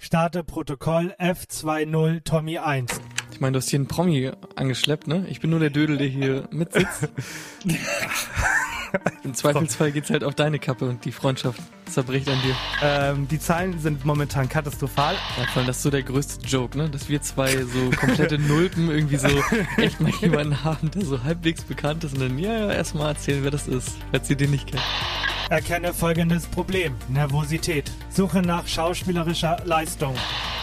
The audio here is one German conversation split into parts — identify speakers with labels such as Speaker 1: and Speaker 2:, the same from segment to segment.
Speaker 1: Starte Protokoll F20 Tommy 1.
Speaker 2: Ich meine, du hast hier einen Promi angeschleppt, ne? Ich bin nur der Dödel, der hier mitsitzt. Im Zweifelsfall geht's halt auf deine Kappe und die Freundschaft zerbricht an dir.
Speaker 1: Ähm, die Zahlen sind momentan katastrophal.
Speaker 2: Ja, vor allem, das ist so der größte Joke, ne? Dass wir zwei so komplette Nulpen irgendwie so echt mal jemanden haben, der so halbwegs bekannt ist und dann, ja, ja, erstmal erzählen, wer das ist, falls ihr den nicht kennt.
Speaker 1: Erkenne folgendes Problem. Nervosität. Suche nach schauspielerischer Leistung.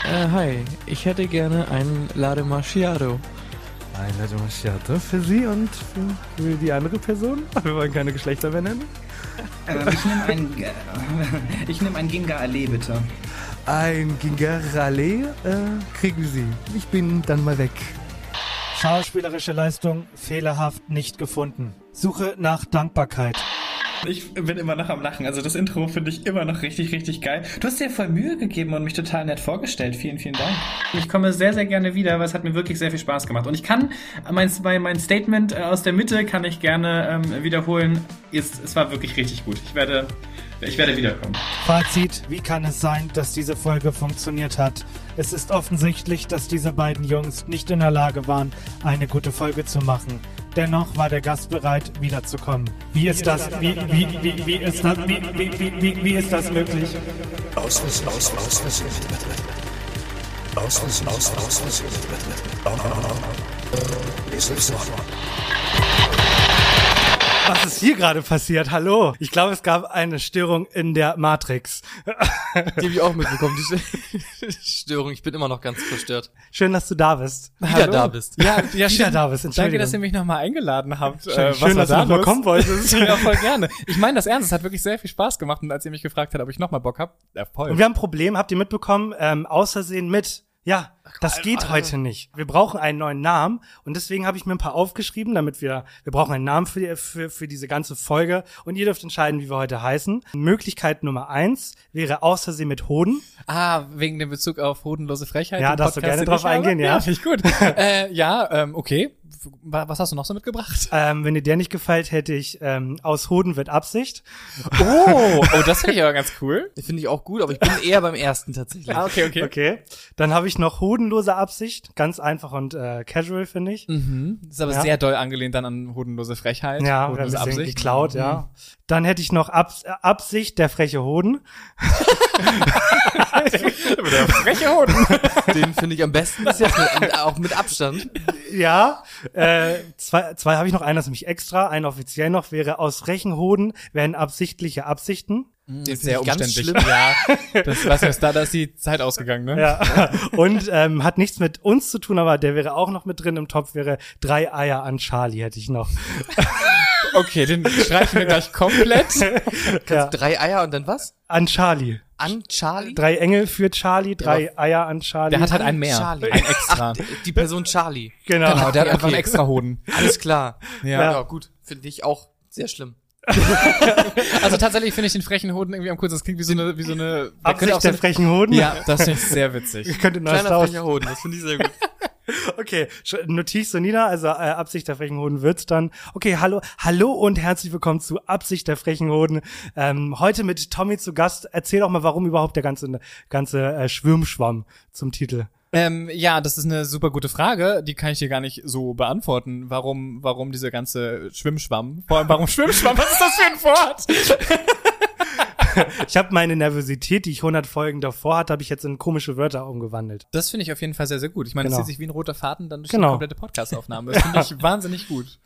Speaker 2: Äh, hi, ich hätte gerne einen Lade Macchiato.
Speaker 3: Ein Latte Macchiato für Sie und für, für die andere Person. Wir wollen keine Geschlechter mehr nennen.
Speaker 4: Ähm, ich nehme ein, äh, ich nehm ein Ginga Allee, bitte.
Speaker 3: Ein Gingarale äh, kriegen Sie. Ich bin dann mal weg.
Speaker 1: Schauspielerische Leistung fehlerhaft nicht gefunden. Suche nach Dankbarkeit.
Speaker 4: Ich bin immer noch am Lachen. Also das Intro finde ich immer noch richtig, richtig geil. Du hast dir voll Mühe gegeben und mich total nett vorgestellt. Vielen, vielen Dank. Ich komme sehr, sehr gerne wieder, weil es hat mir wirklich sehr viel Spaß gemacht. Und ich kann äh, mein, mein, mein Statement äh, aus der Mitte kann ich gerne ähm, wiederholen. Es, es war wirklich richtig gut. Ich werde, ich werde wiederkommen.
Speaker 1: Fazit, wie kann es sein, dass diese Folge funktioniert hat? Es ist offensichtlich, dass diese beiden Jungs nicht in der Lage waren, eine gute Folge zu machen. Dennoch war der Gast bereit, wiederzukommen. Wie ist das? Wie, wie, wie, wie ist das? Wie, wie, wie, wie, wie ist das möglich?
Speaker 5: Auswissen, auswissen, auswissen. Auswissen, auswissen, auswissen. Lesen wir es nochmal.
Speaker 1: Was ist hier gerade passiert? Hallo? Ich glaube, es gab eine Störung in der Matrix.
Speaker 2: Die hab ich auch mitbekommen, die Störung. Ich bin immer noch ganz verstört.
Speaker 1: Schön, dass du da bist.
Speaker 2: Wieder da bist.
Speaker 1: Ja, ja wieder da bist.
Speaker 6: Danke,
Speaker 1: Entschuldigung.
Speaker 6: dass ihr mich nochmal eingeladen habt. Schön,
Speaker 1: schön, dass du nochmal kommen wolltest.
Speaker 6: ja, voll gerne. Ich meine das ernst, es hat wirklich sehr viel Spaß gemacht und als ihr mich gefragt habt, ob ich nochmal Bock hab, ja,
Speaker 1: Und
Speaker 6: voll.
Speaker 1: wir haben ein Problem, habt ihr mitbekommen, ähm, außersehen mit. Ja, das geht heute nicht. Wir brauchen einen neuen Namen und deswegen habe ich mir ein paar aufgeschrieben, damit wir, wir brauchen einen Namen für, die, für, für diese ganze Folge und ihr dürft entscheiden, wie wir heute heißen. Möglichkeit Nummer eins wäre außersehen mit Hoden.
Speaker 6: Ah, wegen dem Bezug auf hodenlose Frechheit.
Speaker 1: Ja,
Speaker 6: den
Speaker 1: darfst du
Speaker 6: Podcast,
Speaker 1: gerne
Speaker 6: den
Speaker 1: drauf
Speaker 6: ich habe?
Speaker 1: eingehen, ja.
Speaker 6: Ja, finde ich gut. äh, ja, ähm, okay. Wa- Was hast du noch so mitgebracht?
Speaker 1: Ähm, wenn dir der nicht gefällt, hätte ich ähm, aus Hoden wird Absicht.
Speaker 6: Oh, oh das finde ich aber ganz cool.
Speaker 2: Finde ich auch gut, aber ich bin eher beim ersten tatsächlich.
Speaker 6: Ah, okay, okay.
Speaker 1: Okay. Dann habe ich noch hodenlose Absicht. Ganz einfach und äh, casual, finde ich.
Speaker 6: Mhm. Ist aber
Speaker 1: Ja.
Speaker 6: sehr doll angelehnt dann an hodenlose Frechheit.
Speaker 1: Ja, oder ein
Speaker 6: hodenlose
Speaker 1: bisschen
Speaker 6: Absicht. Mhm.
Speaker 1: geklaut, ja. Dann hätte ich noch Abs äh, Absicht, der freche Hoden.
Speaker 6: Freche Hoden.
Speaker 2: Den finde ich am besten. Das ist ja mit, auch mit Abstand.
Speaker 1: Ja, äh, zwei, zwei habe ich noch, einer ist nämlich extra, einen offiziell noch, wäre aus frechen Hoden werden absichtliche Absichten.
Speaker 2: Den finde
Speaker 6: Sehr
Speaker 2: ich ganz
Speaker 6: umständlich.
Speaker 2: schlimm.
Speaker 6: Ja, das, was ist da, da ist die Zeit ausgegangen, ne?
Speaker 1: Ja. Und ähm, hat nichts mit uns zu tun, aber der wäre auch noch mit drin im Topf, wäre drei Eier an Charlie, hätte ich noch.
Speaker 6: Okay, den streichen wir gleich komplett.
Speaker 1: Ja,
Speaker 2: Drei Eier und dann was?
Speaker 1: an Charlie.
Speaker 2: An Charlie?
Speaker 1: Drei Engel für Charlie, drei Eier an Charlie.
Speaker 6: Der hat halt einen mehr.
Speaker 2: Charlie.
Speaker 6: Ein extra.
Speaker 2: Die Person Charlie.
Speaker 1: genau.
Speaker 6: Genau, der hat einfach einen
Speaker 2: Okay.
Speaker 6: extra Hoden.
Speaker 2: Alles klar.
Speaker 6: Ja.
Speaker 2: ja gut. Finde ich auch sehr schlimm.
Speaker 6: Also tatsächlich finde ich den frechen Hoden irgendwie am kurzen. Das klingt wie so eine, wie so eine. der
Speaker 1: Absicht
Speaker 6: könnte auch so
Speaker 1: der
Speaker 6: eine
Speaker 1: frechen Hoden.
Speaker 6: ja, das finde ich sehr witzig.
Speaker 1: Ich könnte neues
Speaker 2: Kleiner
Speaker 1: Star
Speaker 2: frecher Hoden, das finde ich sehr gut.
Speaker 1: Okay, sch- Notiz so nieder, also äh, Absicht der frechen Hoden wird's dann. Okay, hallo, hallo und herzlich willkommen zu Absicht der frechen Hoden. Ähm, heute mit Tommy zu Gast. Erzähl doch mal, warum überhaupt der ganze ganze äh, Schwürmschwamm zum Titel.
Speaker 6: Ähm, ja, das ist eine super gute Frage. Die kann ich dir gar nicht so beantworten. Warum, warum diese ganze Schwimmschwamm? Vor allem, warum Schwimmschwamm? Was ist das für ein Wort?
Speaker 1: Ich habe meine Nervosität, die ich 100 Folgen davor hatte, habe ich jetzt in komische Wörter umgewandelt.
Speaker 6: Das finde ich auf jeden Fall sehr, sehr gut. Ich meine,
Speaker 1: Genau.
Speaker 6: das zieht sich wie ein roter Faden dann durch
Speaker 1: Genau.
Speaker 6: die komplette Podcastaufnahme. Das finde ich wahnsinnig gut.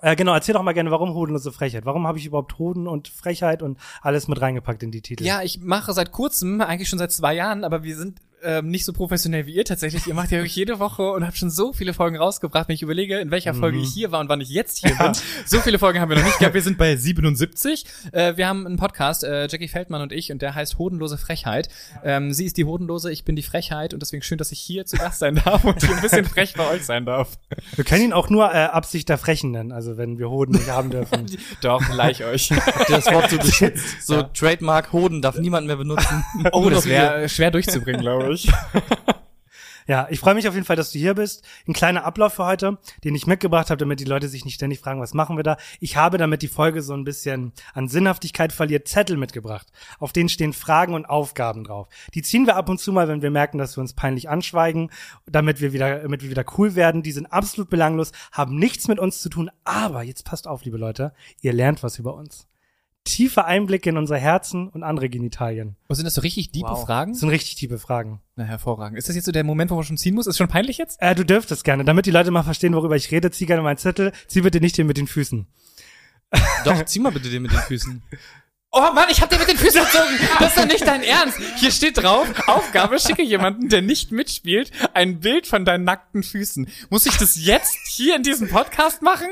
Speaker 1: Äh, genau, erzähl doch mal gerne, warum Hodenlose Frechheit? Warum habe ich überhaupt Hoden und Frechheit und alles mit reingepackt in die Titel?
Speaker 6: Ja, ich mache seit kurzem, eigentlich schon seit zwei Jahren, aber wir sind ähm, nicht so professionell wie ihr tatsächlich. Ihr macht ja wirklich jede Woche und habt schon so viele Folgen rausgebracht, wenn ich überlege, in welcher Folge ich hier war und wann ich jetzt hier bin. So viele Folgen haben wir noch nicht gehabt. Wir sind bei 77. Äh, wir haben einen Podcast, äh, Jackie Feldmann und ich, und der heißt Hodenlose Frechheit. Ähm, sie ist die Hodenlose, ich bin die Frechheit und deswegen schön, dass ich hier zu Gast sein darf und hier ein bisschen frech bei euch sein darf.
Speaker 1: Wir können ihn auch nur äh, Absicht der Frechen nennen, also wenn wir Hoden nicht haben dürfen.
Speaker 6: Doch, leich euch.
Speaker 7: Habt ihr das Wort so beschützt? So Trademark Hoden darf niemand mehr benutzen.
Speaker 6: Oh, das wäre schwer durchzubringen, glaube ich.
Speaker 1: Ja, ich freue mich auf jeden Fall, dass du hier bist. Ein kleiner Ablauf für heute, den ich mitgebracht habe, damit die Leute sich nicht ständig fragen, was machen wir da. Ich habe, damit die Folge so ein bisschen an Sinnhaftigkeit verliert, Zettel mitgebracht. Auf denen stehen Fragen und Aufgaben drauf. Die ziehen wir ab und zu mal, wenn wir merken, dass wir uns peinlich anschweigen, damit wir wieder, damit wir wieder cool werden. Die sind absolut belanglos, haben nichts mit uns zu tun. Aber jetzt passt auf, liebe Leute, ihr lernt was über uns. Tiefe Einblicke in unsere Herzen und andere Genitalien.
Speaker 6: Oh, sind das so richtig diepe
Speaker 7: Wow.
Speaker 6: Fragen?
Speaker 1: Das sind richtig tiefe Fragen.
Speaker 6: Na, hervorragend. Ist das jetzt so der Moment, wo man schon ziehen muss? Ist schon peinlich jetzt?
Speaker 1: Äh, du dürftest gerne. Damit die Leute mal verstehen, worüber ich rede, zieh gerne meinen Zettel. Zieh bitte nicht den mit den Füßen.
Speaker 7: Doch, zieh mal bitte den mit den Füßen.
Speaker 6: Oh Mann, ich hab dir mit den Füßen gezogen. Das ist doch nicht dein Ernst. Hier steht drauf, Aufgabe, schicke jemanden, der nicht mitspielt, ein Bild von deinen nackten Füßen. Muss ich das jetzt hier in diesem Podcast machen?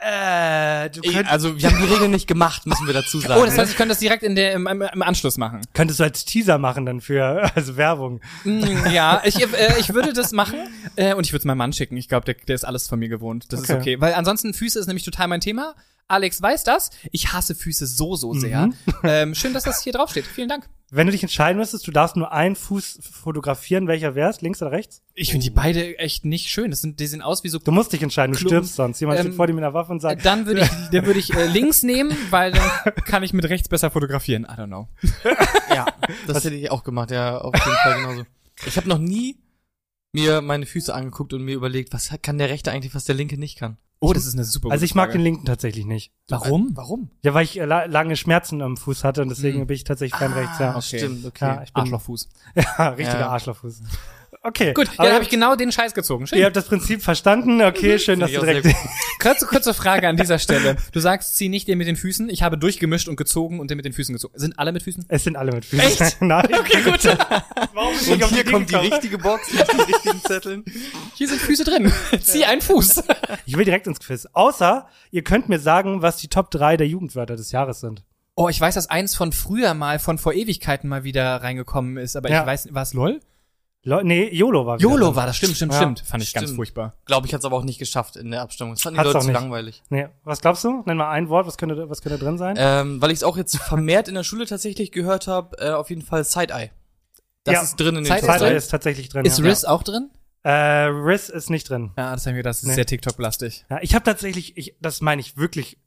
Speaker 1: Äh, du
Speaker 7: Ey, also, wir haben die Regel nicht gemacht, müssen wir dazu sagen.
Speaker 6: Oh, das heißt, ich könnte das direkt in der, im, im, im Anschluss machen.
Speaker 1: könntest du als Teaser machen dann für, also Werbung.
Speaker 6: Mm, ja, ich, äh, ich würde das machen äh, und ich würde es meinem Mann schicken. Ich glaube, der, der ist alles von mir gewohnt. Das ist
Speaker 1: Okay.
Speaker 6: okay. Weil ansonsten Füße ist nämlich total mein Thema. Alex weiß das. Ich hasse Füße so, so sehr. Ähm, schön, dass das hier draufsteht. Vielen Dank.
Speaker 1: Wenn du dich entscheiden müsstest, du darfst nur einen Fuß fotografieren, welcher wär's, links oder rechts?
Speaker 6: Ich finde die beide echt nicht schön. Das sind, die sehen aus wie so
Speaker 1: Du musst dich entscheiden, du
Speaker 6: Klump.
Speaker 1: stirbst sonst. Jemand
Speaker 6: Ähm,
Speaker 1: steht vor dir mit einer Waffe und sagt,
Speaker 6: Dann würde ich, dann würde ich äh, links nehmen, weil dann kann ich mit rechts besser fotografieren. I don't know.
Speaker 7: ja, das hätte ich auch gemacht, ja, auf jeden Fall genauso. Ich habe noch nie mir meine Füße angeguckt und mir überlegt, was kann der Rechte eigentlich, was der Linke nicht kann.
Speaker 6: Oh, das ist eine super.
Speaker 1: also
Speaker 6: gute
Speaker 1: ich mag
Speaker 6: Frage.
Speaker 1: den linken tatsächlich nicht.
Speaker 6: Warum?
Speaker 7: Warum?
Speaker 1: Ja, weil ich äh, la lange Schmerzen am Fuß hatte und deswegen bin ich tatsächlich kein rechts, ja.
Speaker 6: Hm. Ah, okay.
Speaker 7: Stimmt, okay.
Speaker 1: Ja, ich bin
Speaker 6: Arschlochfuß.
Speaker 1: ja, richtiger
Speaker 7: Ja.
Speaker 1: Arschlochfuß. Okay.
Speaker 6: Gut, ja, Mhm.
Speaker 1: aber
Speaker 6: dann habe ich genau den Scheiß gezogen. Schön.
Speaker 1: Ihr habt das Prinzip verstanden. Okay, schön, dass
Speaker 7: ich
Speaker 1: du
Speaker 7: auch sehr
Speaker 1: direkt
Speaker 6: Kurze, kurze Frage an dieser Stelle. Du sagst, zieh nicht den mit den Füßen. Ich habe durchgemischt und gezogen und den mit den Füßen gezogen. Sind alle mit Füßen?
Speaker 1: Es sind alle mit Füßen. Echt? Nein.
Speaker 6: Okay, gut.
Speaker 1: Warum bin ich
Speaker 7: Und
Speaker 1: auf die
Speaker 7: hier
Speaker 1: Idee
Speaker 7: kommt die
Speaker 1: gekommen?
Speaker 7: richtige Box mit den richtigen Zetteln.
Speaker 6: Hier sind Füße drin. Zieh einen Fuß.
Speaker 1: Ich will direkt ins Quiz. Außer, ihr könnt mir sagen, was die Top 3 der Jugendwörter des Jahres sind.
Speaker 6: Oh, ich weiß, dass eins von früher mal, von vor Ewigkeiten mal wieder reingekommen ist, aber
Speaker 1: Ja.
Speaker 6: ich weiß, war es LOL?
Speaker 1: Lo nee, YOLO war wieder
Speaker 6: YOLO
Speaker 1: drin.
Speaker 6: war das, stimmt, stimmt,
Speaker 1: Ja.
Speaker 6: stimmt. Fand ich ganz
Speaker 7: Stimmt.
Speaker 6: furchtbar.
Speaker 7: Glaube ich, hat's aber auch nicht geschafft in der Abstimmung. Das fanden die
Speaker 1: Hat's
Speaker 7: Leute
Speaker 1: auch
Speaker 7: zu
Speaker 1: nicht.
Speaker 7: langweilig.
Speaker 1: Nee, was glaubst du? Nenn mal ein Wort, was könnte, was könnte drin sein?
Speaker 6: Äh,
Speaker 7: Ähm, weil ich es auch jetzt vermehrt in der Schule tatsächlich gehört habe, äh, auf jeden Fall Side-Eye. Das
Speaker 1: Ja.
Speaker 7: ist drin in den
Speaker 6: Side-Eye
Speaker 7: Top
Speaker 1: Side
Speaker 7: drei.
Speaker 1: Eye
Speaker 6: drin?
Speaker 1: ist tatsächlich drin.
Speaker 6: Ist
Speaker 1: ja.
Speaker 6: Riz auch drin?
Speaker 1: Ja. Äh, Riz ist nicht drin.
Speaker 6: Ja, das haben wir, das ist
Speaker 1: Nee.
Speaker 6: sehr TikTok-lastig.
Speaker 1: Ja, ich habe tatsächlich, ich, das meine ich wirklich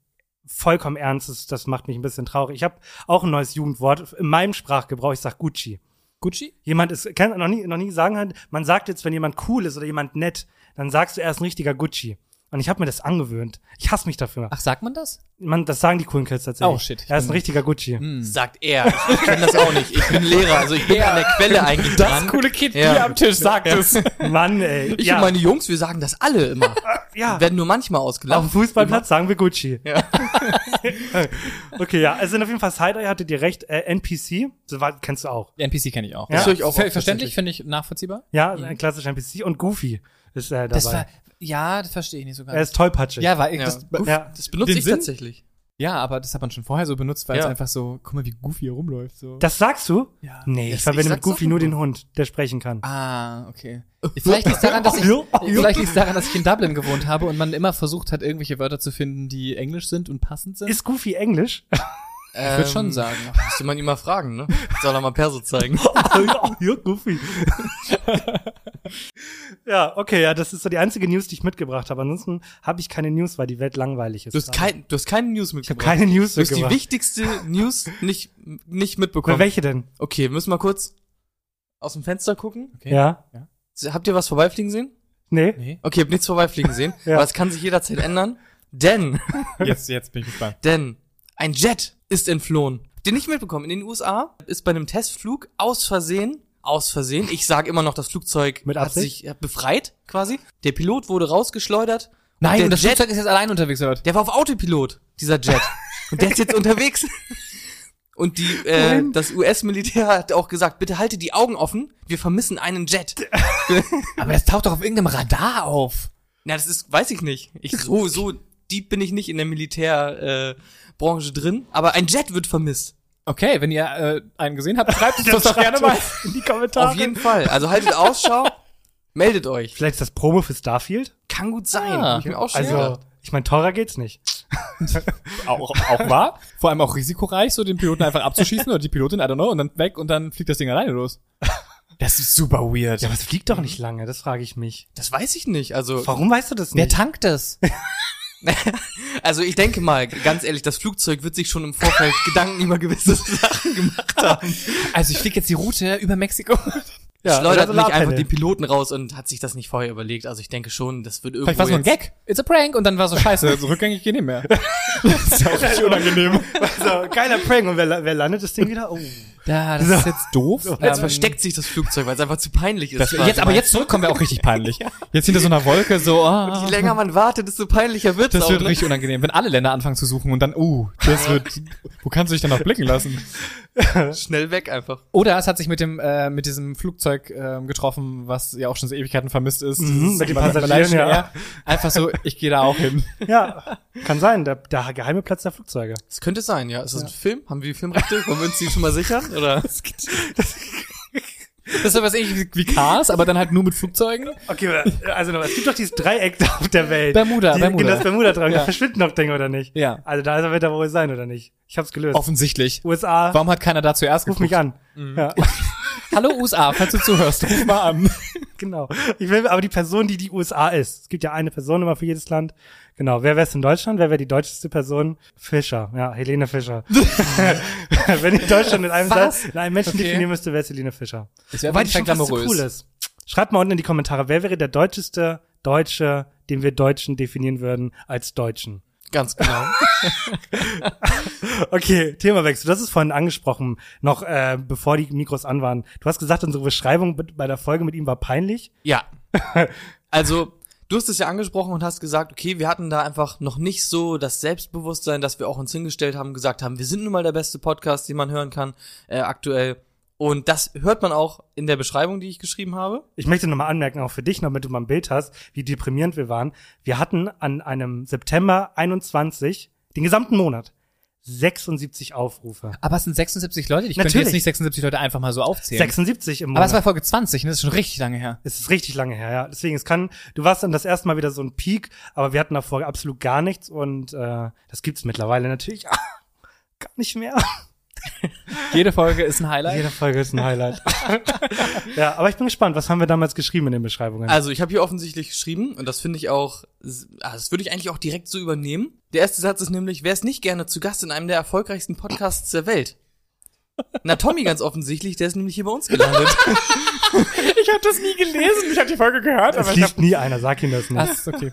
Speaker 1: vollkommen ernst, das- das macht mich ein bisschen traurig. Ich habe auch ein neues Jugendwort in meinem Sprachgebrauch, ich sag Gucci.
Speaker 6: Gucci?
Speaker 1: Jemand ist, kann noch nie, noch nie sagen hat, man sagt jetzt, wenn jemand cool ist oder jemand nett, dann sagst du erst ein richtiger Gucci. Und ich habe mir das angewöhnt. Ich hasse mich dafür.
Speaker 6: Ach, sagt man das?
Speaker 1: Man, das sagen die coolen Kids tatsächlich.
Speaker 6: Oh, shit.
Speaker 1: Er ist ein richtiger Gucci.
Speaker 7: Sagt er. Ich kenne das auch nicht. Ich bin Lehrer, also ich bin an der Quelle eigentlich dran.
Speaker 6: Kind
Speaker 7: Ja.
Speaker 6: hier am Tisch sagt es.
Speaker 1: Mann, ey.
Speaker 7: Ich
Speaker 1: ja,
Speaker 7: und meine Jungs, wir sagen das alle immer.
Speaker 1: ja.
Speaker 7: Werden nur manchmal
Speaker 1: Auf
Speaker 7: ausgelacht.
Speaker 1: dem Fußballplatz sagen wir Gucci.
Speaker 7: Ja.
Speaker 1: okay, ja. Es sind auf jeden Fall Side-Eye, hattet ihr recht. Äh, NPC, so war, kennst du auch.
Speaker 6: Die NPC kenne ich auch.
Speaker 1: Ja. Das
Speaker 7: höre ich auch
Speaker 6: Ver
Speaker 7: oft,
Speaker 6: verständlich, finde ich nachvollziehbar.
Speaker 1: Ja, ein klassischer NPC. Und Goofy ist äh, dabei.
Speaker 6: ja, das verstehe ich nicht so ganz.
Speaker 1: er ist tollpatschig.
Speaker 6: ja, war ich,
Speaker 7: äh, Ja.
Speaker 6: das,
Speaker 7: Uff,
Speaker 1: ja.
Speaker 7: Das benutze
Speaker 6: Den
Speaker 7: ich
Speaker 6: Sinn?
Speaker 7: tatsächlich.
Speaker 6: ja, aber das hat man schon vorher so benutzt, weil es
Speaker 7: Ja.
Speaker 6: einfach so, guck mal, wie Goofy hier rumläuft, so.
Speaker 1: Das sagst du?
Speaker 6: Ja.
Speaker 1: Nee, ich
Speaker 7: Das-
Speaker 1: verwende
Speaker 7: ich
Speaker 1: mit
Speaker 7: sag's
Speaker 1: Goofy
Speaker 7: doch
Speaker 1: nur
Speaker 7: nur.
Speaker 1: den Hund, der sprechen kann.
Speaker 6: Ah, okay. Äh, Vielleicht liegt daran, dass ich, vielleicht liegt's daran, dass ich in Dublin gewohnt habe und man immer versucht hat, irgendwelche Wörter zu finden, die englisch sind und passend sind.
Speaker 1: Ist Goofy Englisch?
Speaker 7: Ich
Speaker 6: würd schon sagen.
Speaker 7: Ähm, Müsste man ihn mal fragen, ne? Soll er mal Perso zeigen.
Speaker 1: ja, ja, Goofy. ja, okay, ja, das ist so die einzige News, die ich mitgebracht habe. Ansonsten habe ich keine News, weil die Welt langweilig ist.
Speaker 7: Du hast, kein, du hast keine
Speaker 1: ich
Speaker 7: News
Speaker 1: habe
Speaker 7: mitgebracht.
Speaker 1: keine News
Speaker 7: du hast die
Speaker 1: mitgebracht.
Speaker 7: wichtigste News nicht, nicht
Speaker 1: Aber
Speaker 7: mitbekommen.
Speaker 1: welche denn?
Speaker 7: Okay, müssen wir kurz aus dem Fenster gucken.
Speaker 6: Okay.
Speaker 1: Ja?
Speaker 7: Habt ihr was vorbeifliegen sehen?
Speaker 1: Nee?
Speaker 6: Nee.
Speaker 7: Okay, ich hab nichts vorbeifliegen sehen.
Speaker 1: Ja.
Speaker 7: Aber es kann sich jederzeit ändern. Denn,
Speaker 6: Jetzt, jetzt bin ich gespannt.
Speaker 7: denn ein Jet ist entflohen. Habt ihr nicht mitbekommen? In den USA ist bei einem Testflug aus Versehen, aus Versehen, ich sage immer noch, das Flugzeug
Speaker 1: Mit
Speaker 7: hat
Speaker 1: Absicht?
Speaker 7: sich äh, befreit quasi. Der Pilot wurde rausgeschleudert.
Speaker 6: Nein,
Speaker 7: der
Speaker 6: und das
Speaker 7: Jet,
Speaker 6: Flugzeug ist jetzt allein unterwegs, oder? was?
Speaker 7: der war auf Autopilot, dieser Jet. Und der ist jetzt unterwegs. Und die, äh, das US-Militär hat auch gesagt, bitte halte die Augen offen, wir vermissen einen Jet.
Speaker 6: Aber das taucht doch auf irgendeinem Radar auf.
Speaker 7: Na, das ist, weiß ich nicht. Ich so, so deep bin ich nicht in der Militärbranche äh, Branche drin, aber ein Jet wird vermisst.
Speaker 6: Okay, wenn ihr äh, einen gesehen habt, schreibt es uns doch gerne mal in die Kommentare.
Speaker 7: Auf jeden Fall. Also haltet Ausschau, meldet euch.
Speaker 1: Vielleicht ist das Promo für Starfield?
Speaker 7: Kann gut sein.
Speaker 6: Ah,
Speaker 7: Hab ich mir auch schon
Speaker 1: Also,
Speaker 7: gedacht.
Speaker 1: ich meine, teurer geht's nicht.
Speaker 6: auch, auch wahr. Vor allem auch risikoreich, so den Piloten einfach abzuschießen oder die Pilotin, I don't know, und dann weg und dann fliegt das Ding alleine los. Das ist super weird.
Speaker 1: Ja, aber es fliegt doch nicht lange, das frage ich mich.
Speaker 7: Das weiß ich nicht. Also,
Speaker 1: Warum weißt du das
Speaker 6: Wer
Speaker 1: nicht?
Speaker 6: tankt das?
Speaker 7: also ich denke mal, ganz ehrlich, das Flugzeug wird sich schon im Vorfeld Gedanken über gewisse Sachen gemacht haben.
Speaker 6: Also ich fliege jetzt die Route über Mexiko.
Speaker 1: Ja,
Speaker 7: Schleudert
Speaker 1: oder
Speaker 7: nicht einfach
Speaker 1: Solarpanel.
Speaker 7: den Piloten raus und hat sich das nicht vorher überlegt. Also ich denke schon, das wird irgendwo
Speaker 6: Vielleicht war es nur ein
Speaker 7: jetzt-
Speaker 6: Gag. It's a prank. Und dann war so scheiße. Also rückgängig geht nicht mehr. ist ja auch richtig unangenehm.
Speaker 1: Also, geiler Prank. Und wer, la- wer landet das Ding wieder? Oh.
Speaker 6: Da, das ist jetzt doof.
Speaker 7: Jetzt
Speaker 6: Ähm,
Speaker 7: versteckt sich das Flugzeug, weil es einfach zu peinlich ist.
Speaker 6: Das,
Speaker 7: quasi.
Speaker 6: jetzt, aber jetzt zurückkommen wir auch richtig peinlich. Jetzt hinter so einer Wolke so, ah,
Speaker 7: Je länger man wartet, desto peinlicher wird's
Speaker 6: das
Speaker 7: auch.
Speaker 6: wird
Speaker 7: ne?
Speaker 6: richtig unangenehm. Wenn alle Länder anfangen zu suchen und dann, uh, das wird, wo kannst du dich dann noch blicken lassen?
Speaker 7: Schnell weg einfach.
Speaker 6: Oder es hat sich mit dem äh, mit diesem Flugzeug ähm, getroffen, was ja auch schon seit Ewigkeiten vermisst ist. Dieses
Speaker 1: Mhm, mit den
Speaker 6: Mal-
Speaker 1: Passagieren,
Speaker 6: Malaysian
Speaker 1: ja.
Speaker 6: Air. Einfach so, ich gehe da auch hin.
Speaker 1: Ja, kann sein. Der, der geheime Platz der Flugzeuge.
Speaker 7: Das könnte sein, ja. Ist das ein Film? Haben wir die Filmrechte? Wollen wir uns die schon mal sichern? Oder?
Speaker 6: Das ist ja was ähnlich wie Cars, aber dann halt nur mit Flugzeugen.
Speaker 1: Okay, aber- also nochmal, es gibt doch dieses Dreieck da auf der Welt.
Speaker 6: Bermuda,
Speaker 1: die,
Speaker 6: Bermuda.
Speaker 1: In das Bermuda dran.
Speaker 6: Ja.
Speaker 1: Da verschwinden doch Dinge, oder nicht?
Speaker 6: Ja.
Speaker 1: Also da wird er wohl sein, oder nicht? Ich hab's gelöst.
Speaker 6: Offensichtlich.
Speaker 1: USA,
Speaker 6: Warum hat keiner da zuerst
Speaker 1: ruf
Speaker 6: geguckt?
Speaker 1: mich an.
Speaker 6: Mhm.
Speaker 1: Ja,
Speaker 6: Hallo USA, falls du zuhörst, ruf mal an.
Speaker 1: genau. Ich will aber die Person, die die USA ist. Es gibt ja eine Person immer für jedes Land. Genau. Wer wär's in Deutschland? Wer wäre die deutscheste Person? Fischer. Ja, Helene Fischer. Wenn ich Deutschland mit einem, Satz, mit einem Menschen
Speaker 6: Okay.
Speaker 1: definieren müsste, wäre es Helene Fischer.
Speaker 6: Das wäre
Speaker 1: Wobei die schon fast zu cool ist. Schreibt mal unten in die Kommentare, wer wäre der deutscheste Deutsche, den wir Deutschen definieren würden, als Deutschen?
Speaker 7: Ganz genau.
Speaker 1: Okay, Themawechsel. Das ist vorhin angesprochen, noch äh, bevor die Mikros an waren. Du hast gesagt, unsere Beschreibung be- bei der Folge mit ihm war peinlich.
Speaker 7: Ja. Also, du hast es ja angesprochen und hast gesagt, okay, wir hatten da einfach noch nicht so das Selbstbewusstsein, dass wir auch uns hingestellt haben, gesagt haben, wir sind nun mal der beste Podcast, den man hören kann, äh, aktuell. Und das hört man auch in der Beschreibung, die ich geschrieben habe.
Speaker 1: Ich möchte nochmal anmerken, auch für dich, damit du mal ein Bild hast, wie deprimierend wir waren. Wir hatten an einem September 21, den gesamten Monat, 76 Aufrufe.
Speaker 6: Aber es sind 76 Leute. Ich könnte
Speaker 1: Natürlich.
Speaker 6: jetzt nicht 76 Leute einfach mal so aufzählen.
Speaker 1: 76 im Monat.
Speaker 6: aber es war Folge 20, ne? das ist schon richtig lange her.
Speaker 1: Es ist richtig lange her, ja. Deswegen, es kann, du warst dann das erste Mal wieder so ein Peak, aber wir hatten davor absolut gar nichts und äh, das gibt's mittlerweile natürlich ah, gar nicht mehr.
Speaker 6: Jede Folge ist ein Highlight.
Speaker 1: Jede Folge ist ein Highlight. ja, aber ich bin gespannt, was haben wir damals geschrieben in den Beschreibungen?
Speaker 7: Also, ich habe hier offensichtlich geschrieben, und das finde ich auch, s- ah, das würde ich eigentlich auch direkt so übernehmen. Der erste Satz ist nämlich, wer ist nicht gerne zu Gast in einem der erfolgreichsten Podcasts der Welt? Na, Tommy ganz offensichtlich, der ist nämlich hier bei uns gelandet.
Speaker 6: Ich habe das nie gelesen, ich habe die Folge gehört,
Speaker 1: es liest nie einer, sag ihm das nicht.
Speaker 6: Das ist okay.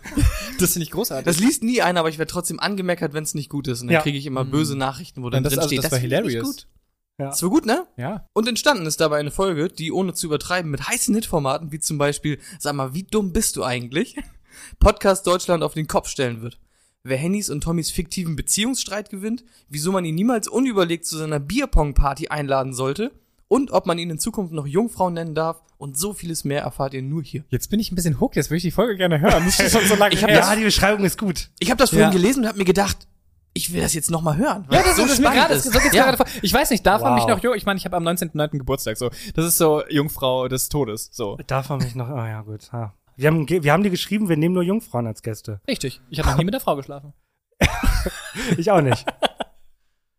Speaker 6: Das finde ich großartig.
Speaker 7: Das liest nie einer, aber ich werde trotzdem angemeckert, wenn es nicht gut ist. Und dann
Speaker 1: Ja.
Speaker 7: kriege ich immer böse Nachrichten, wo
Speaker 6: Mhm. Dann das-
Speaker 7: dann drin
Speaker 6: also
Speaker 7: steht,
Speaker 6: das war
Speaker 7: finde ich nicht
Speaker 6: hilarious.
Speaker 7: Gut.
Speaker 1: Ja.
Speaker 7: Das war gut, ne?
Speaker 6: ja.
Speaker 7: Und entstanden ist dabei eine Folge, die ohne zu übertreiben mit heißen Hitformaten wie zum Beispiel, sag mal, wie dumm bist du eigentlich? Podcast Deutschland auf den Kopf stellen wird. Wer Hennys und Tommys fiktiven Beziehungsstreit gewinnt, wieso man ihn niemals unüberlegt zu seiner Bierpong-Party einladen sollte und ob man ihn in Zukunft noch Jungfrau nennen darf und so vieles mehr erfahrt ihr nur hier.
Speaker 6: Jetzt bin ich ein bisschen hooked, jetzt würde ich die Folge gerne hören. Das ist schon so lange
Speaker 7: Ich hab
Speaker 6: her.
Speaker 1: ja, die Beschreibung ist gut.
Speaker 7: Ich habe das vorhin
Speaker 6: Ja.
Speaker 7: gelesen und habe mir gedacht, ich will das jetzt nochmal hören. weil
Speaker 6: Ja, das
Speaker 7: es so
Speaker 6: ist mir
Speaker 7: spannend
Speaker 6: gerade, das das ist mir
Speaker 7: Ja.
Speaker 6: gerade vor. Ich weiß nicht, darf man
Speaker 1: Wow.
Speaker 6: mich noch jung? Ich meine, ich habe am 19.9. Geburtstag, so. Das ist so Jungfrau des Todes, so.
Speaker 1: Darf man mich noch, oh ja, gut. Ja. Wir, haben, ge- wir haben die geschrieben, wir nehmen nur Jungfrauen als Gäste.
Speaker 6: Richtig. Ich habe noch nie mit der Frau geschlafen.
Speaker 1: Ich auch nicht.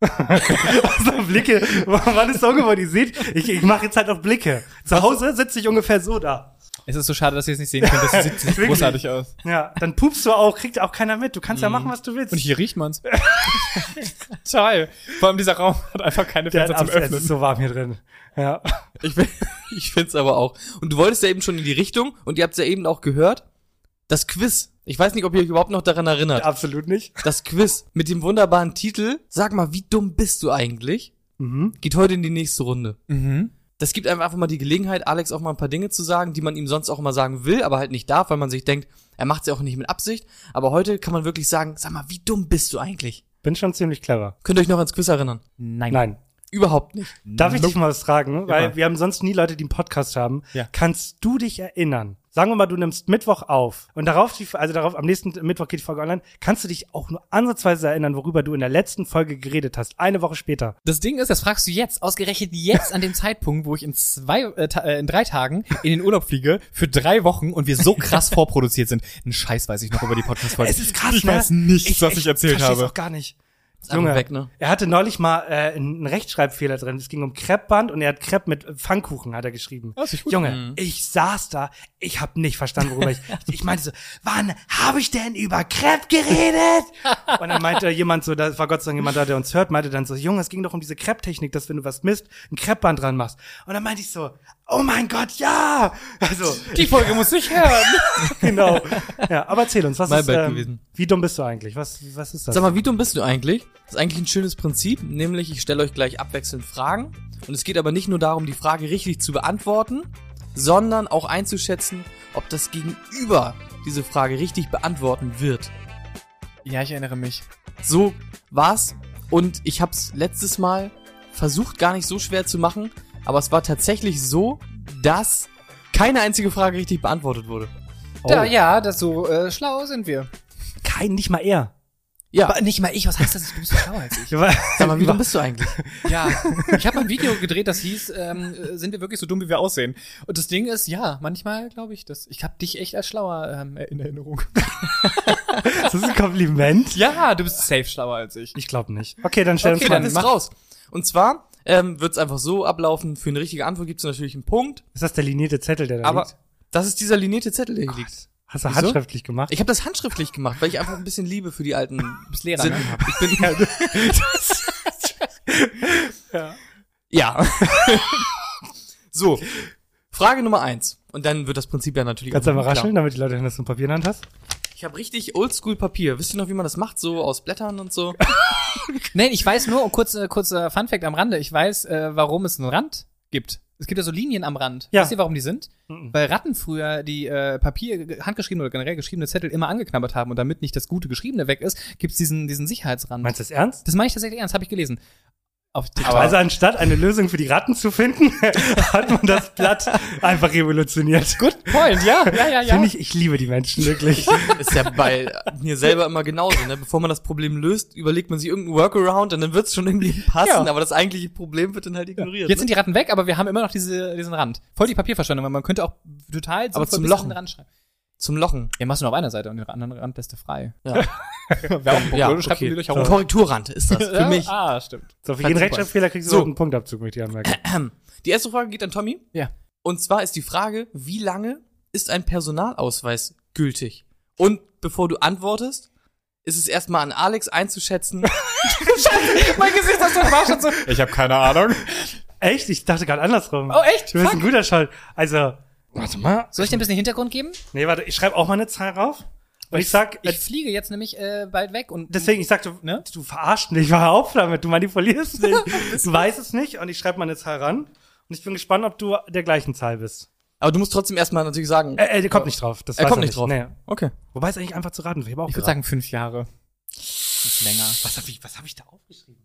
Speaker 1: also Blicke, wann ist so geworden? Ihr seht, ich, ich mache jetzt halt auch Blicke. Zu Hause sitze ich ungefähr so da.
Speaker 6: Es ist so schade, dass ihr es nicht sehen könnt. Das sieht sieht
Speaker 1: Wirklich.
Speaker 6: großartig aus.
Speaker 1: Ja, dann pupst du auch, kriegt auch keiner mit. Du kannst ja machen, was du willst.
Speaker 6: Und hier riecht man's. Toll. Vor allem dieser Raum hat einfach keine
Speaker 1: der hat
Speaker 6: Fenster zum
Speaker 1: Abs- es
Speaker 6: Öffnen.
Speaker 1: ist so warm hier drin. Ja.
Speaker 7: Ich, bin- ich find's aber auch. Und du wolltest ja eben schon in die Richtung und ihr habt's ja eben auch gehört. Das Quiz. Ich weiß nicht, ob ihr euch überhaupt noch daran erinnert.
Speaker 1: Absolut nicht.
Speaker 7: Das Quiz mit dem wunderbaren Titel Sag mal, wie dumm bist du eigentlich?
Speaker 1: Mhm.
Speaker 7: Geht heute in die nächste Runde.
Speaker 6: Mhm.
Speaker 7: Das gibt einem einfach mal die Gelegenheit, Alex auch mal ein paar Dinge zu sagen, die man ihm sonst auch immer sagen will, aber halt nicht darf, weil man sich denkt, er macht's ja auch nicht mit Absicht. Aber heute kann man wirklich sagen, sag mal, wie dumm bist du eigentlich?
Speaker 1: Bin schon ziemlich clever.
Speaker 7: Könnt ihr euch noch ans Quiz erinnern?
Speaker 6: Nein.
Speaker 1: Nein.
Speaker 7: Überhaupt nicht.
Speaker 1: Darf ich dich mal was fragen? Weil
Speaker 6: Immer.
Speaker 1: wir haben sonst nie Leute, die einen Podcast haben.
Speaker 6: Ja.
Speaker 1: Kannst du dich erinnern? Sagen wir mal, du nimmst Mittwoch auf und darauf, die, also darauf, am nächsten Mittwoch geht die Folge online. Kannst du dich auch nur ansatzweise erinnern, worüber du in der letzten Folge geredet hast? Eine Woche später.
Speaker 6: Das Ding ist, das fragst du jetzt, ausgerechnet jetzt an dem Zeitpunkt, wo ich in zwei, äh, ta- äh, in drei Tagen in den Urlaub fliege für drei Wochen und wir so krass vorproduziert sind. Ein Scheiß weiß ich noch über die Podcast-Folge. Ich
Speaker 1: ne?
Speaker 6: weiß nichts, was ich erzählt
Speaker 1: versteh's
Speaker 6: habe.
Speaker 1: auch gar nicht.
Speaker 7: Ist einfach weg, ne?
Speaker 1: Er hatte neulich mal äh, einen Rechtschreibfehler drin. Es ging um Kreppband und er hat Krepp mit Pfannkuchen hat er geschrieben.
Speaker 6: Das Ah, ist gut.
Speaker 1: Junge,
Speaker 7: Mhm.
Speaker 1: ich saß da, ich habe nicht verstanden, worüber ich. Ich meinte so, wann habe ich denn über Krepp geredet? und dann meinte jemand so, das war Gott sei Dank jemand da, der uns hört, meinte dann so, Junge, es ging doch um diese Krepptechnik, dass wenn du was misst, ein Kreppband dran machst. Und dann meinte ich so, oh mein Gott, ja! Also
Speaker 6: Die Folge muss ich hören.
Speaker 1: genau. Ja, aber erzähl uns, was
Speaker 2: Mein
Speaker 1: ist
Speaker 2: Bad
Speaker 1: ähm,
Speaker 2: gewesen.
Speaker 1: Wie dumm bist du eigentlich? Was was ist das?
Speaker 7: Sag mal, wie dumm bist du eigentlich? Das ist eigentlich ein schönes Prinzip, nämlich ich stelle euch gleich abwechselnd Fragen. Und es geht aber nicht nur darum, die Frage richtig zu beantworten, sondern auch einzuschätzen, ob das Gegenüber diese Frage richtig beantworten wird.
Speaker 6: Ja, ich erinnere mich.
Speaker 7: So war's. Und ich hab's letztes Mal versucht, gar nicht so schwer zu machen, aber es war tatsächlich so, dass keine einzige Frage richtig beantwortet wurde. Oh.
Speaker 6: Da, ja, das so äh, schlau sind wir.
Speaker 1: kein nicht mal er.
Speaker 7: Ja,
Speaker 6: nicht mal ich, was heißt das? Du bist schlauer als ich.
Speaker 7: sag mal, wie dumm bist du eigentlich?
Speaker 6: Ja, ich habe ein Video gedreht, das hieß, ähm, äh, sind wir wirklich so dumm, wie wir aussehen? Und das Ding ist, ja, manchmal glaube ich das. Ich habe dich echt als schlauer ähm, in Erinnerung.
Speaker 1: Das ist ein Kompliment.
Speaker 6: Ja, du bist safe schlauer als ich.
Speaker 1: Ich glaube nicht. Okay, dann stell
Speaker 7: Okay,
Speaker 1: uns mal.
Speaker 7: dann ist raus. Und zwar ähm, wird's einfach so ablaufen, für eine richtige Antwort gibt's natürlich einen Punkt,
Speaker 1: Ist das der linierte Zettel, der da
Speaker 7: aber
Speaker 1: liegt?
Speaker 7: das ist dieser linierte Zettel, der hier liegt.
Speaker 1: Hast du
Speaker 7: Wieso?
Speaker 1: handschriftlich gemacht?
Speaker 7: Ich habe das handschriftlich gemacht, weil ich einfach ein bisschen Liebe für die alten
Speaker 6: bist Lehrer,
Speaker 7: Sitten
Speaker 6: ne?
Speaker 7: habe. Ich bin ja. so, Frage Nummer eins. Und dann wird das Prinzip ja natürlich
Speaker 1: Kannst du
Speaker 7: auch
Speaker 1: einmal
Speaker 7: klar.
Speaker 1: rascheln, damit die Leute hören, dass du ein Papier in der Hand hast?
Speaker 7: Ich habe richtig Oldschool Papier. Wisst ihr noch, wie man das macht? So aus Blättern und so.
Speaker 6: Nein, ich weiß nur, und kurz, äh, kurzer Funfact am Rande, ich weiß, äh, warum es einen Rand gibt. Es gibt ja Mhm. so Linien am Rand.
Speaker 1: Ja.
Speaker 6: Wisst ihr, warum die sind? Weil Ratten früher die äh, Papier, ge- handgeschriebene oder generell geschriebene Zettel immer angeknabbert haben und damit nicht das gute Geschriebene weg ist, gibt's diesen, diesen Sicherheitsrand.
Speaker 1: Meinst du das ernst?
Speaker 6: das meine ich tatsächlich ernst, habe ich gelesen. Auf TikTok.
Speaker 1: also anstatt eine Lösung für die Ratten zu finden, hat man das Blatt einfach revolutioniert. Gut.
Speaker 6: Point, ja, ja, ja, ja.
Speaker 1: Finde ich, ich liebe die Menschen wirklich.
Speaker 7: Ist ja bei mir selber immer genauso, ne? Bevor man das Problem löst, überlegt man sich irgendeinen Workaround und dann wird's schon irgendwie passen,
Speaker 6: Ja.
Speaker 7: aber das eigentliche Problem wird dann halt ignoriert.
Speaker 6: Jetzt
Speaker 7: ne?
Speaker 6: sind die Ratten weg, aber wir haben immer noch diese, diesen Rand. Voll die Papierverschwendung, weil man könnte auch total
Speaker 7: Aber
Speaker 6: sinnvoll
Speaker 7: zum
Speaker 6: bis
Speaker 7: Lochen.
Speaker 6: an den Rand schreiben.
Speaker 7: Zum Lochen.
Speaker 6: Ja, machst du nur auf einer Seite und den anderen Rand lässt du frei.
Speaker 7: Ja.
Speaker 6: Wäre auch ein
Speaker 7: Ja,
Speaker 6: Problem, du schreibst
Speaker 7: okay.
Speaker 6: die Löcher
Speaker 7: Ein
Speaker 6: hoch.
Speaker 7: Korrekturrand ist das für mich.
Speaker 6: Ah, stimmt.
Speaker 1: So, für jeden
Speaker 6: Fand super.
Speaker 1: Rechtschreibfehler kriegst du
Speaker 7: So.
Speaker 1: so. einen Punktabzug, möchte ich anmerken.
Speaker 7: Die erste Frage geht an Tommy.
Speaker 6: Ja.
Speaker 7: Und zwar ist die Frage, wie lange ist ein Personalausweis gültig? Und bevor du antwortest, ist es erstmal an Alex einzuschätzen.
Speaker 6: mein Gesicht hast du war schon so.
Speaker 4: Ich habe keine Ahnung.
Speaker 1: Echt? Ich dachte gerade andersrum.
Speaker 6: Oh, echt?
Speaker 1: Du bist ein guter Schall. Also, warte mal.
Speaker 6: Soll ich dir ein bisschen Hintergrund geben?
Speaker 1: Nee, warte, ich schreibe auch mal eine Zahl rauf. Und ich sag,
Speaker 6: Ich fliege jetzt nämlich äh, bald weg und
Speaker 1: Deswegen, ich sagte,
Speaker 6: Ne?
Speaker 1: du verarschst mich, hör auf damit, du manipulierst mich. du weißt es nicht und ich schreibe meine Zahl ran. Und ich bin gespannt, ob du der gleichen Zahl bist.
Speaker 7: Aber du musst trotzdem erstmal natürlich sagen.
Speaker 1: Äh, äh, der kommt nicht drauf. Das
Speaker 7: Er
Speaker 1: weiß
Speaker 7: kommt nicht drauf.
Speaker 1: Nee.
Speaker 7: Okay.
Speaker 1: Wobei es eigentlich einfach zu raten wäre. Ich, hab auch
Speaker 6: ich würde
Speaker 1: geraten.
Speaker 6: sagen fünf Jahre. Nicht länger.
Speaker 1: was habe ich, was hab ich da aufgeschrieben?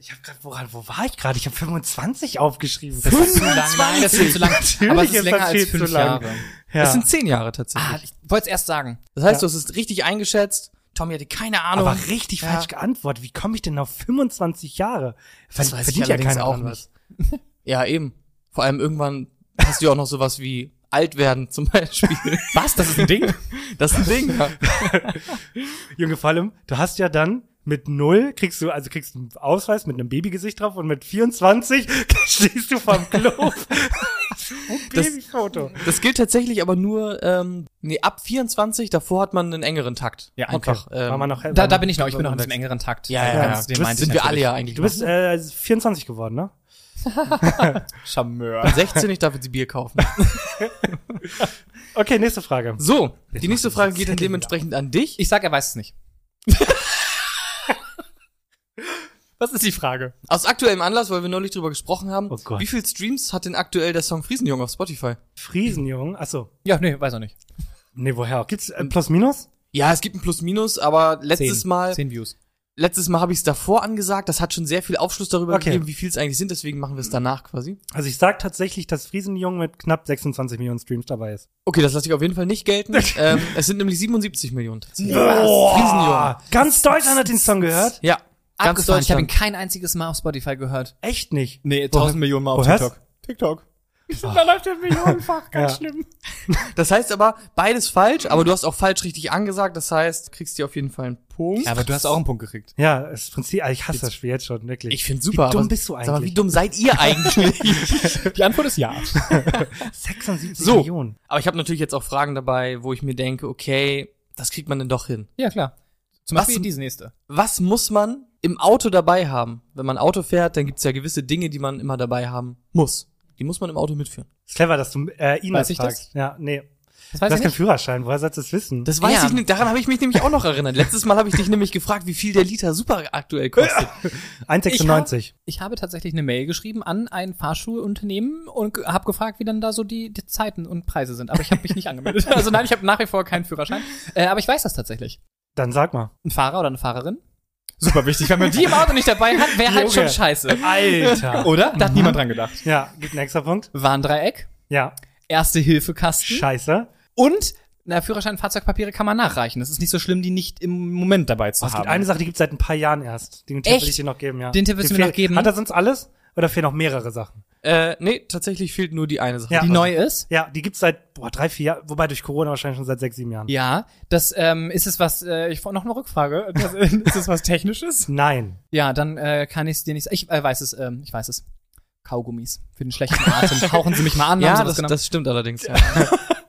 Speaker 1: Ich habe gerade, woran, wo war ich gerade? Ich habe 25 aufgeschrieben.
Speaker 6: Das ist zu lang. Nein, das ist viel zu lang.
Speaker 1: Natürlich
Speaker 6: Aber es ist
Speaker 1: ist
Speaker 6: länger
Speaker 1: das
Speaker 6: als
Speaker 1: viel zu
Speaker 6: fünf
Speaker 1: lang.
Speaker 6: Jahre.
Speaker 1: ja.
Speaker 7: Das sind zehn Jahre tatsächlich.
Speaker 6: Ah, ich wollte es erst sagen.
Speaker 7: Das heißt, du hast es richtig eingeschätzt. Tommy hatte keine Ahnung.
Speaker 1: aber richtig falsch geantwortet. Wie komme ich denn auf 25 Jahre?
Speaker 7: Das
Speaker 1: Ver-
Speaker 7: weiß
Speaker 1: verdient
Speaker 7: ich allerdings
Speaker 1: keiner
Speaker 7: auch
Speaker 1: dran
Speaker 7: nicht. ja, eben. Vor allem irgendwann hast du ja auch noch sowas wie alt werden zum Beispiel.
Speaker 6: Was? Das ist ein Ding?
Speaker 7: Das ist ein Ding. Ja.
Speaker 1: Junge, vor allem, du hast ja dann mit null kriegst du, also kriegst einen Ausweis mit einem Babygesicht drauf und mit 24 stehst du vorm Klo.
Speaker 7: Das-
Speaker 1: Babyfoto.
Speaker 7: Das gilt tatsächlich aber nur ähm, nee, ab 24, davor hat man einen engeren Takt.
Speaker 6: Ja,
Speaker 7: Ähm,
Speaker 1: War man noch,
Speaker 6: Da, da bin ich noch. Ich bin noch in diesem engeren Takt.
Speaker 7: ja, ja,
Speaker 6: Also,
Speaker 7: ja.
Speaker 6: ganz- Den
Speaker 1: Du
Speaker 6: meinte
Speaker 7: sind
Speaker 6: ich
Speaker 7: wir alle
Speaker 6: natürlich.
Speaker 7: ja eigentlich.
Speaker 1: Du bist äh, 24 geworden, ne?
Speaker 6: Charmeur.
Speaker 7: noch. 16, ich darf jetzt Bier kaufen.
Speaker 1: Okay, nächste Frage.
Speaker 7: So, die nächste Frage geht dann
Speaker 1: Zettel
Speaker 7: dementsprechend an dich.
Speaker 6: Ich sag, er weiß es nicht. Was ist die Frage?
Speaker 7: Aus aktuellem Anlass, weil wir neulich drüber gesprochen haben,
Speaker 1: Oh Gott.
Speaker 7: wie viel Streams hat denn aktuell der Song Friesenjung auf Spotify?
Speaker 1: Friesenjungen. Achso.
Speaker 6: Ja, nee, weiß auch nicht.
Speaker 7: Ähm.
Speaker 1: Nee, woher? auch? Gibt's äh, plus minus?
Speaker 7: Ja, es gibt ein Plus-Minus, aber letztes
Speaker 6: Zehn.
Speaker 7: Mal
Speaker 6: Zehn Views.
Speaker 7: Letztes Mal habe ich es davor angesagt. Das hat schon sehr viel Aufschluss darüber
Speaker 1: Okay.
Speaker 7: gegeben, wie viel es eigentlich sind. Deswegen machen wir es danach quasi.
Speaker 1: Also ich sag tatsächlich, dass Friesenjung mit knapp 26 Millionen Streams dabei ist.
Speaker 7: Okay, das lasse ich auf jeden Fall nicht gelten. ähm, es sind nämlich 77 Millionen. tatsächlich.
Speaker 1: Friesenjung. Ah, Ganz Deutschland hat den Song gehört.
Speaker 7: Ja, ganz
Speaker 6: Abgefahren, ich habe ihn
Speaker 7: Deutschland.
Speaker 6: kein einziges Mal auf Spotify gehört.
Speaker 1: Echt nicht.
Speaker 6: Nee,
Speaker 1: Woher-
Speaker 6: Millionen Mal
Speaker 1: woher-
Speaker 6: TikTok.
Speaker 1: Ganz schlimm.
Speaker 7: Das heißt aber beides falsch. Aber du hast auch falsch richtig angesagt. Das heißt, kriegst dir auf jeden Fall einen Punkt.
Speaker 6: Ja, aber du hast auch einen Punkt gekriegt.
Speaker 1: Ja, das Prinzip, also ich hasse das Spiel jetzt schon, wirklich.
Speaker 7: ich finde super.
Speaker 1: Wie dumm
Speaker 7: aber,
Speaker 1: bist du
Speaker 7: Sag mal, wie
Speaker 1: eigentlich?
Speaker 7: dumm seid ihr eigentlich?
Speaker 6: Die Antwort ist ja.
Speaker 1: 76
Speaker 7: So.
Speaker 1: Millionen.
Speaker 7: aber ich habe natürlich jetzt auch Fragen dabei, wo ich mir denke, okay, das kriegt man denn doch hin.
Speaker 6: Ja, klar. Zum
Speaker 7: Was-
Speaker 6: Beispiel diese nächste.
Speaker 7: Was muss man im Auto dabei haben? Wenn man Auto fährt, dann gibt's ja gewisse Dinge, die man immer dabei haben muss. Die muss man im Auto mitführen.
Speaker 1: Ist clever, dass du äh, ihn
Speaker 6: Weiß
Speaker 1: das
Speaker 6: ich
Speaker 1: fragst. Ja, nee.
Speaker 6: Das
Speaker 1: Du hast
Speaker 6: weiß ich
Speaker 1: keinen
Speaker 6: nicht.
Speaker 1: Führerschein, woher sollst du das wissen?
Speaker 7: Das weiß
Speaker 6: Ja.
Speaker 7: ich nicht, daran habe ich mich nämlich auch noch erinnert. Letztes Mal habe ich dich nämlich gefragt, wie viel der Liter super aktuell kostet.
Speaker 1: 1,96.
Speaker 6: Ich habe tatsächlich eine Mail geschrieben an ein Fahrschulunternehmen und ge- habe gefragt, wie dann da so die, die Zeiten und Preise sind. Aber ich habe mich nicht angemeldet. Also nein, ich habe nach wie vor keinen Führerschein. Äh, aber ich weiß das tatsächlich.
Speaker 1: Dann sag mal.
Speaker 6: Ein Fahrer oder eine Fahrerin? Super wichtig. Wenn man die im Auto nicht dabei hat, wäre halt schon
Speaker 1: Junge.
Speaker 6: scheiße.
Speaker 1: Alter.
Speaker 6: Oder? Mhm. Da hat niemand dran gedacht.
Speaker 1: ja, gibt einen extra Punkt.
Speaker 6: Warndreieck,
Speaker 1: Ja.
Speaker 6: Erste-Hilfe-Kasten.
Speaker 1: Scheiße.
Speaker 6: Und na, Führerschein und Fahrzeugpapiere kann man nachreichen. Das ist nicht so schlimm, die nicht im Moment dabei zu
Speaker 1: Es gibt
Speaker 6: haben.
Speaker 1: eine Sache, die gibt's seit ein paar Jahren erst. Den Tipp
Speaker 6: Echt?
Speaker 1: will ich dir noch geben, ja.
Speaker 6: Den Tipp willst
Speaker 1: Dir
Speaker 6: du mir noch
Speaker 1: fehlt-
Speaker 6: geben?
Speaker 1: Hat er sonst alles? Oder fehlen noch mehrere Sachen?
Speaker 7: äh, nee, tatsächlich fehlt nur die eine Sache.
Speaker 1: Ja.
Speaker 6: die neu ist.
Speaker 1: Ja, die gibt's seit boah, drei, vier Jahren, wobei durch Corona wahrscheinlich schon seit sechs, sieben Jahren.
Speaker 6: Ja, das ähm, ist es was, äh, ich noch eine Rückfrage. Das, äh, ist es was Technisches?
Speaker 1: Nein.
Speaker 6: Ja, dann äh, kann ich es dir nicht sagen. Ich äh, weiß es, ähm, ich weiß es. Kaugummis für den schlechten Atem. Hauchen Sie mich mal an. haben
Speaker 7: Ja,
Speaker 6: Sie genau.
Speaker 7: das,
Speaker 6: genommen?
Speaker 7: das stimmt allerdings. Ja.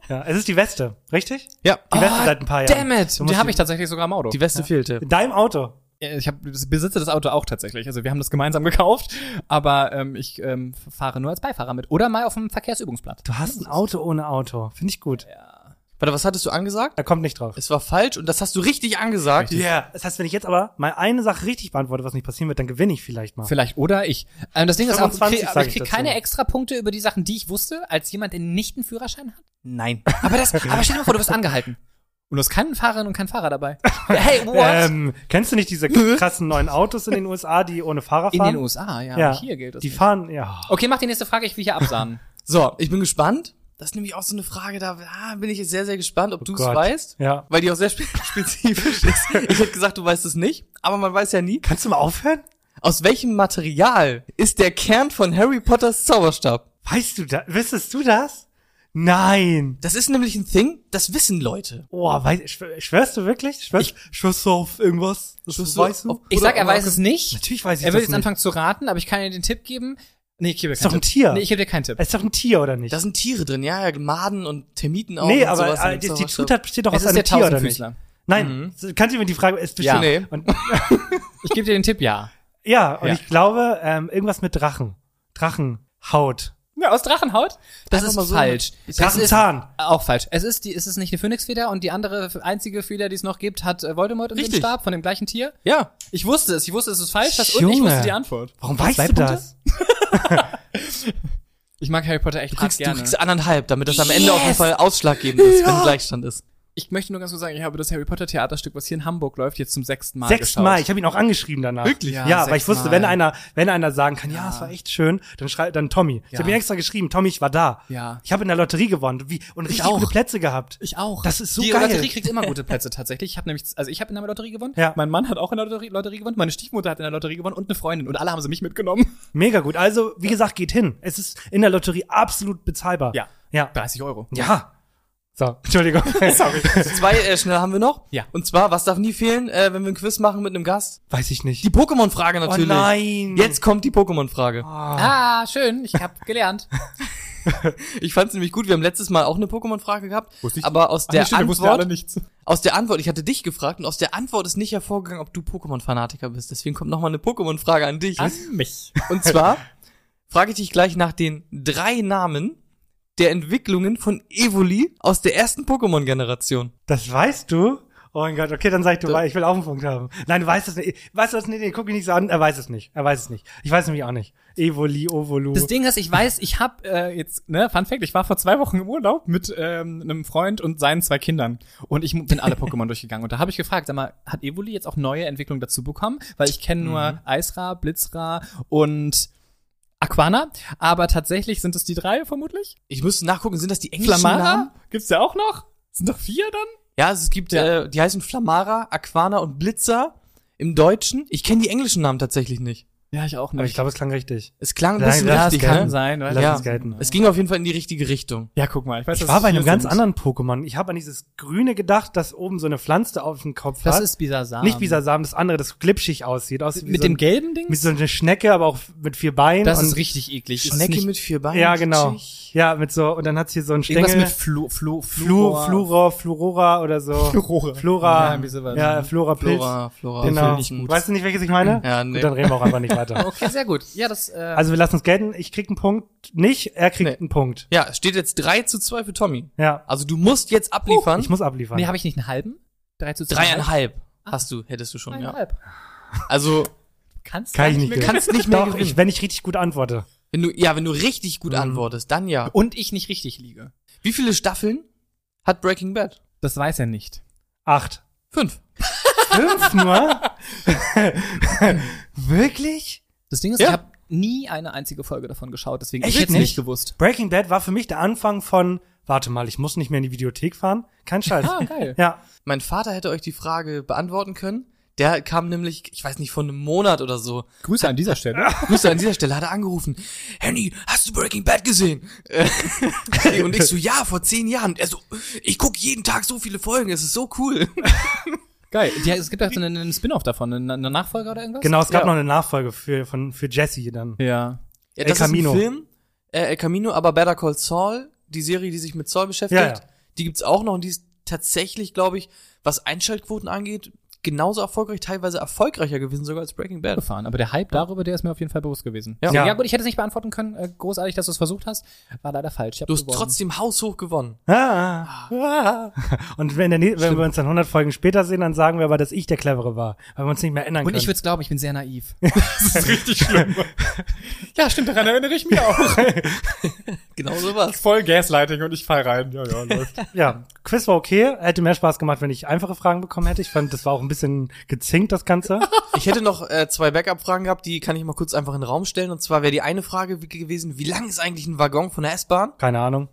Speaker 1: Ja, es ist die Weste, richtig?
Speaker 7: ja.
Speaker 1: Die Weste
Speaker 6: Ah,
Speaker 1: seit ein paar Jahren.
Speaker 6: Damn it!
Speaker 1: Du
Speaker 6: Den
Speaker 1: musst
Speaker 6: habe
Speaker 1: die-
Speaker 6: ich tatsächlich sogar im Auto.
Speaker 7: Die Weste fehlte.
Speaker 1: In deinem Auto.
Speaker 6: Äh, Ich hab, das- besitze das Auto auch tatsächlich. Also wir haben das gemeinsam gekauft, aber ähm, ich ähm, fahre nur als Beifahrer mit. Oder mal auf dem Verkehrsübungsblatt.
Speaker 1: Du hast ein Auto ohne Auto. Finde ich gut.
Speaker 7: Warte, was hattest du angesagt?
Speaker 1: Er kommt nicht drauf.
Speaker 7: Es war falsch und das hast du richtig angesagt.
Speaker 1: Ja, das heißt, wenn ich jetzt aber mal eine Sache richtig beantworte, was nicht passieren wird, dann gewinne ich vielleicht mal.
Speaker 6: Vielleicht oder ich. Ähm, das Ding ist auch, ich
Speaker 1: 25
Speaker 6: krieg, aber
Speaker 1: sag
Speaker 6: ich
Speaker 1: ich
Speaker 6: krieg
Speaker 1: dazu.
Speaker 6: keine extra Punkte über die Sachen, die ich wusste, als jemand, der nicht einen Führerschein hat.
Speaker 7: Nein.
Speaker 6: Aber das, aber stell dir mal vor, du wirst angehalten. Und du hast keinen Fahrerin und keinen Fahrer dabei. Hey, what?
Speaker 1: Ähm, kennst du nicht diese krassen neuen Autos in den USA, die ohne Fahrer
Speaker 6: In
Speaker 1: fahren?
Speaker 6: den USA, ja.
Speaker 1: Ja,
Speaker 6: Hier gilt das.
Speaker 1: die
Speaker 6: nicht.
Speaker 1: fahren, ja.
Speaker 6: Okay, mach die nächste Frage, ich will hier absahnen.
Speaker 7: So, ich bin gespannt. Das ist nämlich auch so eine Frage, da ah, bin ich jetzt sehr, sehr gespannt, ob du es
Speaker 1: Oh Gott.
Speaker 7: weißt.
Speaker 1: Ja.
Speaker 7: Weil die auch sehr spe spezifisch ist. Ich hätte gesagt, du weißt es nicht, aber man weiß ja nie.
Speaker 1: Kannst du mal aufhören?
Speaker 7: Aus welchem Material ist der Kern von Harry Potters Zauberstab?
Speaker 1: Weißt du das? Wissest du das? Nein.
Speaker 7: Das ist nämlich ein Thing, das wissen Leute.
Speaker 1: Oh, weiß, schw- schwörst du wirklich? Schwörst, schwörst du auf irgendwas? Das weißt du?
Speaker 6: Ich sag, er weiß es nicht.
Speaker 1: Natürlich weiß ich
Speaker 6: Er will
Speaker 1: das
Speaker 6: jetzt
Speaker 1: nicht.
Speaker 6: anfangen zu raten, aber ich kann dir den Tipp geben. Nee, ich gebe dir
Speaker 1: Ist doch ein
Speaker 6: Tipp.
Speaker 1: Tier.
Speaker 6: Nee, ich gebe dir keinen Tipp.
Speaker 1: Es ist doch ein Tier, oder nicht?
Speaker 7: Da sind Tiere drin, ja, ja, Maden und Termiten auch.
Speaker 1: nee,
Speaker 7: und
Speaker 1: aber
Speaker 7: sowas in
Speaker 1: äh,
Speaker 7: dem
Speaker 1: die, die
Speaker 7: Zauberstab.
Speaker 1: Zutat besteht doch
Speaker 6: Es
Speaker 1: aus
Speaker 6: ist der
Speaker 1: einem Tier, oder nicht?
Speaker 6: Tausendfüßler. Mhm.
Speaker 1: Nein, kannst du mir die Frage, es besteht,
Speaker 6: Ja.
Speaker 7: Nee.
Speaker 1: Und,
Speaker 6: Ich gebe dir den Tipp, ja.
Speaker 1: ja, und
Speaker 6: Ja.
Speaker 1: ich glaube, ähm, irgendwas mit Drachen. Drachenhaut.
Speaker 6: ja aus Drachenhaut? Das
Speaker 7: Einfach
Speaker 6: ist
Speaker 7: mal so
Speaker 6: falsch. Das ist
Speaker 1: Drachenzahn.
Speaker 6: Auch falsch. Es ist, die, es ist nicht eine Phönixfeder und die andere einzige Feder, die es noch gibt, hat äh, Voldemort in dem
Speaker 7: Richtig.
Speaker 6: Stab von dem gleichen Tier.
Speaker 7: Ja,
Speaker 6: Ich wusste es. Ich wusste, es ist falsch. Das, und ich
Speaker 1: Junge.
Speaker 6: wusste die Antwort.
Speaker 1: Warum weißt
Speaker 6: Zwei
Speaker 1: du
Speaker 6: Punkte?
Speaker 1: das?
Speaker 6: Ich mag Harry Potter echt
Speaker 7: du
Speaker 6: hart
Speaker 7: kriegst, du
Speaker 6: gerne.
Speaker 7: kriegst anderthalb, damit das am Ende auf jeden Fall ausschlaggebend ist, wenn Gleichstand ist.
Speaker 6: ich möchte nur ganz kurz sagen, ich habe das Harry Potter Theaterstück, was hier in Hamburg läuft, jetzt zum sechsten Mal geschaut.
Speaker 1: Sechsmal. Ich habe ihn auch angeschrieben danach. Wirklich? Ja,
Speaker 6: Ja,
Speaker 1: weil ich wusste, wenn
Speaker 6: sechsmal.
Speaker 1: einer, wenn einer sagen kann, ja, es war echt schön, dann schreibt dann Tommy. Ich
Speaker 6: Ja.
Speaker 1: habe ihm extra geschrieben, Tommy, ich war da.
Speaker 6: Ja.
Speaker 1: Ich habe in der Lotterie gewonnen wie, und richtig
Speaker 6: auch.
Speaker 1: gute Plätze gehabt.
Speaker 6: Ich auch.
Speaker 1: Das ist so
Speaker 6: die
Speaker 1: geil.
Speaker 6: Lotterie kriegt immer gute Plätze tatsächlich. Ich habe nämlich, also ich habe in der Lotterie gewonnen.
Speaker 1: Ja.
Speaker 6: Mein Mann hat auch in der Lotterie, Lotterie gewonnen. Meine Stiefmutter hat in der Lotterie gewonnen und eine Freundin. Und alle haben sie mich mitgenommen.
Speaker 1: Mega gut. Also, wie gesagt, geht hin. Es ist in der Lotterie absolut bezahlbar.
Speaker 6: Ja.
Speaker 1: Ja.
Speaker 6: 30 Euro.
Speaker 1: Ja. So, Entschuldigung. Sorry.
Speaker 7: Zwei äh, schnell haben wir noch.
Speaker 6: Ja.
Speaker 7: Und zwar, was darf nie fehlen, äh, wenn wir ein Quiz machen mit einem Gast?
Speaker 1: Weiß ich nicht.
Speaker 7: Die Pokémon-Frage natürlich.
Speaker 1: Oh nein.
Speaker 7: Jetzt kommt die Pokémon-Frage.
Speaker 6: Ah, schön. Ich habe gelernt.
Speaker 7: Ich fand's nämlich gut, wir haben letztes Mal auch eine Pokémon-Frage gehabt, aber aus der,
Speaker 6: Ach, stimmt, wir wussten ja alle
Speaker 7: Antwort,
Speaker 6: nichts.
Speaker 7: aus der Antwort, ich hatte dich gefragt und aus der Antwort ist nicht hervorgegangen, ob du Pokémon-Fanatiker bist. Deswegen kommt nochmal eine Pokémon-Frage an dich.
Speaker 6: An mich.
Speaker 7: Und zwar frage ich dich gleich nach den drei Namen der Entwicklungen von Evoli aus der ersten Pokémon-Generation.
Speaker 1: Das weißt du? Oh mein Gott, okay, dann sag ich Dubai, ich will auch einen Punkt haben. Nein, du weißt es nicht. Weißt du was? Nee, nee, guck mich nicht so an. Er weiß es nicht. Er weiß es nicht. Ich weiß nämlich auch nicht. Evoli, Ovolu.
Speaker 6: Das Ding ist, ich weiß, ich habe äh, jetzt, ne, Fun Fact, ich war vor zwei Wochen im Urlaub mit ähm, einem Freund und seinen zwei Kindern. Und ich mu- bin alle Pokémon durchgegangen. Und da habe ich gefragt, sag mal, hat Evoli jetzt auch neue Entwicklungen dazu bekommen? Weil ich kenne nur
Speaker 1: Mhm.
Speaker 6: Eisra, Blitzra und Aquana. Aber tatsächlich sind es die drei vermutlich.
Speaker 7: Ich müsste nachgucken, sind das die englischen Namen?
Speaker 6: Flamara gibt's ja auch noch. Sind doch vier dann?
Speaker 7: Ja, also es gibt,
Speaker 6: Ja.
Speaker 7: Äh, die heißen Flamara, Aquana und Blitzer im Deutschen. Ich kenne die englischen Namen tatsächlich nicht.
Speaker 6: Ja, ich auch
Speaker 1: Aber ich glaube, es klang richtig.
Speaker 7: Es klang ein
Speaker 1: Nein,
Speaker 7: bisschen
Speaker 1: das
Speaker 7: richtig,
Speaker 1: kann
Speaker 7: ne?
Speaker 6: sein,
Speaker 1: Lass
Speaker 6: weißt
Speaker 7: Ja.
Speaker 1: uns gelten.
Speaker 7: Es ging auf jeden Fall in die richtige Richtung.
Speaker 6: Ja, guck mal, ich weiß,
Speaker 1: Ich
Speaker 6: dass
Speaker 1: war
Speaker 6: es
Speaker 1: bei
Speaker 6: vier
Speaker 1: einem ganz
Speaker 6: sind.
Speaker 1: anderen Pokémon. Ich habe an dieses Grüne gedacht, das oben so eine Pflanze auf dem Kopf
Speaker 6: Das
Speaker 1: hat.
Speaker 6: ist Bisasam.
Speaker 1: nicht wie Sasam, das andere, das glitschig aussieht. Aussieht wie
Speaker 6: mit
Speaker 1: so
Speaker 6: dem
Speaker 1: ein-
Speaker 6: gelben Ding?
Speaker 1: Mit so einer Schnecke, aber auch mit vier Beinen.
Speaker 6: das
Speaker 1: und,
Speaker 6: ist richtig eklig. Ist
Speaker 7: Schnecke
Speaker 6: nicht-
Speaker 7: mit vier Beinen.
Speaker 1: Ja, genau. Ja, mit so, und dann hat's hier so einen Stängel.
Speaker 6: Irgendwas mit Flu, Flu,
Speaker 1: Flu, Fluro, Flurora oder so.
Speaker 6: Flurore.
Speaker 1: Flora.
Speaker 6: Ja, irgendwie sowas.
Speaker 1: Ja, Flora Pilz.
Speaker 7: Flora, Flora.
Speaker 1: Genau.
Speaker 7: finde ich gut.
Speaker 1: Weißt du nicht, welches ich meine?
Speaker 7: Ja, nee.
Speaker 1: Gut, dann reden wir auch einfach nicht weiter.
Speaker 6: Okay, sehr gut. Ja, das, äh,
Speaker 1: Also wir lassen uns gelten. Ich krieg einen Punkt nicht, er kriegt
Speaker 7: Nee.
Speaker 1: einen Punkt.
Speaker 7: Ja, es steht jetzt 3 zu 2 für Tommy.
Speaker 1: Ja.
Speaker 7: Also du musst jetzt abliefern.
Speaker 1: Ich muss abliefern.
Speaker 6: nee, habe ich nicht einen halben? Drei zu zwei.
Speaker 7: Dreieinhalb hast du, hättest du schon, ja.
Speaker 6: Dreieinhalb.
Speaker 7: Also
Speaker 6: Kannst
Speaker 1: Kann ich
Speaker 6: du
Speaker 1: nicht
Speaker 6: mehr-
Speaker 1: gewinnen.
Speaker 7: kannst nicht mehr
Speaker 1: Doch,
Speaker 7: gewinnen.
Speaker 1: ich, Mhm. wenn ich richtig gut antworte.
Speaker 7: Wenn du, ja, wenn du richtig gut antwortest, dann ja.
Speaker 6: Und ich nicht richtig liege.
Speaker 7: Wie viele Staffeln hat Breaking Bad?
Speaker 6: Das weiß er nicht.
Speaker 1: Acht.
Speaker 7: Fünf.
Speaker 1: Fünf nur? Wirklich?
Speaker 6: Das Ding ist,
Speaker 7: Ja.
Speaker 6: ich habe nie eine einzige Folge davon geschaut, deswegen
Speaker 1: Echt
Speaker 6: ich hätte es
Speaker 1: nicht?
Speaker 6: nicht gewusst.
Speaker 1: Breaking Bad war für mich der Anfang von, warte mal, ich muss nicht mehr in die Videothek fahren. Kein Scheiß.
Speaker 6: Ah, geil.
Speaker 1: Ja.
Speaker 7: Mein Vater hätte euch die Frage beantworten können. Der kam nämlich, ich weiß nicht, vor einem Monat oder so.
Speaker 6: Grüße an dieser Stelle.
Speaker 7: Grüße an dieser Stelle, hat er angerufen. Henny, hast du Breaking Bad gesehen? Äh, und ich so, ja, vor zehn Jahren. Er so, ich guck jeden Tag so viele Folgen, es ist so cool.
Speaker 6: Geil. Ja, es gibt auch so einen, einen Spin-off davon, einen, einen Nachfolger oder irgendwas?
Speaker 1: Genau, es gab
Speaker 7: Ja.
Speaker 1: noch eine Nachfolge für, von, für Jesse dann.
Speaker 6: Ja.
Speaker 7: Ja,
Speaker 1: El
Speaker 7: das
Speaker 1: Camino.
Speaker 7: ist ein Film, äh, El Camino, aber Better Call Saul, die Serie, die sich mit Saul beschäftigt,
Speaker 1: Ja, ja.
Speaker 7: die gibt's auch noch und die ist tatsächlich, glaube ich, was Einschaltquoten angeht, genauso erfolgreich, teilweise erfolgreicher gewesen sogar als Breaking Bad.
Speaker 6: Gefahren. Aber der Hype darüber, der ist mir auf jeden Fall bewusst gewesen.
Speaker 7: Ja.
Speaker 6: ja
Speaker 1: Ja.
Speaker 6: gut, ich hätte es nicht beantworten können. Äh, Großartig, dass du es versucht hast. War leider falsch. Ich hab
Speaker 7: Du hast
Speaker 6: gewonnen.
Speaker 7: trotzdem haushoch gewonnen.
Speaker 1: Ah, ah. Und wenn, der, nä- wenn wir uns dann 100 Folgen später sehen, dann sagen wir aber, dass ich der Clevere war, weil wir uns nicht mehr erinnern
Speaker 6: Und
Speaker 1: können.
Speaker 6: ich würde es glauben, ich bin sehr naiv. das ist richtig schlimm. ja, stimmt, daran erinnere ich mich auch.
Speaker 7: Genau sowas.
Speaker 6: Voll Gaslighting und ich fall rein. Ja, ja, läuft.
Speaker 1: ja, Quiz war okay. Hätte mehr Spaß gemacht, wenn ich einfache Fragen bekommen hätte. Ich fand, das war auch ein bisschen gezinkt, das Ganze.
Speaker 7: Ich hätte noch äh, zwei Backup-Fragen gehabt, die kann ich mal kurz einfach in den Raum stellen. Und zwar wäre die eine Frage wie- gewesen, wie lang ist eigentlich ein Waggon von der S-Bahn?
Speaker 1: Keine Ahnung.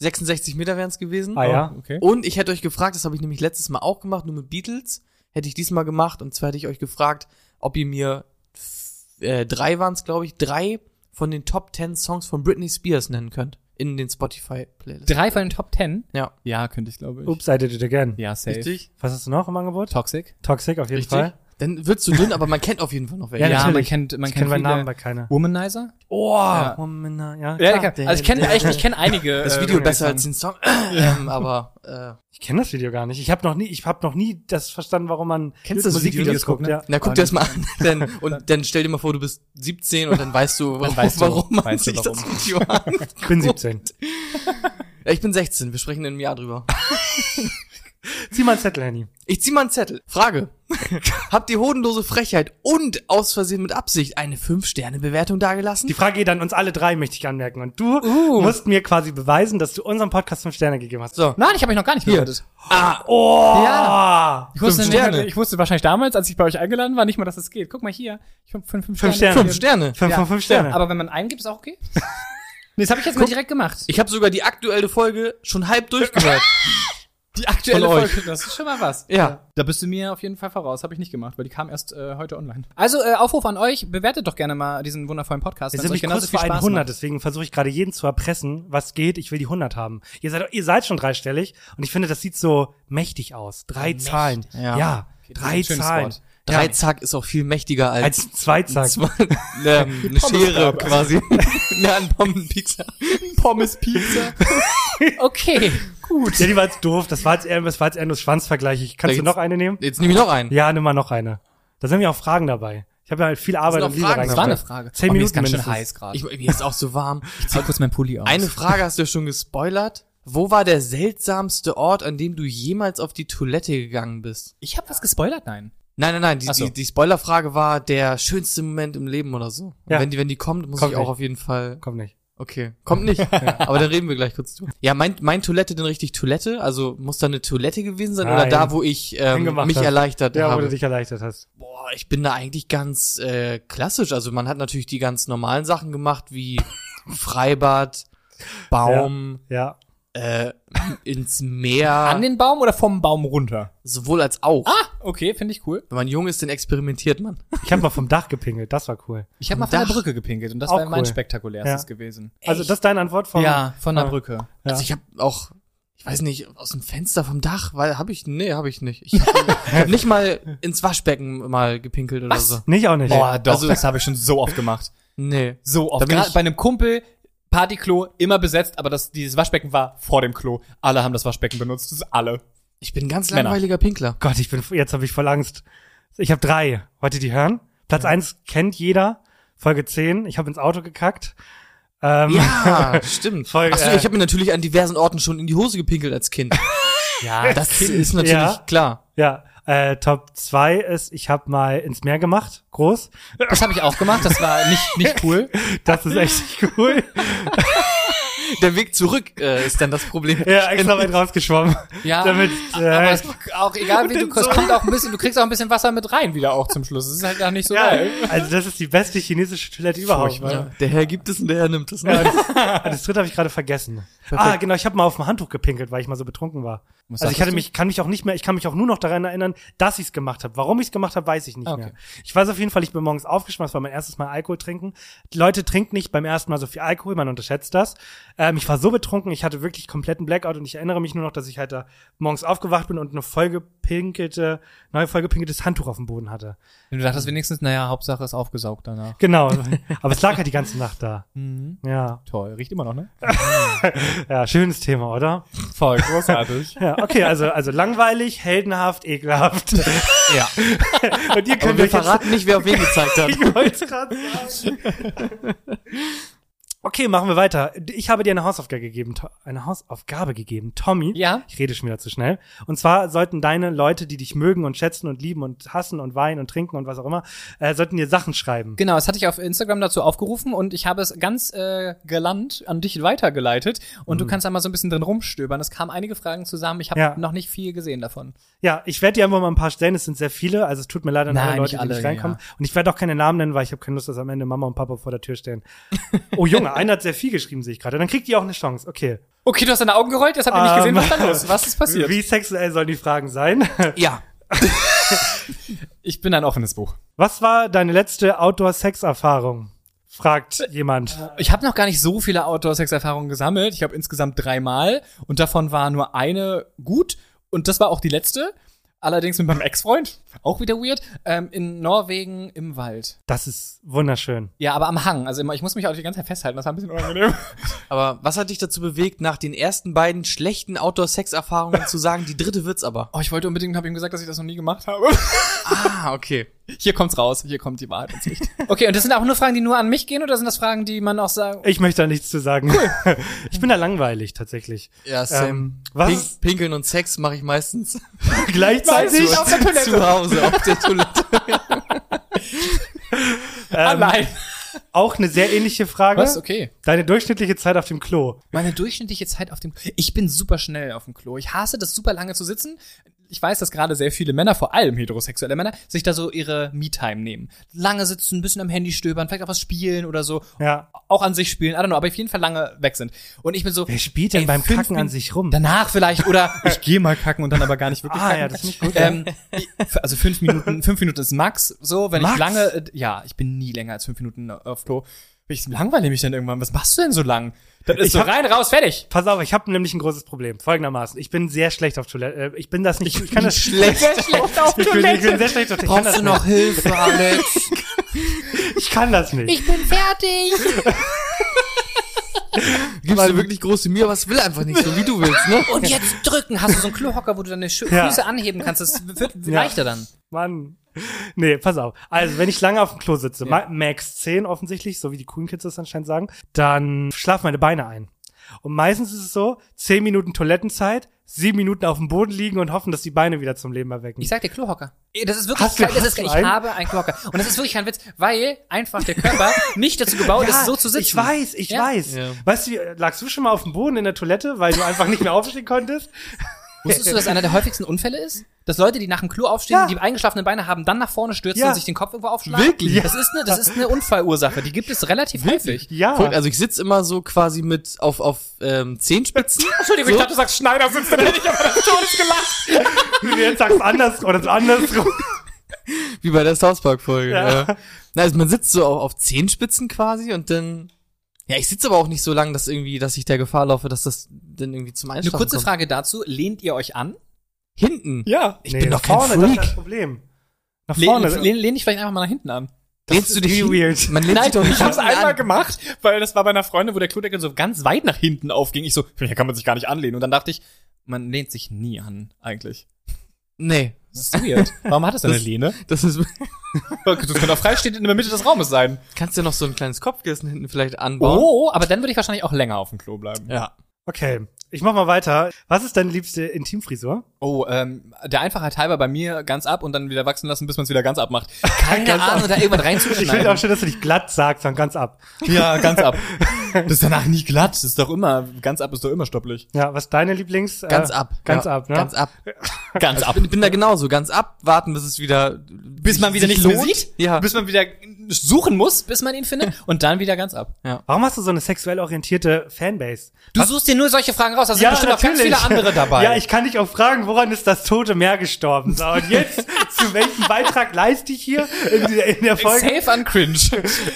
Speaker 7: 66 Meter wären es gewesen.
Speaker 1: Ah ja.
Speaker 6: Okay.
Speaker 7: Und ich hätte euch gefragt, das habe ich nämlich letztes Mal auch gemacht, nur mit Beatles, hätte ich diesmal gemacht. Und zwar hätte ich euch gefragt, ob ihr mir f- äh, drei waren es, glaube ich, drei von den Top 10 Songs von Britney Spears nennen könnt in den Spotify-Playlists.
Speaker 6: Drei von den Top Ten?
Speaker 7: Ja.
Speaker 6: Ja, könnte ich, glaube ich.
Speaker 1: Oops, I did it again.
Speaker 6: Ja, safe.
Speaker 1: Was hast du noch im Angebot?
Speaker 6: Toxic?
Speaker 1: Toxic auf jeden
Speaker 7: Richtig?
Speaker 1: Fall.
Speaker 7: Dann wird's zu dünn, aber man kennt auf jeden Fall noch welche.
Speaker 1: Ja,
Speaker 6: man
Speaker 1: natürlich.
Speaker 6: kennt, man
Speaker 1: Ich kenne
Speaker 6: kennt
Speaker 1: meinen
Speaker 6: viele-
Speaker 1: Namen, aber keiner.
Speaker 6: Womanizer?
Speaker 1: Oh,
Speaker 6: Ja.
Speaker 1: Woman, ja,
Speaker 6: Ah. Ja,
Speaker 1: klar.
Speaker 6: Also ich kenne echt, ich kenne einige.
Speaker 7: Das
Speaker 6: äh,
Speaker 7: Video besser als
Speaker 6: Womanizer.
Speaker 7: den Song, ähm, aber äh,
Speaker 1: Ich kenne das Video gar nicht. Ich habe noch nie, ich habe noch nie das verstanden, warum man
Speaker 7: Kennst du das Video,
Speaker 1: Musikvideos
Speaker 6: das guckt,
Speaker 1: guckt.
Speaker 6: ne?
Speaker 1: Ja.
Speaker 7: na guck
Speaker 6: Ah,
Speaker 7: dir das mal an dann, und dann stell dir mal vor, du bist 17 und dann weißt du, warum,
Speaker 6: weißt du,
Speaker 7: warum man
Speaker 6: weißt du,
Speaker 7: sich das
Speaker 6: warum.
Speaker 7: Video an.
Speaker 1: Ich bin 17.
Speaker 7: Ja, ich bin 16, wir sprechen in einem Jahr drüber.
Speaker 1: Zieh mal einen Zettel, Henny.
Speaker 7: Ich zieh mal einen Zettel. Frage. Habt ihr hodenlose Frechheit und aus Versehen mit Absicht eine 5-Sterne-Bewertung
Speaker 1: Die
Speaker 7: dagelassen?
Speaker 1: Frage geht an uns alle drei, möchte ich anmerken. Und du musst mir quasi beweisen, dass du unserem Podcast fünf Sterne gegeben hast.
Speaker 7: So.
Speaker 6: Nein, ich habe mich noch gar nicht bewertet.
Speaker 7: Ah, oh.
Speaker 1: Oh!
Speaker 6: Ja. Ich wusste,
Speaker 7: Fünf
Speaker 6: nicht mal-
Speaker 7: Sterne.
Speaker 6: ich wusste wahrscheinlich damals, als ich bei euch eingeladen war, nicht mal, dass es geht. Guck mal hier. Ich habe fünf, fünf,
Speaker 1: Fünf
Speaker 6: Sterne.
Speaker 1: Sterne.
Speaker 7: 5 Sterne.
Speaker 1: Fünf von fünf Sterne.
Speaker 6: Aber wenn man eingibt, ist auch okay. nee, das habe ich jetzt mal direkt gemacht.
Speaker 7: Ich habe sogar die aktuelle Folge schon halb durchgehört.
Speaker 6: Die aktuelle
Speaker 7: Von euch.
Speaker 6: Folge, das ist schon mal was.
Speaker 7: ja.
Speaker 6: Da bist du mir auf jeden Fall voraus, habe ich nicht gemacht, weil die kam erst äh, heute online. Also äh, Aufruf an euch, bewertet doch gerne mal diesen wundervollen Podcast,
Speaker 1: Wir
Speaker 6: wenn's
Speaker 1: sind
Speaker 6: euch
Speaker 1: nämlich kurz vor 100, deswegen versuche ich gerade jeden zu erpressen. Was geht? Ich will die 100 haben. Ihr seid, ihr seid schon dreistellig und ich finde, das sieht so mächtig aus. Drei Zahlen.
Speaker 7: Ja.
Speaker 1: ja.
Speaker 6: Okay, das ist
Speaker 1: drei
Speaker 6: ein schönes
Speaker 1: Zahlen.
Speaker 6: Wort.
Speaker 7: Drei
Speaker 1: Ja.
Speaker 7: Zack ist auch viel mächtiger als,
Speaker 1: Als Zweizack.
Speaker 7: zwei, ähm, eine Schere quasi. ja, ein Bombenpixer.
Speaker 6: Pommes Pizza. okay, gut.
Speaker 1: Ja, die war jetzt doof. Das war jetzt eher, das war jetzt eher nur Schwanzvergleich. Ich- Kannst
Speaker 7: Da
Speaker 1: du
Speaker 7: geht's-
Speaker 1: noch eine nehmen?
Speaker 7: Jetzt nehme ich noch einen.
Speaker 1: Ja, nimm mal noch eine. Da sind nämlich auch Fragen dabei. Ich habe ja halt viel Arbeit
Speaker 7: noch
Speaker 1: und Liebe
Speaker 7: Fragen?
Speaker 6: Das
Speaker 7: Das
Speaker 6: war
Speaker 1: reingepackt.
Speaker 6: eine Frage.
Speaker 1: Zehn
Speaker 6: Oh, mir
Speaker 1: Minuten
Speaker 6: ist ganz schön
Speaker 1: mindestens.
Speaker 6: heiß gerade.
Speaker 7: Ich, mir ist auch so warm.
Speaker 6: zieh kurz meinen Pulli aus.
Speaker 7: Eine Frage hast du ja schon gespoilert. Wo war der seltsamste Ort, an dem du jemals auf die Toilette gegangen bist?
Speaker 6: Ich habe was gespoilert, nein.
Speaker 7: Nein, nein, nein. Die,
Speaker 6: Ach so.
Speaker 7: die, die Spoilerfrage war der schönste Moment im Leben oder so. Und
Speaker 1: Ja.
Speaker 7: Wenn die, wenn die kommt, muss
Speaker 1: Kommt
Speaker 7: ich auch
Speaker 1: nicht.
Speaker 7: auf jeden Fall.
Speaker 1: Kommt nicht.
Speaker 7: Okay, kommt nicht. Aber dann reden wir gleich kurz drüber. Ja, mein, mein Toilette denn richtig Toilette? Also muss da eine Toilette gewesen sein oder
Speaker 1: Nein.
Speaker 7: da, wo ich ähm,
Speaker 1: Hingemacht
Speaker 7: mich
Speaker 1: hast.
Speaker 7: erleichtert
Speaker 1: Ja, wo
Speaker 7: habe?
Speaker 1: du dich erleichtert hast.
Speaker 7: Boah, ich bin da eigentlich ganz äh, klassisch. Also man hat natürlich die ganz normalen Sachen gemacht, wie Freibad, Baum,
Speaker 1: Ja.
Speaker 7: äh, ins Meer,
Speaker 6: An den Baum oder vom Baum runter?
Speaker 7: sowohl als auch.
Speaker 6: Ah, okay, finde ich cool.
Speaker 7: Wenn man jung ist, dann experimentiert man.
Speaker 1: Ich habe mal vom Dach gepingelt, das war cool.
Speaker 6: Ich habe mal von
Speaker 7: Dach.
Speaker 6: der Brücke gepinkelt und das
Speaker 1: Auch
Speaker 6: war mein
Speaker 1: cool.
Speaker 6: spektakulärstes
Speaker 1: Ja.
Speaker 6: gewesen.
Speaker 1: Also das ist deine Antwort von
Speaker 6: ja, von der
Speaker 1: Ah.
Speaker 6: Brücke.
Speaker 1: Ja.
Speaker 7: Also ich habe auch, ich weiß nicht, aus dem Fenster vom Dach, weil habe ich, nee, habe ich nicht. Ich habe nicht mal ins Waschbecken mal gepinkelt oder so.
Speaker 1: Nicht auch nicht.
Speaker 6: Boah, doch,
Speaker 7: Also-
Speaker 6: das habe ich schon so oft gemacht.
Speaker 7: Nee.
Speaker 6: So
Speaker 7: Da
Speaker 6: oft.
Speaker 7: bin
Speaker 6: Gerade
Speaker 7: ich-
Speaker 6: bei einem Kumpel, Partyklo, immer besetzt, aber das, dieses Waschbecken war vor dem Klo. Alle haben das Waschbecken benutzt, das ist alle.
Speaker 7: Ich bin ein ganz
Speaker 6: Männer.
Speaker 7: langweiliger Pinkler.
Speaker 1: Gott, ich bin jetzt habe ich voll Angst. Ich habe drei. Wollt ihr die hören? Platz eins kennt jeder. Folge 10. Ich habe ins Auto gekackt. Ähm,
Speaker 7: Ja, stimmt.
Speaker 1: Voll,
Speaker 7: Ach so,
Speaker 1: äh,
Speaker 7: ich habe mir natürlich an diversen Orten schon in die Hose gepinkelt als Kind. ja, das ist natürlich
Speaker 1: Ja.
Speaker 7: klar.
Speaker 1: ja. Äh, Top zwei ist, ich habe mal ins Meer gemacht. Groß.
Speaker 6: Das habe ich auch gemacht, das war nicht, nicht cool.
Speaker 1: Das ist echt nicht cool.
Speaker 7: Der Weg zurück äh, ist dann das Problem.
Speaker 1: ja, extra weit rausgeschwommen.
Speaker 6: Ja,
Speaker 1: Damit,
Speaker 6: aber
Speaker 1: äh,
Speaker 6: es, auch egal wie du, es kommt auch ein bisschen, du kriegst auch ein bisschen Wasser mit rein wieder auch zum Schluss. Das ist halt auch nicht so
Speaker 1: ja,
Speaker 6: geil.
Speaker 1: also das ist die beste chinesische Toilette überhaupt.
Speaker 7: Ja,
Speaker 1: Ne?
Speaker 7: der Herr gibt es und der Herr nimmt es. Ne?
Speaker 1: Ah, Das dritte habe ich gerade vergessen. Ah, genau, ich habe mal auf dem Handtuch gepinkelt, weil ich mal so betrunken war. also ich
Speaker 6: sagtest
Speaker 1: hatte
Speaker 6: du?
Speaker 1: mich, kann mich auch nicht mehr, ich kann mich auch nur noch daran erinnern, dass ich es gemacht habe. Warum ich es gemacht habe, weiß ich nicht
Speaker 6: Ah, okay.
Speaker 1: mehr. Ich weiß auf jeden Fall, ich bin morgens aufgeschmissen, das war mein erstes Mal Alkohol trinken. Die Leute trinken nicht beim ersten Mal so viel Alkohol, man unterschätzt das. Ähm, ich war so betrunken, ich hatte wirklich kompletten Blackout und ich erinnere mich nur noch, dass ich halt da morgens aufgewacht bin und eine vollgepinkelte, neu vollgepinkeltes Handtuch auf dem Boden hatte.
Speaker 6: Du dachtest wenigstens, naja, Hauptsache ist aufgesaugt danach.
Speaker 1: Genau. Aber es lag halt die ganze Nacht da.
Speaker 7: Mhm.
Speaker 1: Ja.
Speaker 6: Toll, riecht immer noch, ne?
Speaker 1: Ja, schönes Thema, oder?
Speaker 6: Voll, großartig.
Speaker 1: Ja, okay, also, also langweilig, heldenhaft, ekelhaft.
Speaker 6: ja.
Speaker 1: Und ihr
Speaker 7: Aber
Speaker 1: könnt
Speaker 7: wir
Speaker 1: euch jetzt,
Speaker 7: verraten nicht, wer auf wen gezeigt hat.
Speaker 1: ich wollte gerade sagen. Okay, machen wir weiter. Ich habe dir eine Hausaufgabe gegeben, To- eine Hausaufgabe gegeben, Tommy.
Speaker 6: Ja.
Speaker 1: Ich rede schon wieder zu schnell. Und zwar sollten deine Leute, die dich mögen und schätzen und lieben und hassen und weinen und trinken und was auch immer, äh, sollten dir Sachen schreiben.
Speaker 6: Genau, das hatte ich auf Instagram dazu aufgerufen und ich habe es ganz äh, galant an dich weitergeleitet und du kannst da mal so ein bisschen drin rumstöbern. Es kamen einige Fragen zusammen. Ich habe
Speaker 1: Mhm. Ja.
Speaker 6: noch nicht viel gesehen davon.
Speaker 1: Ja, ich werde dir einfach mal ein paar stellen. Es sind sehr viele, also es tut mir leid an
Speaker 6: Nein,
Speaker 1: alle Leute,
Speaker 6: nicht alle,
Speaker 1: die nicht reinkommen.
Speaker 6: ja.
Speaker 1: Und ich werde auch keine Namen nennen, weil ich habe keine Lust, dass am Ende Mama und Papa vor der Tür stehen. Oh Junge, einer hat sehr viel geschrieben, sehe ich gerade. Dann kriegt ihr auch eine Chance. Okay.
Speaker 6: Okay, du hast deine Augen gerollt, das habt ihr nicht gesehen. Was ist da los? Was ist passiert?
Speaker 1: Ähm. Wie sexuell sollen die Fragen sein?
Speaker 7: Ja.
Speaker 6: Ich bin ein offenes Buch.
Speaker 1: Was war deine letzte Outdoor-Sex-Erfahrung? Fragt jemand.
Speaker 6: Ich habe noch gar nicht so viele Outdoor-Sex-Erfahrungen gesammelt. Ich habe insgesamt dreimal und davon war nur eine gut und das war auch die letzte. Allerdings mit meinem Ex-Freund, auch wieder weird, ähm, in Norwegen im Wald.
Speaker 1: Das ist wunderschön.
Speaker 6: Ja, aber am Hang. Also immer, ich muss mich auch die ganze Zeit festhalten, das war ein bisschen unangenehm.
Speaker 7: Aber was hat dich dazu bewegt, nach den ersten beiden schlechten Outdoor-Sex-Erfahrungen zu sagen, die dritte wird's aber?
Speaker 6: Oh, ich wollte unbedingt, habe ihm gesagt, dass ich das noch nie gemacht habe.
Speaker 7: Ah, okay.
Speaker 6: Hier kommt's raus, hier kommt die Wahrheit ins Licht. Okay, und das sind auch nur Fragen, die nur an mich gehen oder sind das Fragen, die man auch sagt?
Speaker 1: Ich möchte da nichts zu sagen. Ich bin da langweilig, tatsächlich.
Speaker 7: Ja, same.
Speaker 1: Ähm, was?
Speaker 7: Pink- Pinkeln und Sex mache ich meistens
Speaker 1: Gleichzeitig?
Speaker 6: Auf der Toilette.
Speaker 7: zu Hause auf der Toilette.
Speaker 6: Allein.
Speaker 1: ähm, Auch eine sehr ähnliche Frage.
Speaker 6: Was? Okay.
Speaker 1: Deine durchschnittliche Zeit auf dem Klo.
Speaker 6: Meine durchschnittliche Zeit auf dem Ich bin super schnell auf dem Klo. Ich hasse das super lange zu sitzen. Ich weiß, dass gerade sehr viele Männer, vor allem heterosexuelle Männer, sich da so ihre Me-Time nehmen. Lange sitzen, ein bisschen am Handy stöbern, vielleicht auch was spielen oder so.
Speaker 1: Ja.
Speaker 6: Auch an sich spielen, I don't know, aber auf jeden Fall lange weg sind. Und ich bin so.
Speaker 1: Wer spielt denn
Speaker 6: ey,
Speaker 1: beim
Speaker 6: fünf
Speaker 1: Kacken an
Speaker 6: Minuten-
Speaker 1: sich rum?
Speaker 6: Danach vielleicht oder ich gehe mal kacken und dann aber gar nicht wirklich
Speaker 1: Ah,
Speaker 6: kacken.
Speaker 1: ja, das finde ich gut, ja.
Speaker 6: Ähm, ich- also fünf Minuten, fünf Minuten ist Max. So, wenn
Speaker 1: Max?
Speaker 6: ich lange, äh, ja, ich bin nie länger als fünf Minuten äh, auf Klo. Ich langweile mich dann irgendwann. Was machst du denn so lang? Dann ist
Speaker 1: Ich
Speaker 6: so
Speaker 1: hab-
Speaker 6: rein, raus, fertig.
Speaker 1: Pass auf, ich habe nämlich ein großes Problem. Folgendermaßen. Ich bin sehr schlecht auf Toilette. äh, Ich bin das nicht. Ich kann das
Speaker 7: Schlecht.
Speaker 6: schlecht auf
Speaker 1: Ich bin, ich bin sehr schlecht auf Toilette. Ich kann
Speaker 7: Brauchst
Speaker 1: das
Speaker 7: du noch Hilfe, Alex?
Speaker 1: nicht. Ich kann das nicht.
Speaker 8: Ich bin fertig.
Speaker 7: Gibst du wirklich große mir, aber es will einfach nicht so, wie du willst, ne?
Speaker 6: Und jetzt drücken. Hast du so einen Klohocker, wo du deine Schü-
Speaker 1: Ja.
Speaker 6: Füße anheben kannst? Das wird leichter dann.
Speaker 1: Mann. Nee, pass auf. Also, wenn ich lange auf dem Klo sitze, ma- Max 10 offensichtlich, so wie die coolen Kids das anscheinend sagen, dann schlafen meine Beine ein. Und meistens ist es so, zehn Minuten Toilettenzeit, sieben Minuten auf dem Boden liegen und hoffen, dass die Beine wieder zum Leben erwecken.
Speaker 6: Ich sag dir Klohocker. Ey, Das ist wirklich,
Speaker 1: Hast du-
Speaker 6: kein, das ist,
Speaker 1: hast du
Speaker 6: ich
Speaker 1: einen?
Speaker 6: habe einen Klohocker. Und das ist wirklich kein Witz, weil einfach der Körper nicht dazu gebaut ist, so zu sitzen.
Speaker 1: Ich weiß, ich
Speaker 6: Ja.
Speaker 1: weiß.
Speaker 2: Ja.
Speaker 1: Weißt du, lagst du schon mal auf dem Boden in der Toilette, weil du einfach nicht mehr aufstehen konntest?
Speaker 6: Wusstest du, dass einer der häufigsten Unfälle ist? Dass Leute, die nach dem Klo aufstehen,
Speaker 1: Ja.
Speaker 6: die eingeschlafenen Beine haben, dann nach vorne stürzen
Speaker 1: Ja.
Speaker 6: und sich den Kopf irgendwo aufschlagen?
Speaker 1: Wirklich?
Speaker 6: Das ist eine, das ist eine Unfallursache. Die gibt es relativ häufig.
Speaker 1: Ja.
Speaker 7: Voll, also ich sitze immer so quasi mit auf, auf ähm, Zehenspitzen.
Speaker 6: Entschuldigung, ich dachte, du sagst Schneider sitzt, dann hätte ich aber Todes gelacht.
Speaker 1: Wie du jetzt sagst, anders oder so andersrum.
Speaker 7: Wie bei der South Park-Folge.
Speaker 1: Ja.
Speaker 7: Ja. Na, Also man sitzt so auf, auf Zehenspitzen quasi und dann. Ja, ich sitze aber auch nicht so lang, dass irgendwie, dass ich der Gefahr laufe, dass das dann irgendwie zum
Speaker 6: Eine
Speaker 7: Einschlafen
Speaker 6: kurze
Speaker 7: kommt.
Speaker 6: Frage dazu. Lehnt ihr euch an?
Speaker 7: Hinten.
Speaker 6: Ja.
Speaker 7: Ich
Speaker 1: Nee,
Speaker 7: bin
Speaker 1: nach
Speaker 7: doch kein
Speaker 1: vorne, das ist das
Speaker 7: Freak.
Speaker 1: Problem. Nach
Speaker 6: Lehn,
Speaker 1: vorne.
Speaker 6: lehn, lehn dich vielleicht einfach mal nach hinten an.
Speaker 7: Lehnst du dich
Speaker 1: irgendwie weird.
Speaker 7: Man lehnt sich doch nicht
Speaker 6: ich hab's
Speaker 7: hinten
Speaker 6: einmal
Speaker 7: an.
Speaker 6: gemacht, weil das war bei einer Freundin, wo der Klodeckel so ganz weit nach hinten aufging. Ich so, hier kann man sich gar nicht anlehnen. Und dann dachte ich, man lehnt sich nie an, eigentlich.
Speaker 7: Nee.
Speaker 6: Das ist weird. Warum hat es denn eine
Speaker 7: Das-
Speaker 6: Lehne?
Speaker 7: Das ist,
Speaker 6: Das könnte auch freistehend in der Mitte des Raumes sein.
Speaker 7: kannst du ja noch so ein kleines Kopfkissen hinten vielleicht anbauen.
Speaker 6: Oh, aber dann würde ich wahrscheinlich auch länger auf dem Klo bleiben.
Speaker 7: Ja.
Speaker 1: Okay, ich mach mal weiter. Was ist deine liebste Intimfrisur?
Speaker 6: Oh, ähm, der Einfachheit halber bei mir ganz ab und dann wieder wachsen lassen, bis man es wieder ganz abmacht. Keine
Speaker 1: Ganz
Speaker 6: Ahnung, da irgendwann
Speaker 1: Ich finde auch
Speaker 6: reinzuschneiden.
Speaker 1: schön, dass du dich glatt sagst, dann ganz ab.
Speaker 6: Ja, ganz ab. Das ist danach nie glatt. Das ist doch immer, ganz ab ist doch immer stopplich.
Speaker 1: Ja, was ist deine Lieblings?
Speaker 7: Ganz
Speaker 1: äh,
Speaker 7: ab.
Speaker 1: Ganz
Speaker 7: ja.
Speaker 1: ab, ne?
Speaker 7: Ganz ab.
Speaker 6: Ganz ab.
Speaker 7: Ich bin da genauso. Ganz ab, warten, bis es wieder.
Speaker 6: Bis man wieder
Speaker 7: sich
Speaker 6: nichts mehr
Speaker 7: lohnt.
Speaker 6: sieht,
Speaker 7: Ja.
Speaker 6: bis man wieder suchen muss, bis man ihn findet und dann wieder ganz ab.
Speaker 1: Warum hast du so eine sexuell orientierte Fanbase?
Speaker 6: Du suchst dir nur solche Fragen raus, da sind bestimmt auch ganz viele andere dabei.
Speaker 1: Ja, ich kann dich auch fragen, woran ist das tote Meer gestorben? So, und jetzt, zu welchem Beitrag leiste ich hier in, der- in der Folge?
Speaker 6: Safe an cringe.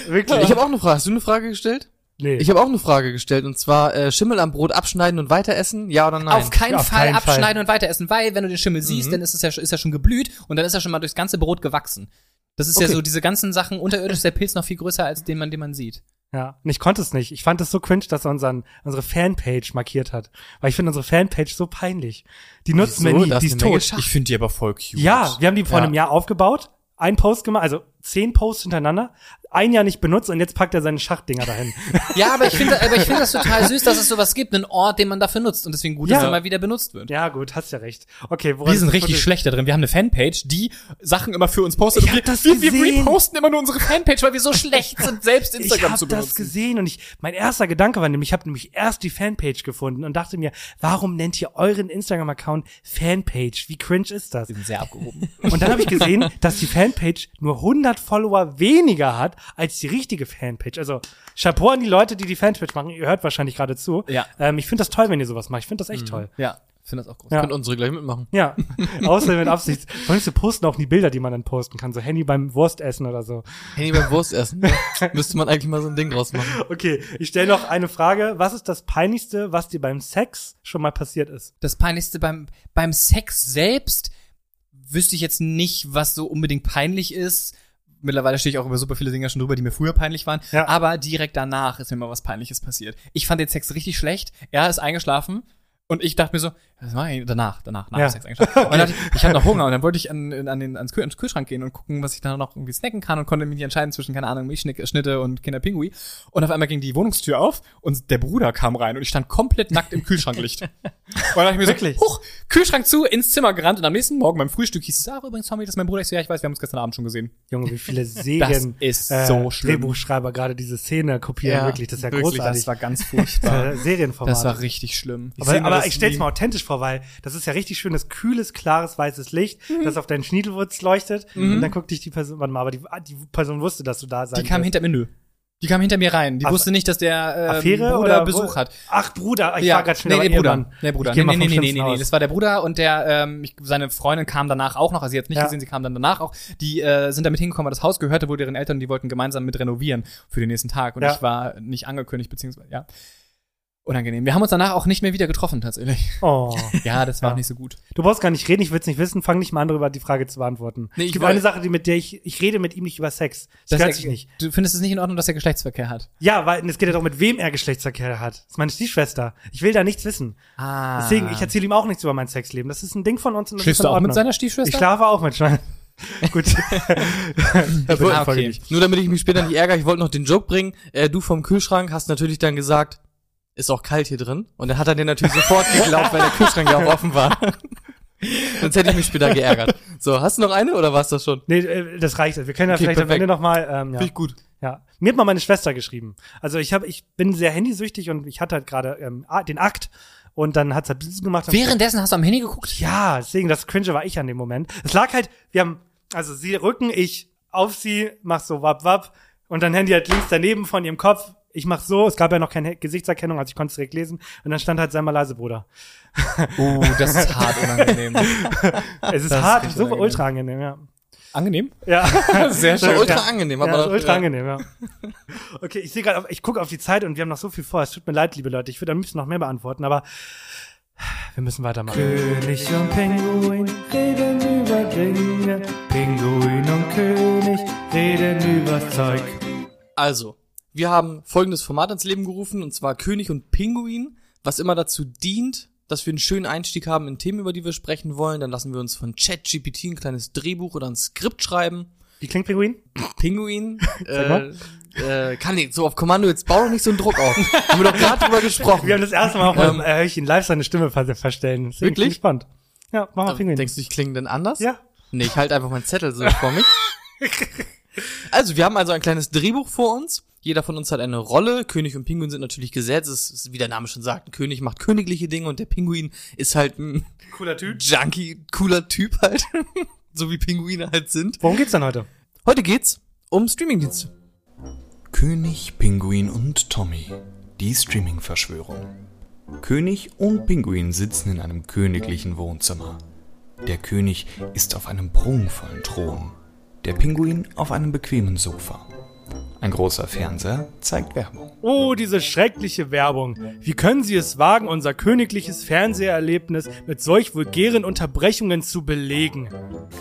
Speaker 1: Wirklich?
Speaker 7: Ich habe auch eine Frage. Hast du eine Frage gestellt?
Speaker 1: nee.
Speaker 7: Ich habe auch eine Frage gestellt und zwar äh, Schimmel am Brot abschneiden und weiteressen, ja oder nein?
Speaker 6: Auf keinen
Speaker 1: Ja, auf
Speaker 6: Fall Mhm.
Speaker 1: keinen Fall.
Speaker 6: abschneiden und weiteressen, weil wenn du den Schimmel siehst, dann ist es ja, sch- ist ja schon geblüht und dann ist er schon mal durchs ganze Brot gewachsen. Das ist ja
Speaker 7: Okay.
Speaker 6: so, diese ganzen Sachen, unterirdisch ist der Pilz noch viel größer, als den man, den man sieht.
Speaker 1: ja, und ich konnte es nicht. Ich fand es so cringe, dass er unseren, unsere Fanpage markiert hat. Weil ich finde unsere Fanpage so peinlich. Die nutzen wir
Speaker 7: Wieso?
Speaker 1: nie,
Speaker 7: Da ist
Speaker 1: die ist
Speaker 7: eine Menge
Speaker 1: tot.
Speaker 7: Schacht.
Speaker 6: Ich finde die aber voll cute.
Speaker 1: Ja, wir haben die vor
Speaker 6: Ja.
Speaker 1: einem Jahr aufgebaut, ein Post gemacht, also zehn Posts hintereinander, ein Jahr nicht benutzt und jetzt packt er seine Schachtdinger dahin.
Speaker 6: Ja, aber ich finde aber ich finde das total süß, dass es sowas gibt, einen Ort, den man dafür nutzt und deswegen gut, dass
Speaker 1: Ja.
Speaker 6: er mal wieder benutzt wird.
Speaker 1: ja, gut, hast ja recht. Okay, woran
Speaker 6: Wir sind
Speaker 1: ist-
Speaker 6: richtig schlecht da drin. Wir haben eine Fanpage, die Sachen immer für uns postet.
Speaker 1: Ich
Speaker 6: Und
Speaker 1: hab
Speaker 6: wir,
Speaker 1: das
Speaker 6: wir, wir
Speaker 1: gesehen.
Speaker 6: reposten immer nur unsere Fanpage, weil wir so schlecht sind, selbst
Speaker 1: Ich
Speaker 6: Instagram
Speaker 1: habe
Speaker 6: zu
Speaker 1: das
Speaker 6: benutzen.
Speaker 1: gesehen und ich, mein erster Gedanke war nämlich, ich habe nämlich erst die Fanpage gefunden und dachte mir, warum nennt ihr euren Instagram-Account Fanpage? Wie cringe ist das?
Speaker 6: Sehr abgehoben.
Speaker 1: Und dann habe ich gesehen, dass die Fanpage nur 100 Follower weniger hat als die richtige Fanpage. Also Chapeau an die Leute, die die Fanpage machen. Ihr hört wahrscheinlich gerade zu.
Speaker 6: Ja. Mhm.
Speaker 1: Ähm, ich finde das toll, wenn ihr sowas macht. Ich finde das echt toll.
Speaker 6: Ja, finde das auch groß.
Speaker 1: Ja.
Speaker 7: Könnt unsere gleich mitmachen.
Speaker 1: Ja, außer mit Absicht. Vor allem, sie posten auch die Bilder, die man dann posten kann. So Handy beim Wurstessen oder so.
Speaker 7: Handy beim Wurst essen. ne? Müsste man eigentlich mal so ein Ding draus machen.
Speaker 1: Okay, ich stelle noch eine Frage. Was ist das Peinlichste, was dir beim Sex schon mal passiert ist?
Speaker 6: Das Peinlichste beim, beim Sex selbst wüsste ich jetzt nicht, was so unbedingt peinlich ist. Mittlerweile stehe ich auch über super viele Dinge schon drüber, die mir früher peinlich waren.
Speaker 1: Ja.
Speaker 6: Aber direkt danach ist mir mal was Peinliches passiert. Ich fand den Sex richtig schlecht. Er ist eingeschlafen. Und ich dachte mir so, was mach ich danach, danach, nach
Speaker 1: Ja.
Speaker 6: dem Sex eingeschlafen. Und dann dachte ich, ich hatte noch Hunger und dann wollte ich an, an den, ans Kühl- ans Kühlschrank gehen und gucken, was ich da noch irgendwie snacken kann und konnte mich nicht entscheiden zwischen, keine Ahnung, Milchschnitte und Kinderpingui. Und auf einmal ging die Wohnungstür auf und der Bruder kam rein und ich stand komplett nackt im Kühlschranklicht. und dann dachte ich mir
Speaker 1: Wirklich?
Speaker 6: so, huch, Kühlschrank zu, ins Zimmer gerannt und am nächsten Morgen beim Frühstück hieß es, ah, übrigens, Tommy, das ist mein Bruder. Ich so, ja, ich weiß, wir haben uns gestern Abend schon gesehen.
Speaker 1: Junge, wie viele Serien äh,
Speaker 6: ist so schlimm.
Speaker 1: Drehbuchschreiber gerade diese Szene kopieren.
Speaker 7: Ja,
Speaker 1: wirklich, das ist ja
Speaker 7: wirklich,
Speaker 1: großartig.
Speaker 6: Das war ganz furchtbar.
Speaker 1: äh, Serienformat.
Speaker 6: das war richtig schlimm.
Speaker 1: Aber, aber ich stell's mal authentisch vor, weil das ist ja richtig schönes, kühles, klares, weißes Licht,
Speaker 6: Mhm.
Speaker 1: das auf deinen Schniedelwurz leuchtet. Und dann guckt dich die Person, warte mal, aber die, ah, die Person wusste, dass du da sein
Speaker 6: Die kam hinter mir, nö. Die kam hinter mir rein. Die
Speaker 1: Aff-
Speaker 6: wusste nicht, dass der ähm,
Speaker 1: Affäre
Speaker 6: Bruder
Speaker 1: oder
Speaker 6: Besuch
Speaker 1: wo-
Speaker 6: hat.
Speaker 1: Ach, Bruder, ich war gerade schnell
Speaker 6: nee,
Speaker 1: bei
Speaker 6: der Bruder.
Speaker 1: Ehemann.
Speaker 6: Der Bruder.
Speaker 1: Ich geh
Speaker 6: Nee,
Speaker 1: mal
Speaker 6: nee,
Speaker 1: vom
Speaker 6: nee, nee, nee,
Speaker 1: Schlimmsten
Speaker 6: nee.
Speaker 1: aus.
Speaker 6: Das war der Bruder und der, ähm, ich, seine Freundin kam danach auch noch. Also sie hat nicht
Speaker 1: Ja.
Speaker 6: gesehen, sie kam dann danach auch. Die äh, sind damit hingekommen, weil das Haus gehörte wohl deren Eltern und die wollten gemeinsam mit renovieren für den nächsten Tag. Und
Speaker 1: Ja.
Speaker 6: ich war nicht angekündigt, beziehungsweise, ja. Unangenehm. Wir haben uns danach auch nicht mehr wieder getroffen, tatsächlich.
Speaker 1: Oh.
Speaker 6: Ja, das war
Speaker 1: Ja.
Speaker 6: auch nicht so gut.
Speaker 1: Du brauchst gar nicht reden, ich will's nicht wissen. Fang nicht mal an, darüber die Frage zu beantworten.
Speaker 7: Nee,
Speaker 1: es
Speaker 7: ich
Speaker 1: gibt
Speaker 7: woll-
Speaker 1: eine Sache, die mit der ich, ich rede mit ihm nicht über Sex. Das, gehört sich nicht.
Speaker 6: Du findest es nicht in Ordnung, dass er Geschlechtsverkehr hat.
Speaker 1: Ja, weil und es geht ja doch mit wem er Geschlechtsverkehr hat. Das ist meine Stiefschwester. Ich will da nichts wissen.
Speaker 6: Ah.
Speaker 1: Deswegen, ich erzähle ihm auch nichts über mein Sexleben. Das ist ein Ding von uns. Und das
Speaker 6: Schläfst
Speaker 1: ist in
Speaker 6: du auch mit
Speaker 1: Ordnung.
Speaker 6: seiner Stiefschwester?
Speaker 1: Ich schlafe auch mit Schwein. Gut.
Speaker 7: Ich
Speaker 6: Ah,
Speaker 7: wollte,
Speaker 6: okay.
Speaker 7: Nur damit ich mich später nicht ärgere, ich wollte noch den Joke bringen. Äh, du vom Kühlschrank hast natürlich dann gesagt, ist auch kalt hier drin. Und dann hat er den natürlich sofort geglaubt, weil der Kühlschrank ja auch offen war. Sonst hätte ich mich später geärgert. So, hast du noch eine oder war's das schon?
Speaker 1: Nee, äh, das reicht. Wir können ja
Speaker 7: Okay,
Speaker 1: vielleicht am
Speaker 7: perfekt.
Speaker 1: Ende nochmal. Ähm, ja.
Speaker 7: Finde ich gut.
Speaker 1: Ja, mir hat mal meine Schwester geschrieben. Also ich habe, ich bin sehr handysüchtig und ich hatte halt gerade ähm, ah, den Akt und dann hat's halt Bzzz gemacht. Und
Speaker 6: Währenddessen hast du am Handy geguckt?
Speaker 1: ja, deswegen das Cringe war ich an dem Moment. Es lag halt, wir haben, also sie rücken, ich auf sie, mach so wapp wapp und dann Handy halt links daneben von ihrem Kopf. Ich mach so, es gab ja noch keine Gesichtserkennung, also ich konnte es direkt lesen. Und dann stand halt, sei mal leise, Bruder.
Speaker 6: Oh, das ist hart unangenehm.
Speaker 1: Es ist
Speaker 6: Das ist
Speaker 1: hart,
Speaker 6: richtig
Speaker 1: super
Speaker 6: unangenehm.
Speaker 1: ultra angenehm, ja.
Speaker 6: Angenehm?
Speaker 1: Ja.
Speaker 6: Sehr
Speaker 7: Das war
Speaker 6: schön.
Speaker 7: ultra angenehm, aber
Speaker 1: Ja, ist
Speaker 7: doch-
Speaker 1: ultra angenehm, ja. Okay, ich sehe gerade, ich gucke auf die Zeit und wir haben noch so viel vor. Es tut mir leid, liebe Leute. Ich würde am liebsten noch mehr beantworten, aber wir müssen weitermachen. König und Pinguin reden über Dinge. Pinguin und König reden über Zeug.
Speaker 7: Also, wir haben folgendes Format ins Leben gerufen, und zwar König und Pinguin, was immer dazu dient, dass wir einen schönen Einstieg haben in Themen, über die wir sprechen wollen. Dann lassen wir uns von ChatGPT ein kleines Drehbuch oder ein Skript schreiben.
Speaker 1: Wie klingt Pinguin?
Speaker 7: Pinguin, äh,
Speaker 1: mal.
Speaker 7: äh, kann ich, so auf Kommando, jetzt bau doch nicht so einen Druck auf. haben wir doch gerade drüber gesprochen.
Speaker 1: Wir haben das erste Mal auch
Speaker 7: Ähm,
Speaker 1: beim äh, Hörchen live seine Stimme ver verstellen. Deswegen
Speaker 7: Wirklich?
Speaker 1: bin ich gespannt. Ja, mach mal
Speaker 7: Äh,
Speaker 1: Pinguin.
Speaker 7: Denkst du, ich klinge denn anders?
Speaker 1: ja.
Speaker 7: Nee, ich halte einfach meinen Zettel so vor mich. Also, wir haben also ein kleines Drehbuch vor uns. Jeder von uns hat eine Rolle. König und Pinguin sind natürlich gesetzt. Es ist, wie der Name schon sagt, ein König macht königliche Dinge und der Pinguin ist halt ein
Speaker 1: Cooler Typ.
Speaker 7: Junkie, cooler Typ halt. so wie Pinguine halt sind.
Speaker 1: Worum geht's denn heute?
Speaker 7: Heute geht's um Streamingdienste.
Speaker 8: König, Pinguin und Tommy. Die Streaming-Verschwörung. König und Pinguin sitzen in einem königlichen Wohnzimmer. Der König ist auf einem prunkvollen Thron, der Pinguin auf einem bequemen Sofa. Ein großer Fernseher zeigt Werbung.
Speaker 1: Oh, diese schreckliche Werbung. Wie können Sie es wagen, unser königliches Fernseherlebnis mit solch vulgären Unterbrechungen zu belegen?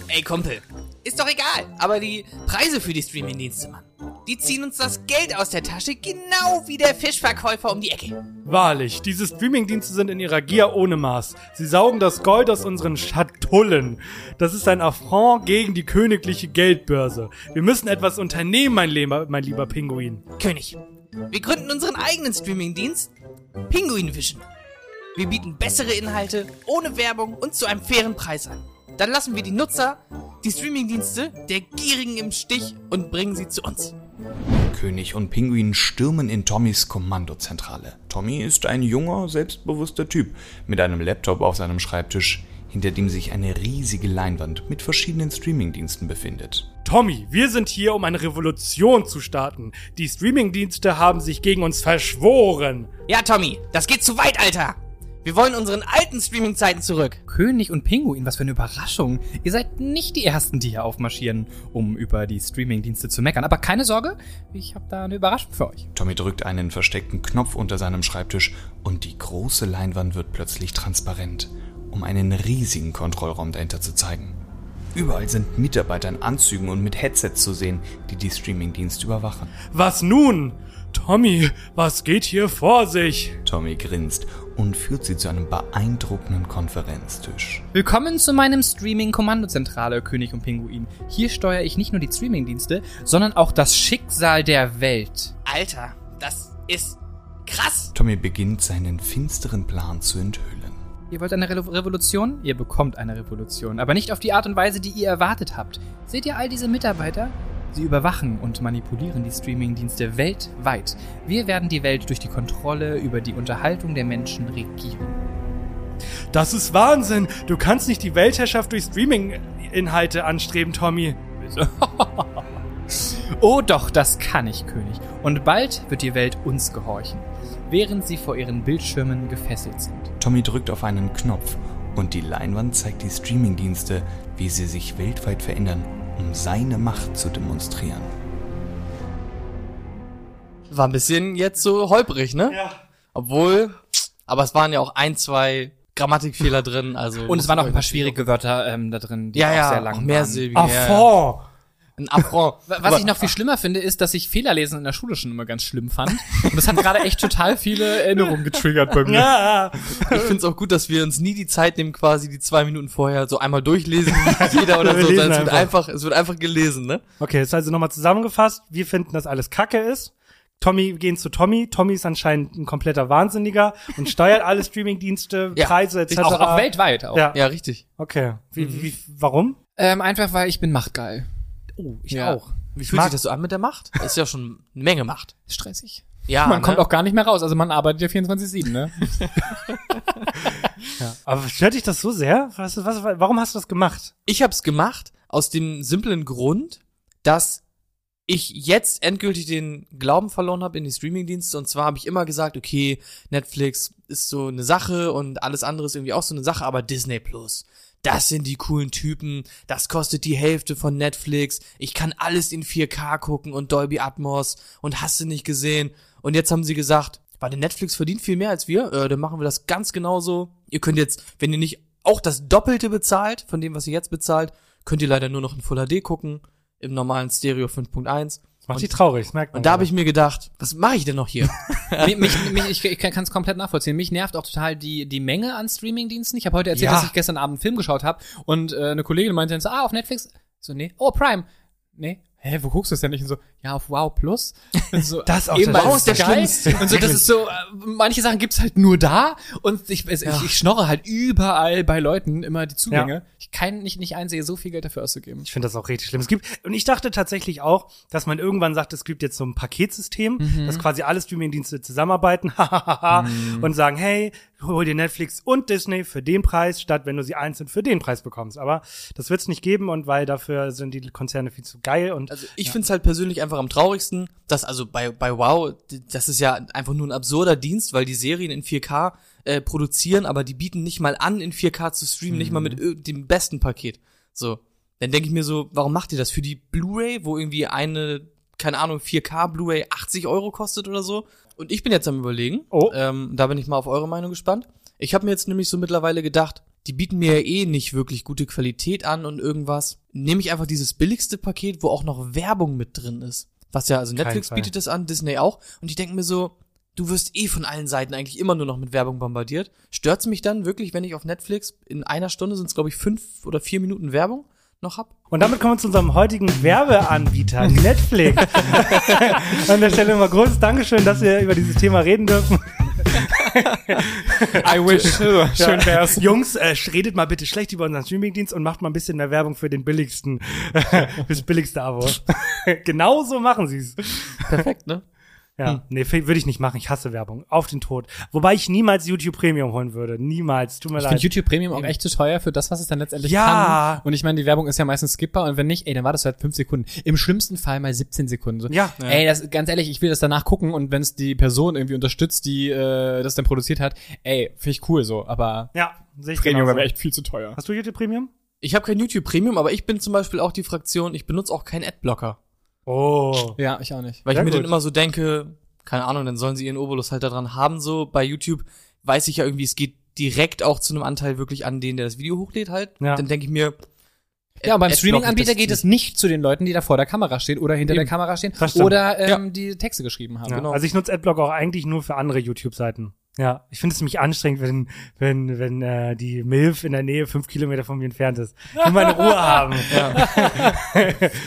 Speaker 7: Ey, Kumpel, ist doch egal. Aber die Preise für die Streamingdienste, Mann, die ziehen uns das Geld aus der Tasche, genau wie der Fischverkäufer um die Ecke.
Speaker 1: Wahrlich, diese Streamingdienste sind in ihrer Gier ohne Maß. Sie saugen das Gold aus unseren Schatullen. Das ist ein Affront gegen die königliche Geldbörse. Wir müssen etwas unternehmen, mein lieber, mein lieber Pinguin.
Speaker 7: König, wir gründen unseren eigenen Streamingdienst, Pinguin Vision. Wir bieten bessere Inhalte, ohne Werbung und zu einem fairen Preis an. Dann lassen wir die Nutzer, die Streamingdienste, der Gierigen im Stich und bringen sie zu uns.
Speaker 8: König und Pinguin stürmen in Tommys Kommandozentrale. Tommy ist ein junger, selbstbewusster Typ mit einem Laptop auf seinem Schreibtisch, hinter dem sich eine riesige Leinwand mit verschiedenen Streamingdiensten befindet.
Speaker 1: Tommy, wir sind hier, um eine Revolution zu starten. Die Streamingdienste haben sich gegen uns verschworen.
Speaker 7: Ja, Tommy, das geht zu weit, Alter. Wir wollen unseren alten Streaming-Zeiten zurück.
Speaker 6: König und Pinguin, was für eine Überraschung. Ihr seid nicht die Ersten, die hier aufmarschieren, um über die Streamingdienste zu meckern. Aber keine Sorge, ich habe da eine Überraschung für euch.
Speaker 8: Tommy drückt einen versteckten Knopf unter seinem Schreibtisch und die große Leinwand wird plötzlich transparent, um einen riesigen Kontrollraum dahinter zu zeigen. Überall sind Mitarbeiter in Anzügen und mit Headsets zu sehen, die die Streamingdienste überwachen.
Speaker 1: Was nun? Tommy, was geht hier vor sich?
Speaker 8: Tommy grinst und führt sie zu einem beeindruckenden Konferenztisch.
Speaker 6: Willkommen zu meinem Streaming-Kommandozentrale, König und Pinguin. Hier steuere ich nicht nur die Streamingdienste, sondern auch das Schicksal der Welt.
Speaker 7: Alter, das ist krass.
Speaker 8: Tommy beginnt seinen finsteren Plan zu enthüllen.
Speaker 6: Ihr wollt eine Re Revolution? Ihr bekommt eine Revolution, aber nicht auf die Art und Weise, die ihr erwartet habt. Seht ihr all diese Mitarbeiter? Sie überwachen und manipulieren die Streamingdienste weltweit. Wir werden die Welt durch die Kontrolle über die Unterhaltung der Menschen regieren.
Speaker 1: Das ist Wahnsinn. Du kannst nicht die Weltherrschaft durch Streaming-Inhalte anstreben, Tommy.
Speaker 6: Oh doch, das kann ich, König. Und bald wird die Welt uns gehorchen, während sie vor ihren Bildschirmen gefesselt sind.
Speaker 8: Tommy drückt auf einen Knopf und die Leinwand zeigt die Streamingdienste, wie sie sich weltweit verändern, um seine Macht zu demonstrieren.
Speaker 7: War ein bisschen jetzt so holprig, ne?
Speaker 1: Ja.
Speaker 7: Obwohl, aber es waren ja auch ein, zwei Grammatikfehler drin, also.
Speaker 6: Und es waren auch ein paar schwierige Wörter ähm, da drin, die
Speaker 7: ja,
Speaker 6: auch
Speaker 7: ja,
Speaker 6: sehr lang
Speaker 7: auch mehr
Speaker 6: waren.
Speaker 7: Silben. Ja, ja.
Speaker 1: Affront.
Speaker 7: Ein Affront.
Speaker 6: Wa- Was ich noch viel schlimmer finde, ist, dass ich Fehlerlesen in der Schule schon immer ganz schlimm fand. Und das hat gerade echt total viele Erinnerungen getriggert bei mir.
Speaker 1: Ja.
Speaker 7: ich finde es auch gut, dass wir uns nie die Zeit nehmen, quasi die zwei Minuten vorher so einmal durchlesen, jeder oder
Speaker 1: Wir
Speaker 7: so. sondern
Speaker 1: lesen
Speaker 7: Es wird einfach, es wird einfach gelesen, ne?
Speaker 1: Okay, ist also nochmal zusammengefasst. Wir finden, dass alles Kacke ist. Tommy gehen zu Tommy. Tommy ist anscheinend ein kompletter Wahnsinniger und steuert alle Streamingdienste,
Speaker 7: Ja,
Speaker 1: Preise etc.
Speaker 6: Auch, auch weltweit auch.
Speaker 1: Ja,
Speaker 7: Ja, richtig.
Speaker 1: okay. Wie,
Speaker 7: Mhm.
Speaker 1: wie, warum?
Speaker 6: Ähm, einfach weil ich bin machtgeil.
Speaker 7: Oh, ich
Speaker 6: Ja.
Speaker 7: auch. Wie fühlt
Speaker 1: mag-
Speaker 7: sich das so an mit der Macht? Das ist ja schon eine Menge Macht.
Speaker 6: Stressig.
Speaker 7: Ja,
Speaker 6: man
Speaker 7: ne?
Speaker 6: kommt auch gar nicht mehr raus. Also man arbeitet ja 24-7, ne?
Speaker 1: Aber stört dich das so sehr? Was, was, warum hast du das gemacht?
Speaker 7: Ich habe es gemacht aus dem simplen Grund, dass ich jetzt endgültig den Glauben verloren habe in die Streamingdienste. Und zwar habe ich immer gesagt, okay, Netflix ist so eine Sache und alles andere ist irgendwie auch so eine Sache, aber Disney Plus. Das sind die coolen Typen. Das kostet die Hälfte von Netflix. Ich kann alles in 4K gucken und Dolby Atmos und hast du nicht gesehen. Und jetzt haben sie gesagt, warte, Netflix verdient viel mehr als wir. Äh, dann machen wir das ganz genauso. Ihr könnt jetzt, wenn ihr nicht auch das Doppelte bezahlt von dem, was ihr jetzt bezahlt, könnt ihr leider nur noch in Full HD gucken. Im normalen Stereo 5.1.
Speaker 1: Das macht
Speaker 7: Und-
Speaker 1: dich traurig, das merkt man.
Speaker 7: Und da
Speaker 1: aber.
Speaker 7: habe ich mir gedacht, was mache ich denn noch hier?
Speaker 6: mich, mich, mich, ich ich kann es komplett nachvollziehen. Mich nervt auch total die, die Menge an Streamingdiensten. Ich habe heute erzählt,
Speaker 1: Ja.
Speaker 6: dass ich gestern Abend einen Film geschaut habe und äh, eine Kollegin meinte dann so, ah, auf Netflix. Ich So, nee. Oh, Prime. Nee. Hä, wo guckst du es denn nicht? Und so, ja, auf Wow Plus. Und so,
Speaker 1: Das auch
Speaker 6: eben
Speaker 1: das
Speaker 6: bei
Speaker 1: Wow ist der
Speaker 6: Sky.
Speaker 7: Schlimmste.
Speaker 6: Und so, das ist so, äh, manche Sachen gibt's halt nur da und ich, ich, ich, ich schnorre halt überall bei Leuten immer die Zugänge.
Speaker 1: Ja.
Speaker 6: Ich kann nicht, nicht einsehe, so viel Geld dafür auszugeben.
Speaker 1: Ich finde das auch richtig schlimm. Es gibt, und ich dachte tatsächlich auch, dass man irgendwann sagt, es gibt jetzt so ein Paketsystem, dass quasi alle Streamingdienste zusammenarbeiten und sagen, hey, hol dir Netflix und Disney für den Preis, statt wenn du sie einzeln für den Preis bekommst. Aber das wird es nicht geben und weil dafür sind die Konzerne viel zu geil und
Speaker 7: Also ich find's halt persönlich einfach am traurigsten, dass also bei, bei Wow, d- das ist ja einfach nur ein absurder Dienst, weil die Serien in 4K äh, produzieren, aber die bieten nicht mal an, in 4K zu streamen, nicht mal
Speaker 1: Mhm.
Speaker 7: mit ir- dem besten Paket. So. Dann denke ich mir so, warum macht ihr das? Für die Blu-ray, wo irgendwie eine, keine Ahnung, 4K Blu-ray 80 Euro kostet oder so. Und ich bin jetzt am überlegen,
Speaker 1: Oh.
Speaker 7: ähm, da bin ich mal auf eure Meinung gespannt. Ich habe mir jetzt nämlich so mittlerweile gedacht, die bieten mir ja eh nicht wirklich gute Qualität an und irgendwas. Nehme ich einfach dieses billigste Paket, wo auch noch Werbung mit drin ist. Was ja, also Netflix
Speaker 1: Fall.
Speaker 7: bietet das an, Disney auch. Und ich denke mir so, du wirst eh von allen Seiten eigentlich immer nur noch mit Werbung bombardiert. Stört's mich dann wirklich, wenn ich auf Netflix in einer Stunde sind's glaube ich fünf oder vier Minuten Werbung noch hab?
Speaker 1: Und damit kommen wir zu unserem heutigen Werbeanbieter, Netflix. An der Stelle mal großes Dankeschön, dass wir über dieses Thema reden dürfen.
Speaker 6: I wish. Schön wär's.
Speaker 1: Jungs, äh, redet mal bitte schlecht über unseren Streamingdienst und macht mal ein bisschen mehr Werbung für den billigsten, fürs billigste Abo. genau so machen sie's.
Speaker 7: Perfekt, ne?
Speaker 1: Ja, nee, f- würde ich nicht machen. Ich hasse Werbung. Auf den Tod. Wobei ich niemals YouTube Premium holen würde. Niemals. Tut mir
Speaker 6: Ich finde
Speaker 1: leid.
Speaker 6: YouTube Premium auch echt zu teuer für das, was es dann letztendlich
Speaker 1: Ja.
Speaker 6: kann. Und ich meine, die Werbung ist ja meistens skipper und wenn nicht, ey, dann war das halt fünf Sekunden. Im schlimmsten Fall mal 17 Sekunden. So,
Speaker 1: Ja.
Speaker 6: Ey, das ganz ehrlich, ich will das danach gucken und wenn es die Person irgendwie unterstützt, die äh, das dann produziert hat, ey, finde ich cool so, aber
Speaker 1: ja, sehe ich
Speaker 6: Premium
Speaker 1: genauso.
Speaker 6: wäre echt viel zu teuer.
Speaker 1: Hast du YouTube Premium?
Speaker 7: Ich habe kein YouTube Premium, aber ich bin zum Beispiel auch die Fraktion, ich benutze auch keinen Adblocker.
Speaker 1: Oh.
Speaker 6: Ja, ich auch nicht.
Speaker 7: Weil
Speaker 1: Sehr
Speaker 7: ich mir
Speaker 1: gut.
Speaker 7: dann immer so denke, keine Ahnung, dann sollen sie ihren Obolus halt daran haben, so bei YouTube weiß ich ja irgendwie, es geht direkt auch zu einem Anteil wirklich an den, der das Video hochlädt halt.
Speaker 1: Ja.
Speaker 7: Dann denke ich mir,
Speaker 6: Ja, und beim
Speaker 7: Adblock
Speaker 6: Streaming-Anbieter
Speaker 7: das
Speaker 6: geht es nicht zu den Leuten, die da vor der Kamera stehen oder hinter
Speaker 1: Eben.
Speaker 6: der Kamera stehen
Speaker 1: Das stimmt.
Speaker 6: oder ähm, die Texte geschrieben haben.
Speaker 1: Ja,
Speaker 6: Genau.
Speaker 1: Also ich nutze Adblock auch eigentlich nur für andere YouTube-Seiten. Ja, ich finde es nämlich anstrengend, wenn wenn wenn äh, die Milf in der Nähe fünf Kilometer von mir entfernt ist. Ich will meine Ruhe haben. Ja.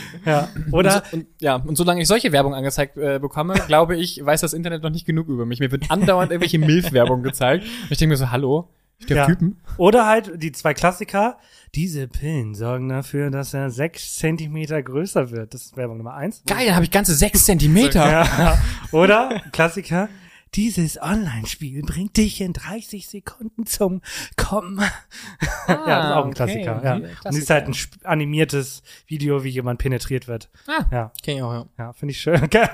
Speaker 1: ja. Oder
Speaker 6: Und, ja, und solange ich solche Werbung angezeigt äh, bekomme, glaube ich, weiß das Internet noch nicht genug über mich. Mir wird andauernd irgendwelche Milf-Werbung gezeigt. Und ich denke mir so, hallo, ich der
Speaker 1: ja.
Speaker 6: Typen.
Speaker 1: Oder halt die zwei Klassiker. Diese Pillen sorgen dafür, dass er sechs Zentimeter größer wird. Das ist Werbung Nummer eins.
Speaker 6: Geil, dann habe ich ganze sechs Zentimeter.
Speaker 1: Ja. Oder Klassiker. Dieses Online-Spiel bringt dich in 30 Sekunden zum Kommen. ja, das ist auch ein
Speaker 6: okay.
Speaker 1: Klassiker. Ja.
Speaker 6: Mhm,
Speaker 1: Und es ist
Speaker 6: Klassiker.
Speaker 1: halt ein sp- animiertes Video, wie jemand penetriert wird.
Speaker 6: Ah.
Speaker 1: Ja,
Speaker 7: Kenn ich auch, ja.
Speaker 1: ja finde ich schön. Gell?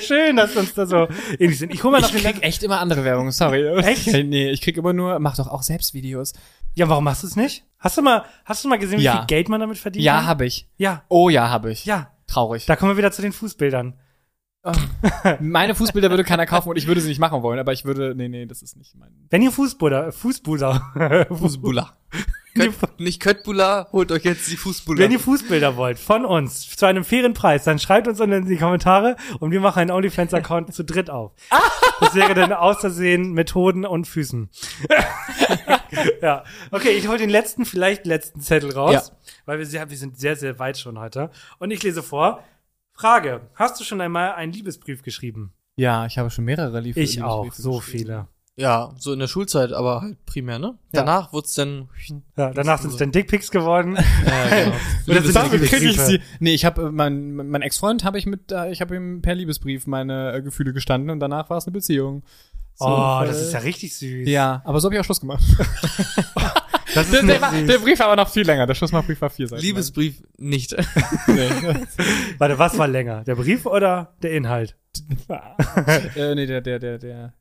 Speaker 1: schön, dass wir uns da so ähnlich sind. Ich hole mal noch
Speaker 6: Ich
Speaker 1: den
Speaker 6: krieg echt immer andere Werbung, sorry.
Speaker 1: Echt?
Speaker 6: Nee, ich krieg immer nur, mach doch auch selbst Videos.
Speaker 1: Ja, warum machst du es nicht? Hast du mal, hast du mal gesehen, wie
Speaker 6: Ja.
Speaker 1: viel Geld man damit verdient?
Speaker 6: Ja,
Speaker 1: kann?
Speaker 6: habe ich.
Speaker 1: ja,
Speaker 6: Oh ja, habe ich.
Speaker 1: ja.
Speaker 6: Traurig.
Speaker 1: Da kommen wir wieder zu den Fußbildern.
Speaker 6: Meine Fußbilder würde keiner kaufen und ich würde sie nicht machen wollen, aber ich würde, nee, nee, das ist nicht mein.
Speaker 1: Wenn ihr Fußbuller, Fußbuller,
Speaker 7: Fußbuller. Kött, nicht Köttbullar, holt euch jetzt die Fußbuller.
Speaker 1: Wenn ihr Fußbilder wollt von uns zu einem fairen Preis, dann schreibt uns unten in die Kommentare und wir machen einen OnlyFans-Account zu dritt auf. Das wäre dann außersehen mit Hoden und Füßen. ja. Okay, ich hole den letzten, vielleicht letzten Zettel raus,
Speaker 7: Ja.
Speaker 1: weil wir, sehr, wir sind sehr, sehr weit schon heute. Und ich lese vor. Frage. Hast du schon einmal einen Liebesbrief geschrieben?
Speaker 6: Ja, ich habe schon mehrere Liefer
Speaker 1: Ich auch. So viele.
Speaker 7: Ja, so in der Schulzeit, aber halt primär, ne?
Speaker 1: Ja.
Speaker 7: Danach wurd's dann.
Speaker 1: Ja, danach sind es dann Dickpics geworden.
Speaker 7: Ja, genau.
Speaker 1: Oder sind
Speaker 6: Dafür
Speaker 1: Liebesbriefe?
Speaker 6: kriege ich sie. Nee, ich habe mein, mein Ex-Freund habe ich mit äh, ich habe ihm per Liebesbrief meine äh, Gefühle gestanden und danach war es eine Beziehung. So,
Speaker 1: Oh,
Speaker 6: voll-
Speaker 1: das ist ja richtig süß.
Speaker 6: Ja, aber so habe ich auch Schluss gemacht.
Speaker 1: Das ist
Speaker 6: Der,
Speaker 1: nicht
Speaker 6: der, war, der
Speaker 1: süß.
Speaker 6: Brief war aber noch viel länger. Der Schlussmachbrief war vier Seiten.
Speaker 7: Liebesbrief nicht.
Speaker 1: Warte, was war länger? Der Brief oder der Inhalt?
Speaker 6: lang. äh, nee, der der der der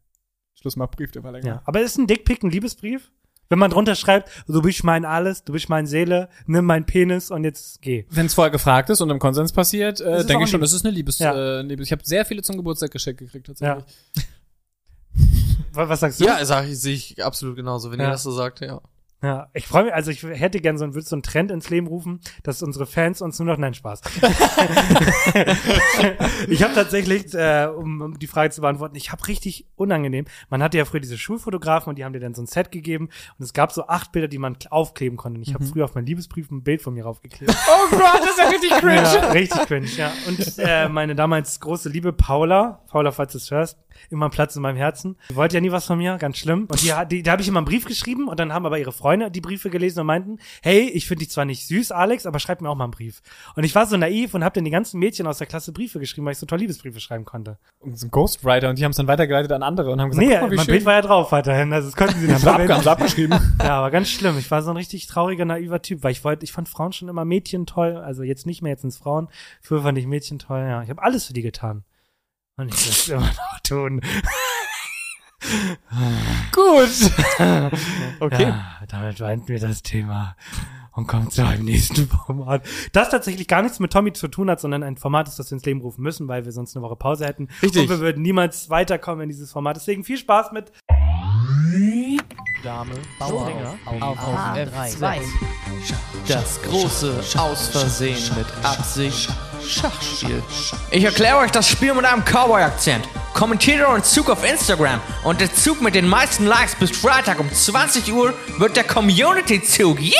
Speaker 6: Schlussmachbrief, der war länger.
Speaker 1: Ja. Aber ist ein Dickpick ein Liebesbrief? Wenn man drunter schreibt, du bist mein Alles, du bist mein Seele, nimm meinen Penis und jetzt geh.
Speaker 6: Wenn es vorher gefragt ist und im Konsens passiert,
Speaker 1: Es
Speaker 6: äh,
Speaker 1: ist auch
Speaker 6: denke ich
Speaker 1: ein
Speaker 6: schon,
Speaker 1: Liebes-
Speaker 6: es ist eine Liebes.
Speaker 1: Ja.
Speaker 6: Äh, Liebes. Ich habe sehr viele zum Geburtstag geschenkt gekriegt tatsächlich.
Speaker 1: Wa- Was sagst du?
Speaker 7: ja, sag ich, sehe ich absolut genauso, wenn
Speaker 1: Ja.
Speaker 7: ihr das so sagt, ja.
Speaker 1: Ja, ich freue mich, also ich hätte gern so, ein- würd so einen Trend ins Leben rufen, dass unsere Fans uns nur noch nein Spaß. ich habe tatsächlich, äh, um, um die Frage zu beantworten, ich habe richtig unangenehm. Man hatte ja früher diese Schulfotografen und die haben dir dann so ein Set gegeben und es gab so acht Bilder, die man kl- aufkleben konnte. Und ich habe früher auf meinen Liebesbrief ein Bild von mir raufgeklebt.
Speaker 6: Oh Gott, das ist ja richtig cringe.
Speaker 1: Ja, richtig cringe, ja. Und äh, meine damals große Liebe Paula, Paula, falls du es hörst, immer einen Platz in meinem Herzen. Die wollte ja nie was von mir, ganz schlimm. Und die, hat- die, da habe ich immer einen Brief geschrieben und dann haben aber ihre Freunde die Briefe gelesen und meinten, hey, ich finde dich zwar nicht süß, Alex, aber schreib mir auch mal einen Brief. Und ich war so naiv und habe dann die ganzen Mädchen aus der Klasse Briefe geschrieben, weil ich so toll Liebesbriefe schreiben konnte.
Speaker 6: Und so ein Ghostwriter und die haben es dann weitergeleitet an andere und haben gesagt,
Speaker 1: nee,
Speaker 6: guck mal, wie
Speaker 1: mein
Speaker 6: schön.
Speaker 1: Bild war ja drauf weiterhin, also das konnten sie
Speaker 6: Haben
Speaker 1: dann
Speaker 6: sie abge- haben sie abgeschrieben.
Speaker 1: Ja, aber ganz schlimm. Ich war so ein richtig trauriger, naiver Typ, weil ich wollte, ich fand Frauen schon immer Mädchen toll. Also jetzt nicht mehr, jetzt ins Frauen. Früher fand ich Mädchen toll, ja. Ich habe alles für die getan. Und ich will es immer noch tun.
Speaker 6: Gut. Okay.
Speaker 1: Ja, damit weint mir das Thema. Und kommt zu einem nächsten Format. Das tatsächlich gar nichts mit Tommy zu tun hat, sondern ein Format ist, das wir ins Leben rufen müssen, weil wir sonst eine Woche Pause hätten.
Speaker 7: Richtig.
Speaker 1: Und wir würden niemals weiterkommen in dieses Format. Deswegen viel Spaß mit
Speaker 2: Oh,
Speaker 7: Auf, auf F zwei. Das große Aus Versehen mit Absicht Schachspiel.
Speaker 9: Ich erkläre euch das Spiel mit einem Cowboy-Akzent. Kommentiert euren Zug auf Instagram und der Zug mit den meisten Likes bis Freitag um 20 Uhr wird der Community-Zug. Yeah!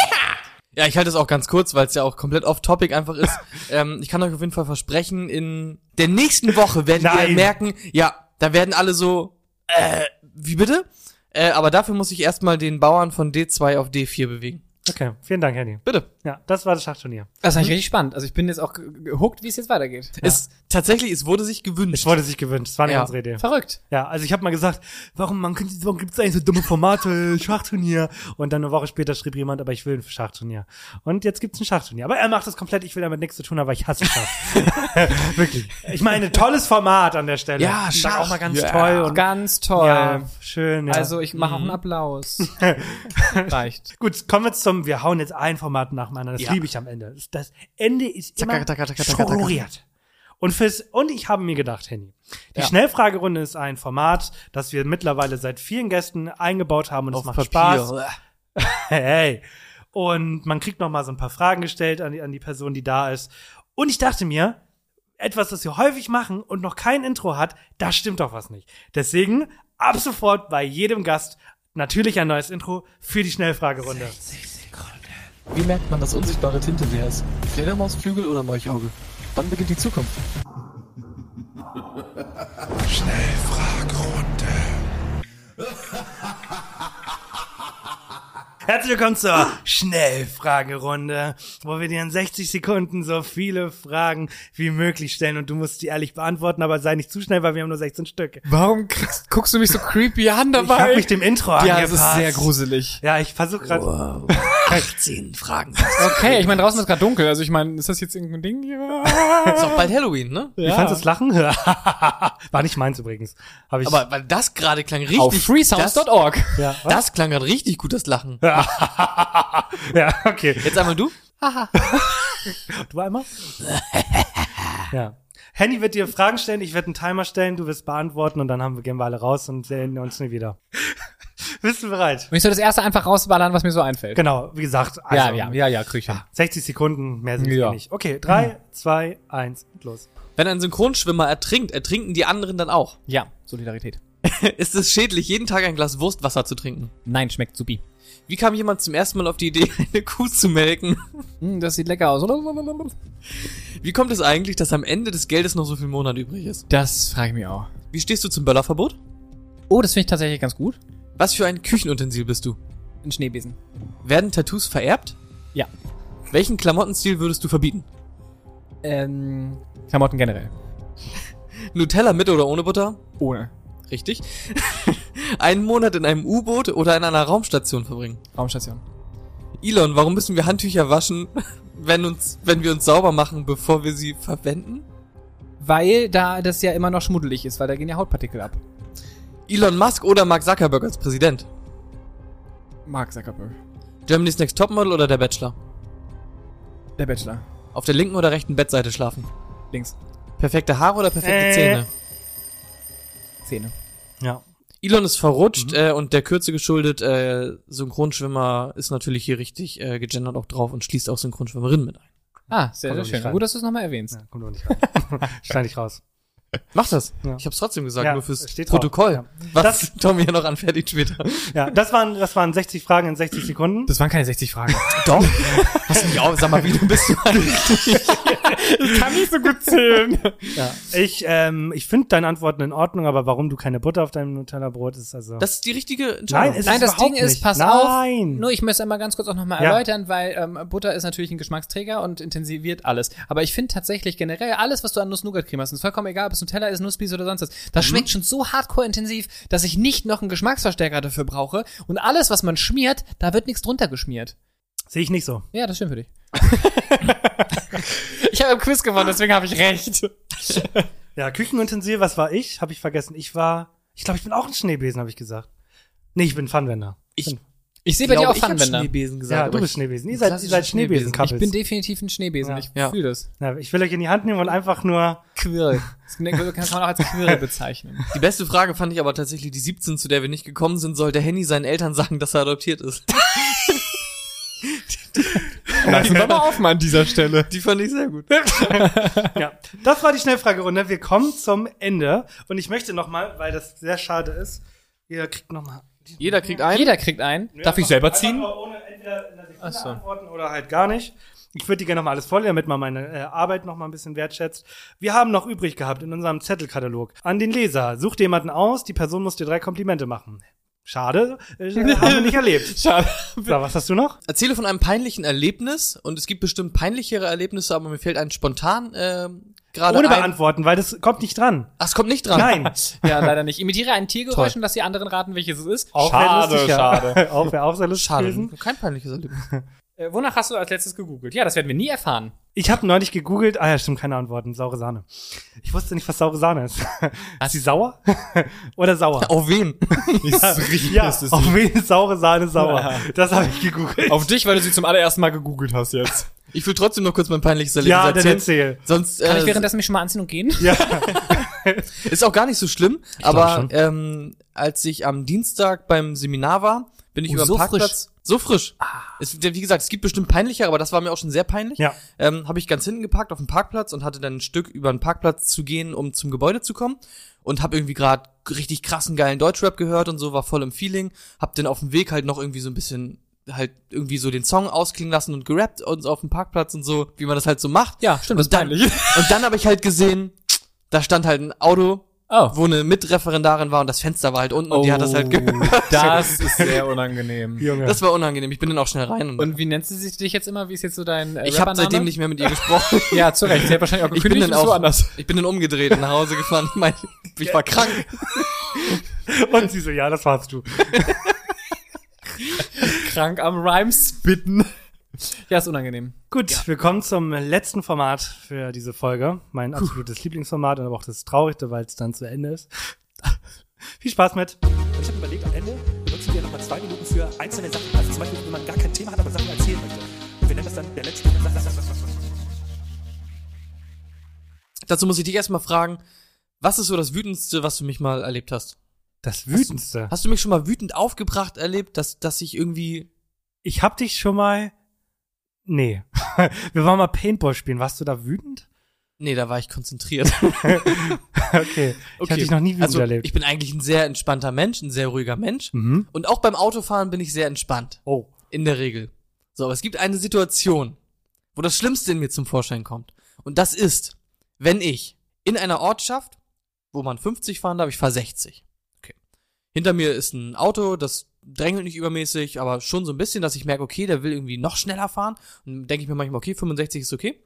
Speaker 7: Ja, ich halte es auch ganz kurz, weil es ja auch komplett off-topic einfach ist. ähm, ich kann euch auf jeden Fall versprechen, in der nächsten Woche werdet
Speaker 1: Nein.
Speaker 7: ihr merken, ja, da werden alle so, äh, wie bitte? Äh, aber dafür muss ich erstmal den Bauern von D2 auf D4 bewegen.
Speaker 1: Okay, vielen Dank, Henny.
Speaker 7: Bitte.
Speaker 1: Ja, das war das Schachturnier.
Speaker 6: Das ist eigentlich richtig spannend. Also ich bin jetzt auch ge- ge- hooked, wie es jetzt weitergeht.
Speaker 7: Es, tatsächlich, es wurde sich
Speaker 1: Es
Speaker 7: gewünscht.
Speaker 1: wurde sich gewünscht. Es war nicht
Speaker 7: Ja.
Speaker 1: unsere Idee.
Speaker 6: Verrückt.
Speaker 1: Ja, also ich habe mal gesagt, warum, man könnte, warum gibt es eigentlich so dumme Formate, Schachturnier? Und dann eine Woche später schrieb jemand, aber ich will ein Schachturnier. Und jetzt gibt's ein Schachturnier. Aber er macht das komplett, ich will damit nichts zu tun, aber ich hasse Schach. Wirklich. Ich meine, tolles Format an der Stelle.
Speaker 7: Ja,
Speaker 1: Ist
Speaker 7: Schach,
Speaker 1: auch mal ganz
Speaker 7: ja.
Speaker 1: toll. Und,
Speaker 6: Ganz toll.
Speaker 1: ja, schön, ja.
Speaker 6: Also ich mache auch einen Applaus. Reicht.
Speaker 1: Gut, kommen wir zum, wir hauen jetzt ein Format nach dem anderen. Das liebe ich am Ende. Das- Das Ende ist
Speaker 7: Zacka,
Speaker 1: immer
Speaker 7: zacka, zacka, zacka, zacka.
Speaker 1: strukturiert. Und, fürs, und ich habe mir gedacht, Henny, die Schnellfragerunde ist ein Format, das wir mittlerweile seit vielen Gästen eingebaut haben und es macht Spaß. Hey. Und man kriegt noch mal so ein paar Fragen gestellt an die, an die Person, die da ist. Und ich dachte mir, etwas, das wir häufig machen und noch kein Intro hat, da stimmt doch was nicht. Deswegen ab sofort bei jedem Gast natürlich ein neues Intro für die Schnellfragerunde.
Speaker 2: Wie merkt man, dass unsichtbare Tinte leer ist? Fledermausflügel oder Molchauge? Wann beginnt die Zukunft?
Speaker 1: Herzlich willkommen zur Schnellfragerunde, wo wir dir in 60 Sekunden so viele Fragen wie möglich stellen und du musst die ehrlich beantworten, aber sei nicht zu schnell, weil wir haben nur 16 Stück.
Speaker 6: Warum kriegst, guckst du mich so creepy an
Speaker 1: Ich habe
Speaker 6: dabei?
Speaker 1: mich dem Intro
Speaker 6: ja,
Speaker 1: angepasst. Oh.
Speaker 6: das ist sehr gruselig.
Speaker 1: Ja, ich versuche gerade.
Speaker 7: 18 Fragen.
Speaker 6: Okay, ich meine, draußen ist gerade dunkel. Also ich meine, ist das jetzt irgendein Ding? Ja.
Speaker 7: ist auch bald Halloween, ne?
Speaker 1: Wie fandst du das Lachen? War nicht meins übrigens. Hab ich,
Speaker 7: Aber weil das gerade klang richtig.
Speaker 6: Auf freesounds.org.
Speaker 1: ja,
Speaker 7: Das, das klang gerade richtig gut, das Lachen.
Speaker 1: ja, okay.
Speaker 7: Jetzt einmal du.
Speaker 1: Du einmal? ja. Henny wird dir Fragen stellen, ich werde einen Timer stellen, du wirst beantworten und dann haben wir, gehen wir alle raus und sehen uns nie wieder. Bist du bereit?
Speaker 6: Und ich soll das erste einfach rausballern, was mir so einfällt.
Speaker 1: Genau, wie gesagt, also
Speaker 6: Ja, ja, ja, ja, krieg ich hin.
Speaker 1: 60 Sekunden, mehr sind es
Speaker 6: Ja. Mhm.
Speaker 1: nicht. Okay, drei, zwei, eins, los.
Speaker 7: Wenn ein Synchronschwimmer ertrinkt, ertrinken die anderen dann auch.
Speaker 6: Ja, Solidarität.
Speaker 7: Ist es schädlich, jeden Tag ein Glas Wurstwasser zu trinken?
Speaker 6: Nein, schmeckt supi.
Speaker 7: Wie kam jemand zum ersten Mal auf die Idee, eine Kuh zu melken?
Speaker 6: Hm, das sieht lecker aus.
Speaker 7: Wie kommt es eigentlich, dass am Ende des Geldes noch so viel Monat übrig ist?
Speaker 6: Das frage ich mich auch.
Speaker 7: Wie stehst du zum Böllerverbot?
Speaker 6: Oh, das finde ich tatsächlich ganz gut.
Speaker 7: Was für ein Küchenutensil bist du?
Speaker 6: Ein Schneebesen.
Speaker 7: Werden Tattoos vererbt?
Speaker 6: Ja.
Speaker 7: Welchen Klamottenstil würdest du verbieten?
Speaker 6: Ähm, Klamotten generell.
Speaker 7: Nutella mit oder ohne Butter?
Speaker 6: Ohne.
Speaker 7: Richtig. einen Monat in einem U-Boot oder in einer Raumstation verbringen?
Speaker 6: Raumstation.
Speaker 7: Elon, warum müssen wir Handtücher waschen, wenn, uns, wenn wir uns sauber machen, bevor wir sie verwenden?
Speaker 6: Weil da das ja immer noch schmuddelig ist, weil da gehen ja Hautpartikel ab.
Speaker 7: Elon Musk oder Mark Zuckerberg als Präsident?
Speaker 6: Mark Zuckerberg.
Speaker 7: Germany's Next Topmodel oder der Bachelor?
Speaker 6: Der Bachelor.
Speaker 7: Auf der linken oder rechten Bettseite schlafen?
Speaker 6: Links.
Speaker 7: Perfekte Haare oder perfekte
Speaker 1: Äh.
Speaker 7: Zähne?
Speaker 6: Zähne.
Speaker 1: Ja.
Speaker 7: Elon ist verrutscht äh, und der Kürze geschuldet, äh, Synchronschwimmer ist natürlich hier richtig äh, gegendert auch drauf und schließt auch Synchronschwimmerinnen mit ein.
Speaker 6: Ah, sehr, sehr
Speaker 1: Kommt doch nicht
Speaker 6: schön.
Speaker 1: rein.
Speaker 6: Gut, dass du es nochmal erwähnst.
Speaker 1: ja kommt aber nicht rein. Schneid dich raus.
Speaker 7: Mach das.
Speaker 1: Ja.
Speaker 7: Ich hab's trotzdem gesagt,
Speaker 1: Ja,
Speaker 7: nur fürs
Speaker 1: steht drauf.
Speaker 7: Protokoll.
Speaker 1: Ja.
Speaker 7: Was Tommy ja noch anfertigt später.
Speaker 1: Ja, das waren, das waren 60 Fragen in 60 Sekunden.
Speaker 6: Das waren keine 60 Fragen.
Speaker 7: Doch. Hast du nicht auf, sag mal, wie du bist du eigentlich?
Speaker 6: Kann nicht so gut zählen.
Speaker 1: Ja. Ich, ähm, ich finde deine Antworten in Ordnung, aber warum du keine Butter auf deinem Nutella-Brot ist, also.
Speaker 7: Das ist die richtige Entscheidung.
Speaker 1: Nein, ist
Speaker 6: Nein,
Speaker 1: es
Speaker 6: das Ding
Speaker 1: überhaupt
Speaker 6: ist,
Speaker 1: nicht.
Speaker 6: pass
Speaker 1: Nein.
Speaker 6: auf.
Speaker 1: Nein.
Speaker 6: Nur ich muss einmal ganz kurz auch nochmal
Speaker 1: Ja.
Speaker 6: erläutern, weil ähm, Butter ist natürlich ein Geschmacksträger und intensiviert alles. Aber ich finde tatsächlich generell alles, was du an Nuss-Nougat-Creme hast, ist vollkommen egal, ob es Nutella ist, Nusspieß oder sonst was.
Speaker 1: Mhm.
Speaker 6: Das schmeckt schon so hardcore intensiv, dass ich nicht noch einen Geschmacksverstärker dafür brauche. Und alles, was man schmiert, da wird nichts drunter geschmiert.
Speaker 1: Sehe ich nicht so.
Speaker 6: Ja, das stimmt für dich. ich habe im Quiz gewonnen, deswegen habe ich recht.
Speaker 1: Ja, Küchenutensil, was war ich? Habe ich vergessen. Ich war, ich glaube, ich bin auch ein Schneebesen, habe ich gesagt. Nee, ich bin Pfanwender.
Speaker 7: Ich
Speaker 6: Ich sehe bei dir auch Funwender.
Speaker 7: Schneebesen gesagt.
Speaker 1: Ja,
Speaker 7: aber
Speaker 1: du bist
Speaker 7: ich-
Speaker 1: Schneebesen. Ihr seid, ihr seid schneebesen
Speaker 6: Ich bin definitiv ein Schneebesen.
Speaker 1: Ja.
Speaker 6: Ich
Speaker 7: Ja.
Speaker 6: fühle das.
Speaker 1: ja, ich will euch in die Hand nehmen und einfach nur,
Speaker 6: Quirl. Das kann man auch als Quirl bezeichnen.
Speaker 7: Die beste Frage fand ich aber tatsächlich die 17, zu der wir nicht gekommen sind. Sollte Henny seinen Eltern sagen, dass er adoptiert ist?
Speaker 6: Lassen wir mal auf mal an dieser Stelle.
Speaker 7: Die fand ich sehr gut.
Speaker 1: ja. Das war die Schnellfragerunde. Wir kommen zum Ende. Und ich möchte nochmal, weil das sehr schade ist, ihr kriegt nochmal.
Speaker 7: Jeder kriegt einen.
Speaker 6: Jeder kriegt einen. Darf ich selber ziehen?
Speaker 1: also Ohne entweder in der Sekunde
Speaker 6: so.
Speaker 1: antworten oder halt gar nicht. Ich würde die gerne nochmal alles vorlesen, damit man meine äh, Arbeit nochmal ein bisschen wertschätzt. Wir haben noch übrig gehabt in unserem Zettelkatalog an den Leser. Such dir jemanden aus, die Person muss dir drei Komplimente machen. Schade, äh, haben wir nicht erlebt.
Speaker 6: Schade.
Speaker 1: So, was hast du noch?
Speaker 7: Erzähle von einem peinlichen Erlebnis und es gibt bestimmt peinlichere Erlebnisse, aber mir fehlt ein spontan ähm, gerade
Speaker 1: Ohne
Speaker 7: ein.
Speaker 1: beantworten, weil das kommt nicht dran.
Speaker 7: Ach, es kommt nicht dran.
Speaker 1: Nein.
Speaker 6: Ja, leider nicht. Imitiere ein Tiergeräusch
Speaker 7: Toll.
Speaker 6: und dass die anderen raten, welches es ist.
Speaker 1: Auch schade, lustig, schade. Auch wäre auch sehr lustig
Speaker 7: Schade.
Speaker 1: gewesen.
Speaker 7: Kein peinliches Erlebnis.
Speaker 6: Äh, wonach hast du als letztes gegoogelt? Ja, das werden wir nie erfahren.
Speaker 1: Ich habe neulich gegoogelt, ah ja, stimmt, keine Antworten, saure Sahne. Ich wusste nicht, was saure Sahne ist. ist sie sauer oder sauer?
Speaker 7: Auf wen?
Speaker 1: ja, auf wen ist saure Sahne sauer? Das habe ich gegoogelt.
Speaker 6: Auf dich, weil du sie zum allerersten Mal gegoogelt hast jetzt.
Speaker 7: Ich will trotzdem noch kurz mein peinliches Erlebnis
Speaker 1: ja, dann
Speaker 7: erzählen.
Speaker 1: erzähl.
Speaker 7: Sonst
Speaker 6: Kann ich
Speaker 7: äh,
Speaker 6: währenddessen mich schon mal anziehen und gehen?
Speaker 1: Ja.
Speaker 7: ist auch gar nicht so schlimm, aber ähm, als ich am Dienstag beim Seminar war, bin ich
Speaker 6: Oh,
Speaker 7: über den
Speaker 6: so Ah.
Speaker 7: Parkplatz so frisch. Es, wie gesagt, es gibt bestimmt peinlichere, aber das war mir auch schon sehr peinlich.
Speaker 1: ja.
Speaker 7: ähm, habe ich ganz hinten geparkt auf dem Parkplatz und hatte dann ein Stück über den Parkplatz zu gehen, um zum Gebäude zu kommen und habe irgendwie gerade richtig krassen geilen Deutschrap gehört und so war voll im Feeling, habe dann auf dem Weg halt noch irgendwie so ein bisschen halt irgendwie so den Song ausklingen lassen und gerappt und auf dem Parkplatz und so, wie man das halt so macht.
Speaker 6: Ja, stimmt, das ist
Speaker 7: dann,
Speaker 6: peinlich.
Speaker 7: und dann habe ich halt gesehen, da stand halt ein Auto,
Speaker 6: Oh.
Speaker 7: wo eine Mitreferendarin war und das Fenster war halt unten und die hat das halt
Speaker 6: Oh.
Speaker 7: gehört.
Speaker 6: Das ist sehr unangenehm.
Speaker 1: Junge.
Speaker 7: Das war unangenehm. Ich bin dann auch schnell rein und,
Speaker 6: Und wie nennt sie sich dich jetzt immer? Wie ist jetzt so dein äh,
Speaker 7: ich habe
Speaker 6: Rappername?
Speaker 7: seitdem nicht mehr mit ihr gesprochen.
Speaker 6: Ja, zu Recht. Sie hat wahrscheinlich auch
Speaker 7: Ich bin
Speaker 6: gekündigt
Speaker 7: dann
Speaker 6: und ist
Speaker 7: auch,
Speaker 6: woanders.
Speaker 7: ich bin dann umgedreht und nach Hause gefahren. Ich meine, ich war krank.
Speaker 1: und sie so, ja, das warst du.
Speaker 6: Krank am Rhymes bitten. Ja, ist unangenehm.
Speaker 1: Gut, wir kommen zum letzten Format für diese Folge. Mein absolutes Lieblingsformat und aber auch das traurigste, weil es dann zu Ende ist. Viel Spaß mit.
Speaker 10: Und ich habe überlegt, am Ende benutzen wir nochmal zwei Minuten für einzelne Sachen. Also zum Beispiel, wenn man gar kein Thema hat, aber Sachen erzählen möchte. Und wir nennen das dann der letzte.
Speaker 7: Dazu muss ich dich erstmal fragen, was ist so das Wütendste, was du mich mal erlebt hast?
Speaker 1: Das Wütendste.
Speaker 7: Hast du mich schon mal wütend aufgebracht erlebt, dass, dass ich irgendwie.
Speaker 1: Ich hab dich schon mal. Nee. wir waren mal Paintball spielen. Warst du da wütend?
Speaker 7: Nee, da war ich konzentriert.
Speaker 1: okay. Ich hatte dich noch nie wütend
Speaker 7: also,
Speaker 1: erlebt.
Speaker 7: Ich bin eigentlich ein sehr entspannter Mensch, ein sehr ruhiger Mensch.
Speaker 1: Mhm.
Speaker 7: Und auch beim Autofahren bin ich sehr entspannt.
Speaker 1: Oh.
Speaker 7: In der Regel. So, aber es gibt eine Situation, wo das Schlimmste in mir zum Vorschein kommt. Und das ist, wenn ich in einer Ortschaft, wo man 50 fahren darf, ich fahre 60. Okay. Hinter mir ist ein Auto, das drängelt nicht übermäßig, aber schon so ein bisschen, dass ich merke, okay, der will irgendwie noch schneller fahren. Und dann denke ich mir manchmal, okay, 65 ist okay.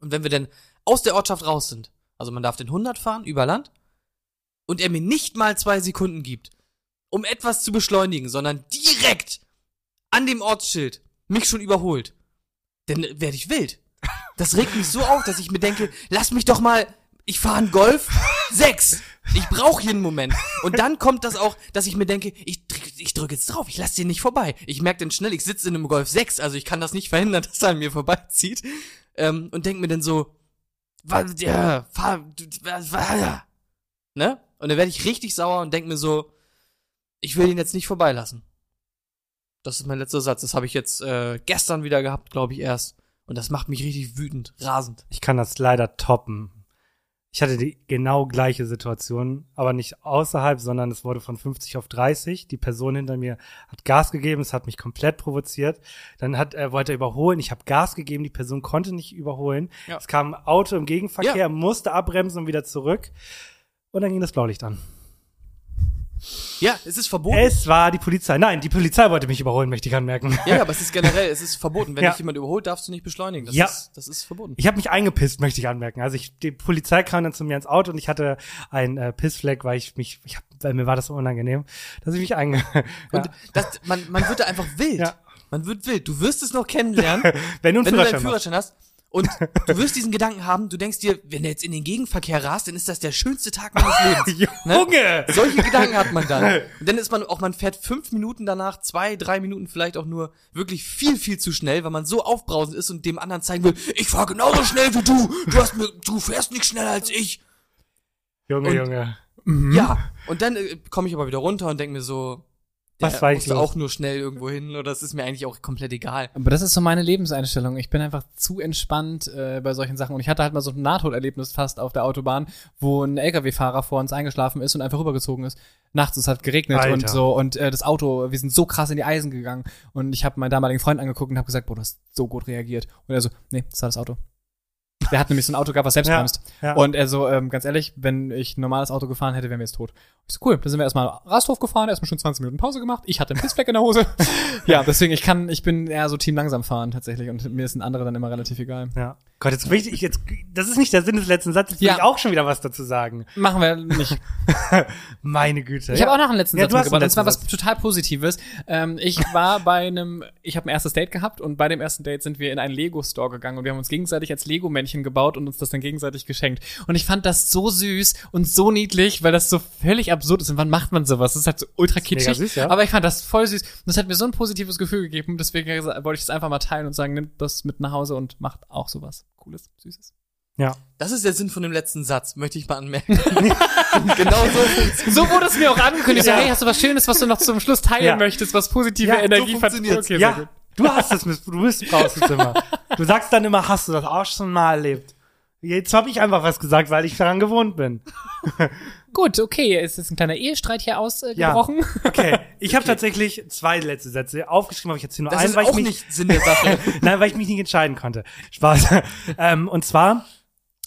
Speaker 7: Und wenn wir dann aus der Ortschaft raus sind, also man darf den 100 fahren über Land, und er mir nicht mal zwei Sekunden gibt, um etwas zu beschleunigen, sondern direkt an dem Ortsschild mich schon überholt, dann werde ich wild. Das regt mich so auf, dass ich mir denke, lass mich doch mal, ich fahre einen Golf 6. Ich brauche hier einen Moment. Und dann kommt das auch, dass ich mir denke, ich, drück- ich drücke jetzt drauf, ich lasse den nicht vorbei. Ich merke dann schnell, ich sitze in einem Golf 6, also ich kann das nicht verhindern, dass er an mir vorbeizieht. Ähm, und denke mir dann so, was, ja, fahr, du, was, was, ne? Und dann werde ich richtig sauer und denke mir so, ich will ihn jetzt nicht vorbeilassen. Das ist mein letzter Satz. Das habe ich jetzt äh, gestern wieder gehabt, glaube ich erst. Und das macht mich richtig wütend, rasend.
Speaker 1: Ich kann das leider toppen. Ich hatte die genau gleiche Situation, aber nicht außerhalb, sondern es wurde von 50 auf 30. Die Person hinter mir hat Gas gegeben, es hat mich komplett provoziert. Dann hat er wollte er überholen, ich habe Gas gegeben, die Person konnte nicht überholen.
Speaker 7: Ja.
Speaker 1: Es kam ein Auto im Gegenverkehr, musste abbremsen und wieder zurück. Und dann ging das Blaulicht an.
Speaker 7: Ja, es ist verboten.
Speaker 1: Es war die Polizei. Nein, die Polizei wollte mich überholen, möchte ich anmerken.
Speaker 7: ja, ja, aber es ist generell, es ist verboten. Wenn
Speaker 1: Ja.
Speaker 7: dich jemand überholt, darfst du nicht beschleunigen. Das
Speaker 1: Ja.
Speaker 7: ist, das ist verboten.
Speaker 1: Ich habe mich eingepisst, möchte ich anmerken. Also ich, die Polizei kam dann zu mir ins Auto und ich hatte einen äh, Pissfleck, weil ich mich, ich hab, weil mir war das so unangenehm, dass ich mich einge.
Speaker 7: Und
Speaker 1: ja.
Speaker 7: das, man, man wird da einfach wild.
Speaker 1: Ja.
Speaker 7: Man wird wild. Du wirst es noch kennenlernen,
Speaker 1: Wenn du einen
Speaker 7: wenn du
Speaker 1: Führerschein
Speaker 7: deinen Führerschein hast. Und du wirst diesen Gedanken haben, du denkst dir, wenn er jetzt in den Gegenverkehr rast, dann ist das der schönste Tag meines Lebens. Ne?
Speaker 1: Junge!
Speaker 7: Solche Gedanken hat man dann. Und dann ist man auch, man fährt fünf Minuten danach, zwei, drei Minuten vielleicht auch nur wirklich viel, viel zu schnell, weil man so aufbrausend ist und dem anderen zeigen will, ich fahr genauso schnell wie du, du, hast mir, du fährst nicht schneller als ich.
Speaker 1: Junge,
Speaker 7: Und-
Speaker 1: Junge.
Speaker 7: Ja. Und dann äh, komme ich aber wieder runter und denke mir so, der
Speaker 1: Was war ich
Speaker 7: musste
Speaker 1: los?
Speaker 7: auch nur schnell irgendwo hin oder das ist mir eigentlich auch komplett egal.
Speaker 6: Aber das ist so meine Lebenseinstellung. Ich bin einfach zu entspannt äh, bei solchen Sachen. Und ich hatte halt mal so ein Nahtoderlebnis fast auf der Autobahn, wo ein LKW-Fahrer vor uns eingeschlafen ist und einfach rübergezogen ist. Nachts, es hat geregnet
Speaker 1: Alter.
Speaker 6: und so. Und äh, das Auto, wir sind so krass in die Eisen gegangen. Und ich habe meinen damaligen Freund angeguckt und habe gesagt, boah, du hast so gut reagiert. Und er so, nee, das war das Auto. Der hat nämlich so ein Auto gehabt, was selbst
Speaker 1: Ja,
Speaker 6: bremst.
Speaker 1: ja.
Speaker 6: Und er so, ähm, ganz ehrlich, wenn ich ein normales Auto gefahren hätte, wären wir jetzt tot. Ich so, cool, dann sind wir erstmal Rasthof gefahren, erstmal schon 20 Minuten Pause gemacht. Ich hatte einen Pissfleck in der Hose. ja, deswegen, ich kann, ich bin eher so Team langsam fahren tatsächlich und mir sind andere dann immer relativ egal.
Speaker 1: Ja. Gott, jetzt will ich, ich jetzt, das ist nicht der Sinn des letzten Satzes, jetzt will
Speaker 6: Ja.
Speaker 1: ich auch schon wieder was dazu sagen.
Speaker 6: Machen wir nicht.
Speaker 1: Meine Güte.
Speaker 6: Ich habe auch noch einen letzten
Speaker 1: Ja,
Speaker 6: Satz
Speaker 1: du hast einen
Speaker 6: mitgebracht. Und
Speaker 1: letzten
Speaker 6: zwar was
Speaker 1: Satz.
Speaker 6: total Positives. Ähm, ich war bei einem, ich habe ein erstes Date gehabt und bei dem ersten Date sind wir in einen Lego-Store gegangen und wir haben uns gegenseitig als Lego-Männchen gebaut und uns das dann gegenseitig geschenkt. Und ich fand das so süß und so niedlich, weil das so völlig absurd ist. Und wann macht man sowas? Das ist halt so ultra kitschig.
Speaker 1: mega süß, ja.
Speaker 6: Aber ich fand das voll süß. Und das hat mir so ein positives Gefühl gegeben. Deswegen wollte ich das einfach mal teilen und sagen, nimmt das mit nach Hause und macht auch sowas. Cooles, Süßes.
Speaker 1: Ja.
Speaker 7: Das ist der Sinn von dem letzten Satz, möchte ich mal anmerken. genau so.
Speaker 6: So wurde es mir auch angekündigt.
Speaker 1: Ja.
Speaker 6: So, hey, hast du was Schönes, was du noch zum Schluss teilen
Speaker 1: Ja.
Speaker 6: möchtest, was positive
Speaker 1: Ja, so
Speaker 6: Energie
Speaker 7: funktioniert's.
Speaker 6: Okay, sehr gut.
Speaker 1: ja. Du hast es, miss- du missbrauchst es immer. Du sagst dann immer, hast du das auch schon mal erlebt. Jetzt habe ich einfach was gesagt, weil ich daran gewohnt bin.
Speaker 6: Gut, okay, es ist ein kleiner Ehestreit hier
Speaker 1: Ja.
Speaker 6: ausgebrochen.
Speaker 1: Okay, ich habe tatsächlich zwei letzte Sätze aufgeschrieben, aber ich jetzt hier nur
Speaker 7: Das
Speaker 1: einen,
Speaker 7: ist
Speaker 1: weil ich
Speaker 7: auch
Speaker 1: mich
Speaker 7: nicht Sinn der Sache.
Speaker 1: Nein, weil ich mich nicht entscheiden konnte. Spaß. ähm, und zwar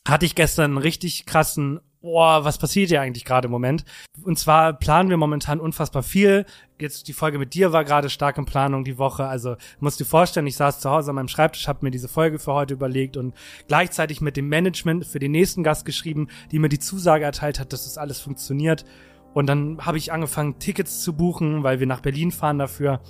Speaker 1: hatte ich gestern einen richtig krassen, boah, was passiert hier eigentlich gerade im Moment? Und zwar planen wir momentan unfassbar viel. Jetzt die Folge mit dir war gerade stark in Planung die Woche. Also musst du dir vorstellen, ich saß zu Hause an meinem Schreibtisch, habe mir diese Folge für heute überlegt und gleichzeitig mit dem Management für den nächsten Gast geschrieben, die mir die Zusage erteilt hat, dass das alles funktioniert. Und dann habe ich angefangen, Tickets zu buchen, weil wir nach Berlin fahren dafür.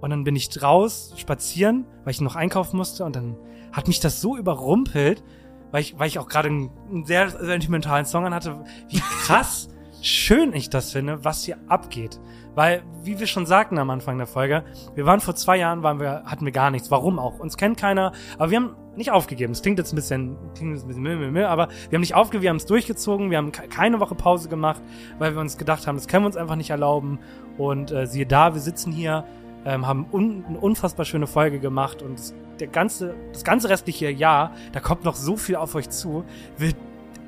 Speaker 1: Und dann bin ich raus spazieren, weil ich noch einkaufen musste. Und dann hat mich das so überrumpelt, weil ich, weil ich auch gerade einen, einen sehr sentimentalen Song an hatte, wie krass schön ich das finde, was hier abgeht. Weil, wie wir schon sagten am Anfang der Folge, wir waren vor zwei Jahren, waren wir, hatten wir gar nichts. Warum auch? Uns kennt keiner, aber wir haben nicht aufgegeben. Es klingt jetzt ein bisschen, klingt jetzt ein bisschen, meh, meh, meh, aber wir haben nicht aufgegeben, wir haben es durchgezogen, wir haben ke- keine Woche Pause gemacht, weil wir uns gedacht haben, das können wir uns einfach nicht erlauben. Und äh, siehe da, wir sitzen hier ähm, haben un eine unfassbar schöne Folge gemacht und das, der ganze, das ganze restliche Jahr, da kommt noch so viel auf euch zu. Wir,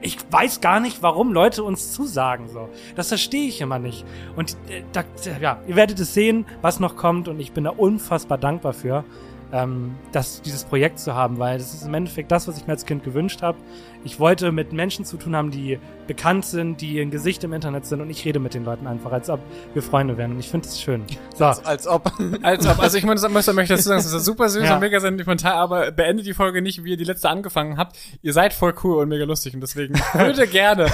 Speaker 1: ich weiß gar nicht, warum Leute uns zusagen so. Das verstehe ich immer nicht. Und äh, da, ja, ihr werdet es sehen, was noch kommt und ich bin da unfassbar dankbar für. Ähm, das, dieses Projekt zu haben, weil das ist im Endeffekt das, was ich mir als Kind gewünscht habe. Ich wollte mit Menschen zu tun haben, die bekannt sind, die ein Gesicht im Internet sind und ich rede mit den Leuten einfach, als ob wir Freunde wären. Und ich finde es schön. So.
Speaker 7: Als ob.
Speaker 6: Als ob. Also ich muss, muss, möchte dazu sagen, es ist super süß
Speaker 1: Ja.
Speaker 6: und mega sentimental, aber beendet die Folge nicht, wie ihr die letzte angefangen habt. Ihr seid voll cool und mega lustig und deswegen würde gerne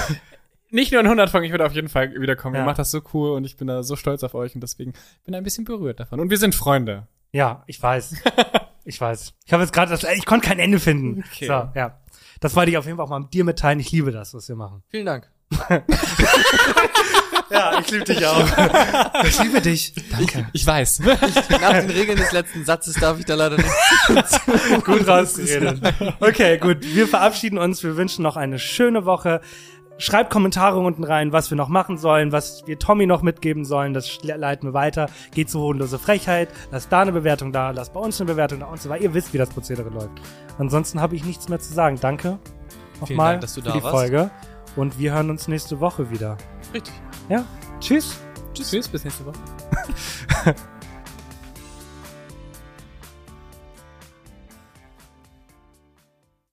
Speaker 6: nicht nur in 100 Folgen, ich würde auf jeden Fall wiederkommen. Ihr
Speaker 1: Ja.
Speaker 6: macht das so cool und ich bin da so stolz auf euch und deswegen bin ich ein bisschen berührt davon. Und wir sind Freunde.
Speaker 1: Ja, ich weiß. ich weiß. Ich habe jetzt gerade das, ich konnte kein Ende finden.
Speaker 6: Okay.
Speaker 1: So, ja. Das wollte ich auf jeden Fall auch mal mit dir mitteilen. Ich liebe das, was wir machen.
Speaker 7: Vielen Dank.
Speaker 1: Ja, ich liebe dich auch. ich liebe dich. Danke.
Speaker 6: Ich weiß.
Speaker 7: Nach den Regeln des letzten Satzes darf ich da leider nicht.
Speaker 1: gut rausgeredet. Okay, gut. Wir verabschieden uns. Wir wünschen noch eine schöne Woche. Schreibt Kommentare unten rein, was wir noch machen sollen, was wir Tommy noch mitgeben sollen. Das schle- leiten wir weiter. Geht zu Hodenlose Frechheit. Lasst da eine Bewertung da. Lasst bei uns eine Bewertung da und so weiter. Ihr wisst, wie das Prozedere läuft. Ansonsten habe ich nichts mehr zu sagen. Danke nochmal
Speaker 7: Dank, dass du
Speaker 1: für
Speaker 7: da
Speaker 1: die
Speaker 7: warst.
Speaker 1: Folge. Und wir hören uns nächste Woche wieder.
Speaker 7: Richtig.
Speaker 1: Ja, tschüss.
Speaker 6: Tschüss, bis nächste Woche.